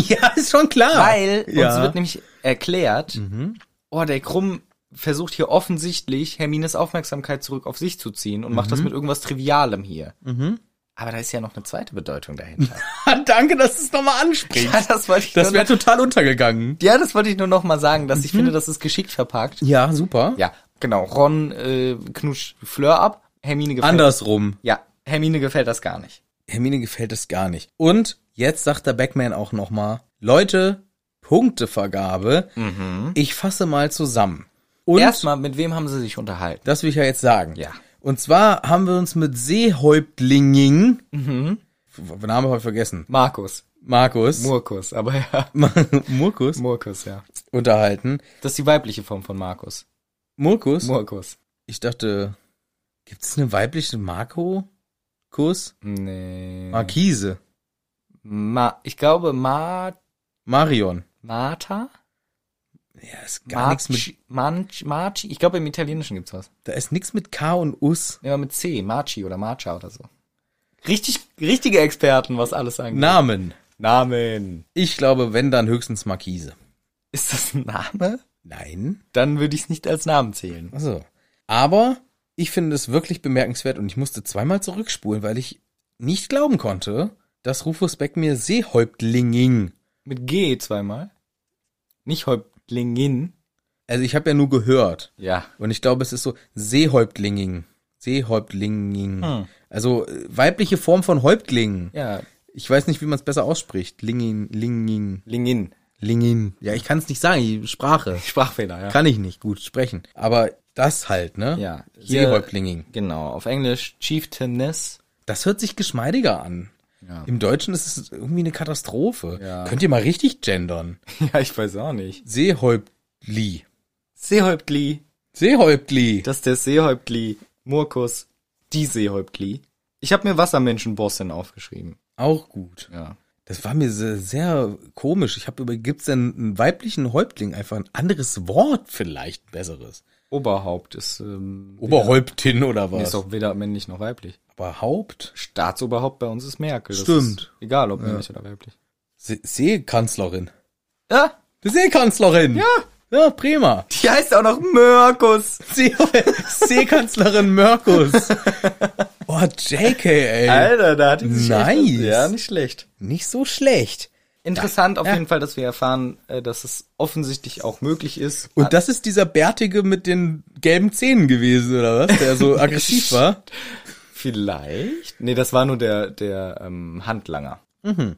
S1: Ja, ist schon klar.
S2: weil
S1: ja. Mhm.
S2: uns wird nämlich erklärt, oh, der Krumm versucht hier offensichtlich Hermines Aufmerksamkeit zurück auf sich zu ziehen und
S1: Mhm.
S2: macht das mit irgendwas Trivialem hier. Aber da ist ja noch eine zweite Bedeutung dahinter.
S1: Danke, dass du es nochmal ansprichst.
S2: ja, das wollte ich
S1: Das
S2: nur
S1: wäre total untergegangen.
S2: Ja, das wollte ich nur noch mal sagen, dass ich
S1: Mhm.
S2: finde, das ist geschickt verpackt.
S1: Ja, super.
S2: Ja, genau. Ron äh, knutscht Fleur ab. Hermine gefällt.
S1: Andersrum.
S2: Ja, Hermine gefällt das gar nicht.
S1: Hermine gefällt es gar nicht. Und jetzt sagt der Backman auch nochmal, Leute, Punktevergabe. Ich fasse mal zusammen. Und
S2: Mhm. Erstmal, mit wem haben sie sich unterhalten?
S1: das will ich ja jetzt sagen.
S2: Ja.
S1: Und zwar haben wir uns mit Seehäuptlingen, mhm. Name habe ich vergessen,
S2: Markus.
S1: Markus,
S2: Murkus, aber ja.
S1: Murkus,
S2: Murkus, ja.
S1: unterhalten.
S2: Das ist die weibliche Form von Markus.
S1: Murkus?
S2: Murkus.
S1: ich dachte, gibt es eine weibliche Marco? Kuss?
S2: Nee.
S1: Markise.
S2: Ma ich glaube, Ma
S1: Marion.
S2: Marta?
S1: Ja, ist gar nichts mit,
S2: Marci- Manch, Marci? Ich glaube, im Italienischen gibt's was.
S1: da ist nichts mit K und Us.
S2: Ja, mit C. Marci oder Marcia oder so. Richtig, richtige Experten, was alles angeht.
S1: Namen.
S2: Namen.
S1: Ich glaube, wenn dann höchstens Markise.
S2: Ist das ein Name?
S1: Nein.
S2: Dann würde ich es nicht als Namen zählen.
S1: Also. Aber ich finde es wirklich bemerkenswert und ich musste zweimal zurückspulen, weil ich nicht glauben konnte, dass Rufus Beck mir Seehäuptlinging.
S2: Mit G zweimal. Nicht Häuptlingin.
S1: Also ich habe ja nur gehört.
S2: Ja.
S1: Und ich glaube, es ist so Seehäuptlinging. Seehäuptlinging.
S2: Hm.
S1: Also äh, weibliche Form von Häuptlingen.
S2: Ja.
S1: Ich weiß nicht, wie man es besser ausspricht. Lingin, Lingin,
S2: Lingin.
S1: Lingin. Ja, ich kann es nicht sagen. Die Sprache.
S2: Sprachfehler, ja.
S1: Kann ich nicht gut sprechen. Aber das halt, ne?
S2: Ja. Hier-
S1: Seehäuptlinging.
S2: Genau. Auf Englisch Chieftainess.
S1: Das hört sich geschmeidiger an.
S2: Ja.
S1: Im Deutschen ist es irgendwie eine Katastrophe.
S2: Ja.
S1: Könnt ihr mal richtig gendern?
S2: ja, ich weiß auch nicht.
S1: Seehäuptli.
S2: Seehäuptli.
S1: Seehäuptli.
S2: Das ist der Seehäuptli. Murkus. Die Seehäuptli. Ich habe mir Wassermenschenbossin aufgeschrieben.
S1: Auch gut.
S2: Ja.
S1: Das war mir sehr, sehr komisch. Ich habe über, gibt's denn einen weiblichen Häuptling? Einfach ein anderes Wort vielleicht, ein besseres.
S2: Oberhaupt ist, ähm,
S1: Oberhäuptin oder
S2: weder,
S1: was?
S2: ist auch weder männlich noch weiblich.
S1: Aber Haupt?
S2: Staatsoberhaupt bei uns ist Merkel. Das
S1: Stimmt.
S2: Ist egal, ob männlich oder weiblich.
S1: Se Seekanzlerin.
S2: Ah,
S1: Die Seekanzlerin. Ja. Ja, prima.
S2: die heißt auch noch Mörkus.
S1: See Seekanzlerin Merkus. Oh, JK, ey.
S2: Alter, da hat die sich
S1: Äh, Nice.
S2: echt, Ja, nicht schlecht.
S1: Nicht so schlecht.
S2: Interessant auf
S1: Ja.
S2: jeden Fall, dass wir erfahren, äh, dass es offensichtlich auch möglich ist. Ah,
S1: Und das ist dieser Bärtige mit den gelben Zähnen gewesen, oder was? Der so aggressiv war.
S2: Vielleicht? Nee, das war nur der, der ähm, Handlanger. Mhm.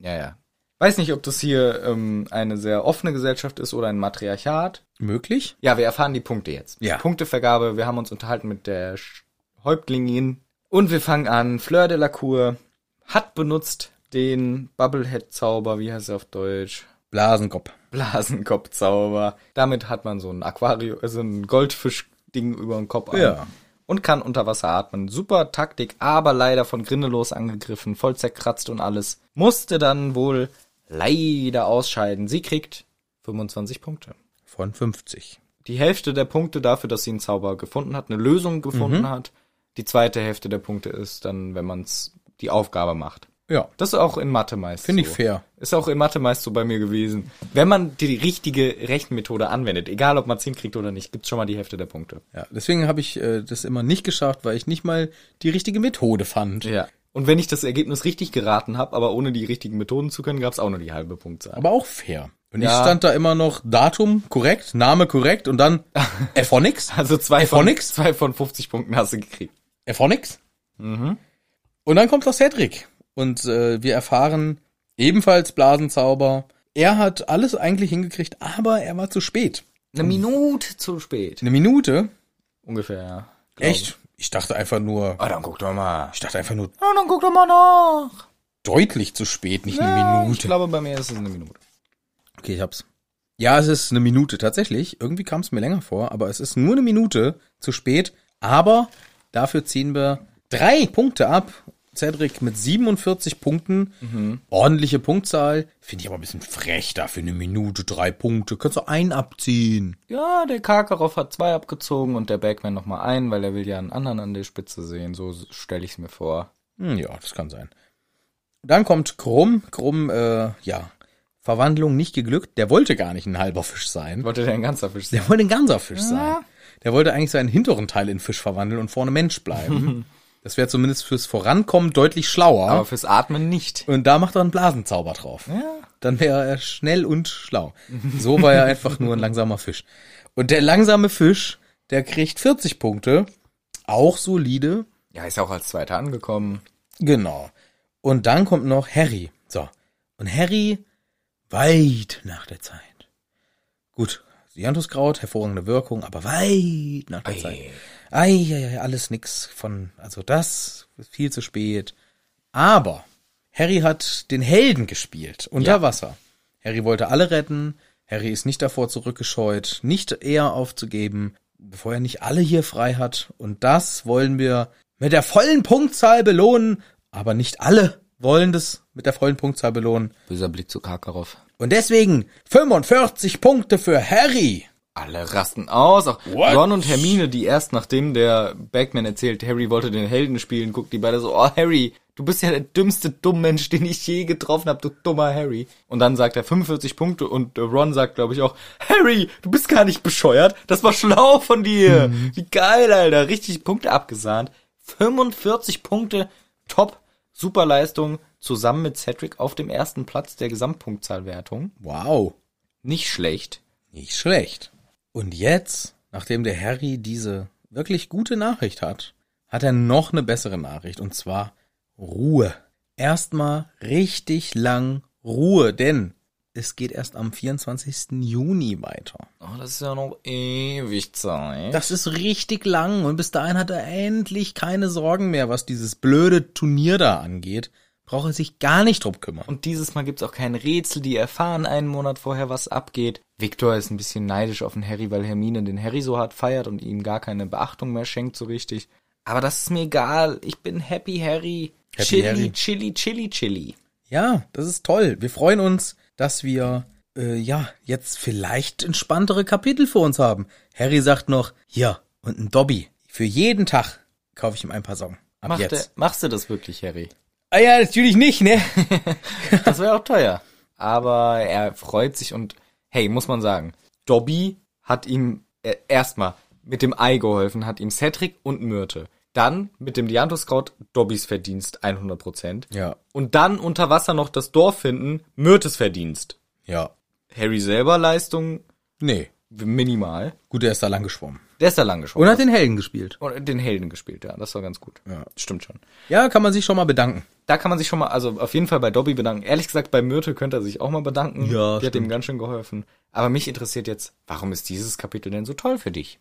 S2: Ja, ja. Weiß nicht, ob das hier ähm, eine sehr offene Gesellschaft ist oder ein Matriarchat.
S1: Möglich?
S2: Ja, wir erfahren die Punkte jetzt.
S1: Ja.
S2: Punktevergabe, wir haben uns unterhalten mit der Sch- Häuptlingin. Und wir fangen an. Fleur de la Cour hat benutzt den Bubblehead-Zauber, wie heißt er auf Deutsch?
S1: Blasenkopf.
S2: Blasenkopfzauber. Damit hat man so ein Aquarium, also ein Goldfisch-Ding über den Kopf. an.
S1: Ja.
S2: Und kann unter Wasser atmen. Super Taktik, aber leider von Grindelos angegriffen, voll zerkratzt und alles. Musste dann wohl leider ausscheiden. Sie kriegt 25 Punkte.
S1: Von 50.
S2: Die Hälfte der Punkte dafür, dass sie einen Zauber gefunden hat, eine Lösung gefunden hat. Die zweite Hälfte der Punkte ist dann, wenn man die Aufgabe macht.
S1: Ja.
S2: Das ist auch in Mathe meist.
S1: Finde ich
S2: so.
S1: fair.
S2: Ist auch in Mathe meist so bei mir gewesen. Wenn man die richtige Rechenmethode anwendet, egal ob man 10 kriegt oder nicht, gibt's schon mal die Hälfte der Punkte.
S1: Ja, deswegen habe ich äh, das immer nicht geschafft, weil ich nicht mal die richtige Methode fand.
S2: Ja. Und wenn ich das Ergebnis richtig geraten habe, aber ohne die richtigen Methoden zu können, gab's auch nur die halbe Punktzahl.
S1: Aber auch fair. Und ich
S2: Ja.
S1: stand da immer noch Datum korrekt, Name korrekt und dann Euphonics.
S2: Also zwei von,
S1: Euphonics?
S2: zwei von 50 Punkten hast du gekriegt.
S1: Euphonics.
S2: Mhm.
S1: Und dann kommt noch Cedric. Und äh, wir erfahren ebenfalls Blasenzauber. Er hat alles eigentlich hingekriegt, aber er war zu spät.
S2: Eine Minute zu spät.
S1: Eine Minute.
S2: Ne, Ungefähr, ja.
S1: Echt? Ich dachte einfach nur. Ah, dann guck doch mal. Ich dachte einfach nur
S2: Na, Oh, dann guck doch mal nach.
S1: deutlich zu spät, nicht eine
S2: Ja, Ich
S1: Minute.
S2: glaube, bei mir ist es eine Minute.
S1: Okay, ich hab's. Ja, es ist eine Minute tatsächlich. Irgendwie kam es mir länger vor, aber es ist nur eine Minute zu spät. Aber dafür ziehen wir drei Punkte ab. Cedric mit 47 Punkten. Ordentliche Punktzahl. Finde ich aber ein bisschen frech dafür. Eine Minute, drei Punkte. Kannst du einen abziehen.
S2: Ja, der Karkaroff hat zwei abgezogen und der Backman nochmal einen, weil er will ja einen anderen an der Spitze sehen. So stelle ich es mir vor.
S1: Hm, ja, das kann sein. Dann kommt Krumm. Krumm, äh, ja. Verwandlung nicht geglückt. Der wollte gar nicht ein halber Fisch sein.
S2: Wollte der ein ganzer Fisch sein?
S1: Der wollte ein ganzer Fisch sein. Der wollte eigentlich seinen hinteren Teil in Fisch verwandeln und vorne Mensch bleiben. das wäre zumindest fürs Vorankommen deutlich schlauer.
S2: Aber fürs Atmen nicht.
S1: und da macht er einen Blasenzauber drauf. Dann wäre er schnell und schlau. So war er einfach nur ein langsamer Fisch. Und der langsame Fisch, der kriegt 40 Punkte. Auch solide.
S2: Ja, ist ja auch als Zweiter angekommen.
S1: Genau. Und dann kommt noch Harry. So. Und Harry weit nach der Zeit. Gut. Sianthuskraut, hervorragende Wirkung, aber weit nach der Zeit. Ei, ei, ei, alles nix von, also das ist viel zu spät. Aber Harry hat den Helden gespielt, unter Wasser. Harry wollte alle retten. Harry ist nicht davor zurückgescheut, nicht eher aufzugeben, bevor er nicht alle hier frei hat. Und das wollen wir mit der vollen Punktzahl belohnen. Aber nicht alle wollen das mit der vollen Punktzahl belohnen.
S2: Böser Blick zu Karkaroff.
S1: Und deswegen 45 Punkte für Harry.
S2: Alle rasten aus. Auch Ron und Hermine, die erst nachdem der Bagman erzählt, Harry wollte den Helden spielen, guckt die beide so, oh Harry, du bist ja der dümmste Dummmensch, den ich je getroffen habe, du dummer Harry. Und dann sagt er 45 Punkte und äh, Ron sagt, glaube ich, auch, Harry, du bist gar nicht bescheuert. Das war schlau von dir. Wie geil, Alter. Richtig Punkte abgesahnt. 45 Punkte, top, super Leistung, zusammen mit Cedric auf dem ersten Platz der Gesamtpunktzahlwertung.
S1: Wow.
S2: Nicht schlecht.
S1: Nicht schlecht. Und jetzt, nachdem der Harry diese wirklich gute Nachricht hat, hat er noch eine bessere Nachricht und zwar Ruhe. Erstmal richtig lang Ruhe, denn es geht erst am 24. Juni weiter.
S2: Oh, das ist ja noch ewig Zeit.
S1: Das ist richtig lang und bis dahin hat er endlich keine Sorgen mehr, was dieses blöde Turnier da angeht. Braucht er sich gar nicht drum kümmern.
S2: Und dieses Mal gibt's auch kein Rätsel, die erfahren einen Monat vorher, was abgeht. Victor ist ein bisschen neidisch auf den Harry, weil Hermine den Harry so hart feiert und ihm gar keine Beachtung mehr schenkt so richtig. Aber das ist mir egal. Ich bin Happy Harry.
S1: Happy
S2: chili,
S1: Harry.
S2: chili, chili, chili.
S1: Ja, das ist toll. Wir freuen uns, dass wir äh, ja jetzt vielleicht entspanntere Kapitel für uns haben. Harry sagt noch, hier und ein Dobby. Für jeden Tag kaufe ich ihm ein paar Socken. Ab
S2: Macht
S1: jetzt.
S2: er, machst du das wirklich, Harry?
S1: Ah ja, natürlich nicht, ne?
S2: Das wäre auch teuer. Aber er freut sich und hey, muss man sagen, Dobby hat ihm äh, erstmal mit dem Ei geholfen, hat ihm Cedric und Myrte. Dann mit dem Dianthuskraut Dobbys Verdienst 100%.
S1: Ja.
S2: Und dann unter Wasser noch das Dorf finden, Myrtes Verdienst.
S1: Ja.
S2: Harry selber Leistung
S1: Nee.
S2: minimal.
S1: Gut, er ist da lang geschwommen.
S2: Der ist da lang geschoben.
S1: Und hat den Helden gespielt.
S2: Und den Helden gespielt, ja. Das war ganz gut. Ja. Stimmt schon.
S1: Ja, kann man sich schon mal bedanken.
S2: da kann man sich schon mal, also auf jeden Fall bei Dobby bedanken. Ehrlich gesagt, bei Myrte könnte er sich auch mal bedanken.
S1: Ja,
S2: Die hat ihm ganz schön geholfen. Aber mich interessiert jetzt, warum ist dieses Kapitel denn so toll für dich?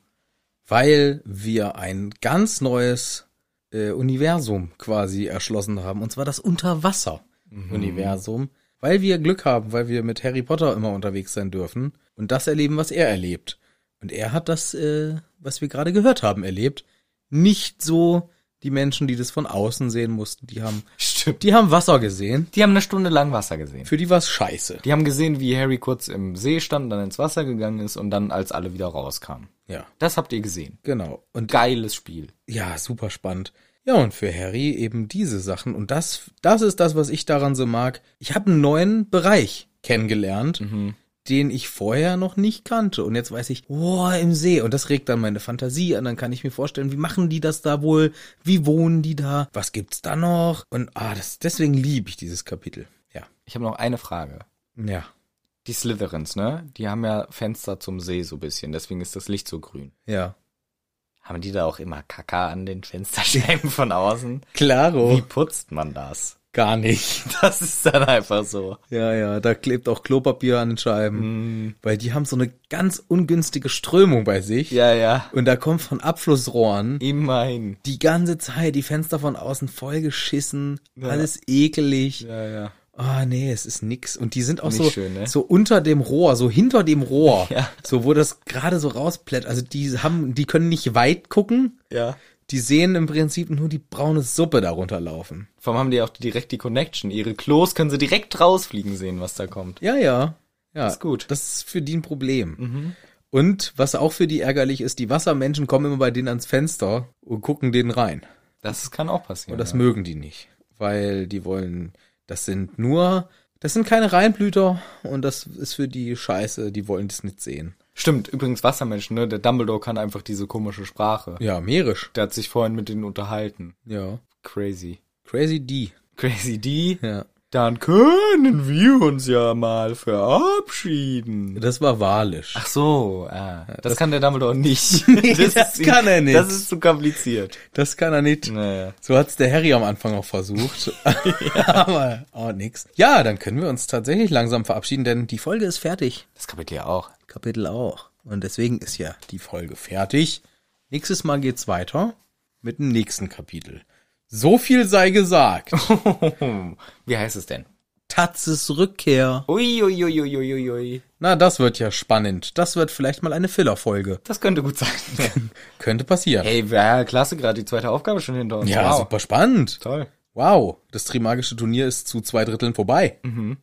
S1: Weil wir ein ganz neues äh, Universum quasi erschlossen haben. Und zwar das Unterwasser-Universum. Weil wir Glück haben, weil wir mit Harry Potter immer unterwegs sein dürfen und das erleben, was er erlebt. Und er hat das, äh, was wir gerade gehört haben, erlebt. Nicht so die Menschen, die das von außen sehen mussten. Die haben,
S2: Stimmt.
S1: die haben Wasser gesehen.
S2: Die haben eine Stunde lang Wasser gesehen.
S1: Für die war's scheiße.
S2: Die haben gesehen, wie Harry kurz im See stand, dann ins Wasser gegangen ist und dann, als alle wieder rauskamen.
S1: Ja,
S2: Das habt ihr gesehen.
S1: genau. Und
S2: Geiles Spiel.
S1: Ja, super spannend. Ja, und für Harry eben diese Sachen. Und das, das ist das, was ich daran so mag. Ich habe einen neuen Bereich kennengelernt, den ich vorher noch nicht kannte. Und jetzt weiß ich, boah, im See. Und das regt dann meine Fantasie an. Dann kann ich mir vorstellen, wie machen die das da wohl? Wie wohnen die da? Was gibt's da noch? Und ah, das, deswegen liebe ich dieses Kapitel. Ja.
S2: Ich habe noch eine Frage.
S1: Ja.
S2: Die Slytherins, ne? Die haben ja Fenster zum See so ein bisschen, deswegen ist das Licht so grün.
S1: Ja.
S2: Haben die da auch immer Kaka an den Fensterscheiben von außen? Wie
S1: Claro.
S2: putzt man das?
S1: Gar nicht.
S2: Das ist dann einfach so.
S1: Ja, ja, da klebt auch Klopapier an den Scheiben. Weil die haben so eine ganz ungünstige Strömung bei sich.
S2: Ja, ja.
S1: Und da kommt von Abflussrohren
S2: Immerhin.
S1: die ganze Zeit die Fenster von außen vollgeschissen, alles ekelig.
S2: Ja, ja.
S1: Ah, nee, es ist nix. Und die sind auch
S2: Nicht
S1: so,
S2: schön, ne?
S1: so unter dem Rohr, so hinter dem Rohr.
S2: Ja.
S1: So, wo das gerade so rausplätt. Also die haben, die können nicht weit gucken.
S2: Ja.
S1: Die sehen im Prinzip nur die braune Suppe darunter laufen.
S2: Vor allem haben die auch direkt die Connection. Ihre Klos können sie direkt rausfliegen sehen, was da kommt.
S1: Ja, ja. Ja,
S2: Ist gut. Mhm.
S1: Das ist für die ein Problem. Und was auch für die ärgerlich ist, die Wassermenschen kommen immer bei denen ans Fenster und gucken denen rein.
S2: Das kann auch passieren.
S1: Und das
S2: ja.
S1: mögen die nicht, weil die wollen, das sind nur, das sind keine Reinblüter und das ist für die Scheiße, die wollen das nicht sehen.
S2: Stimmt, übrigens Wassermenschen, ne? Der Dumbledore kann einfach diese komische Sprache.
S1: Ja, meerisch.
S2: Der hat sich vorhin mit denen unterhalten.
S1: Ja.
S2: Crazy.
S1: Crazy D.
S2: Crazy D.
S1: Ja.
S2: Dann können wir uns ja mal verabschieden.
S1: Das war wahlisch.
S2: Ach so, ah, das, kann der Dumbledore nicht.
S1: das
S2: ihm-
S1: kann er nicht.
S2: Das ist zu kompliziert.
S1: Das kann er nicht.
S2: Naja.
S1: So hat's der Harry am Anfang auch versucht. Aber auch nix. Ja, dann können wir uns tatsächlich langsam verabschieden, denn die Folge ist fertig.
S2: Das Kapitel ja auch.
S1: Kapitel auch. Und deswegen ist ja die Folge fertig. Nächstes Mal geht's weiter mit dem nächsten Kapitel. So viel sei gesagt.
S2: Wie heißt es denn?
S1: Tatzes Rückkehr.
S2: Uiuiuiuiuiui.
S1: Na, das wird ja spannend. Das wird vielleicht mal eine Filler-Folge.
S2: Das könnte gut sein.
S1: Könnte passieren.
S2: hey, ja, klasse, gerade die zweite Aufgabe schon hinter uns.
S1: ja,
S2: wow.
S1: super spannend.
S2: Toll.
S1: Wow, das Trimagische Turnier ist zu zwei Dritteln vorbei,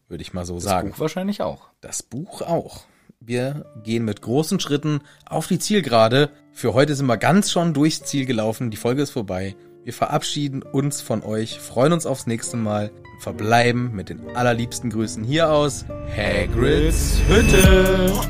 S1: würde ich mal so sagen.
S2: Mhm. Buch wahrscheinlich auch.
S1: Das Buch auch. Wir gehen mit großen Schritten auf die Zielgerade. Für heute sind wir ganz schon durchs Ziel gelaufen. Die Folge ist vorbei. Wir verabschieden uns von euch, freuen uns aufs nächste Mal und verbleiben mit den allerliebsten Grüßen hier aus Hagrids
S2: Hütte.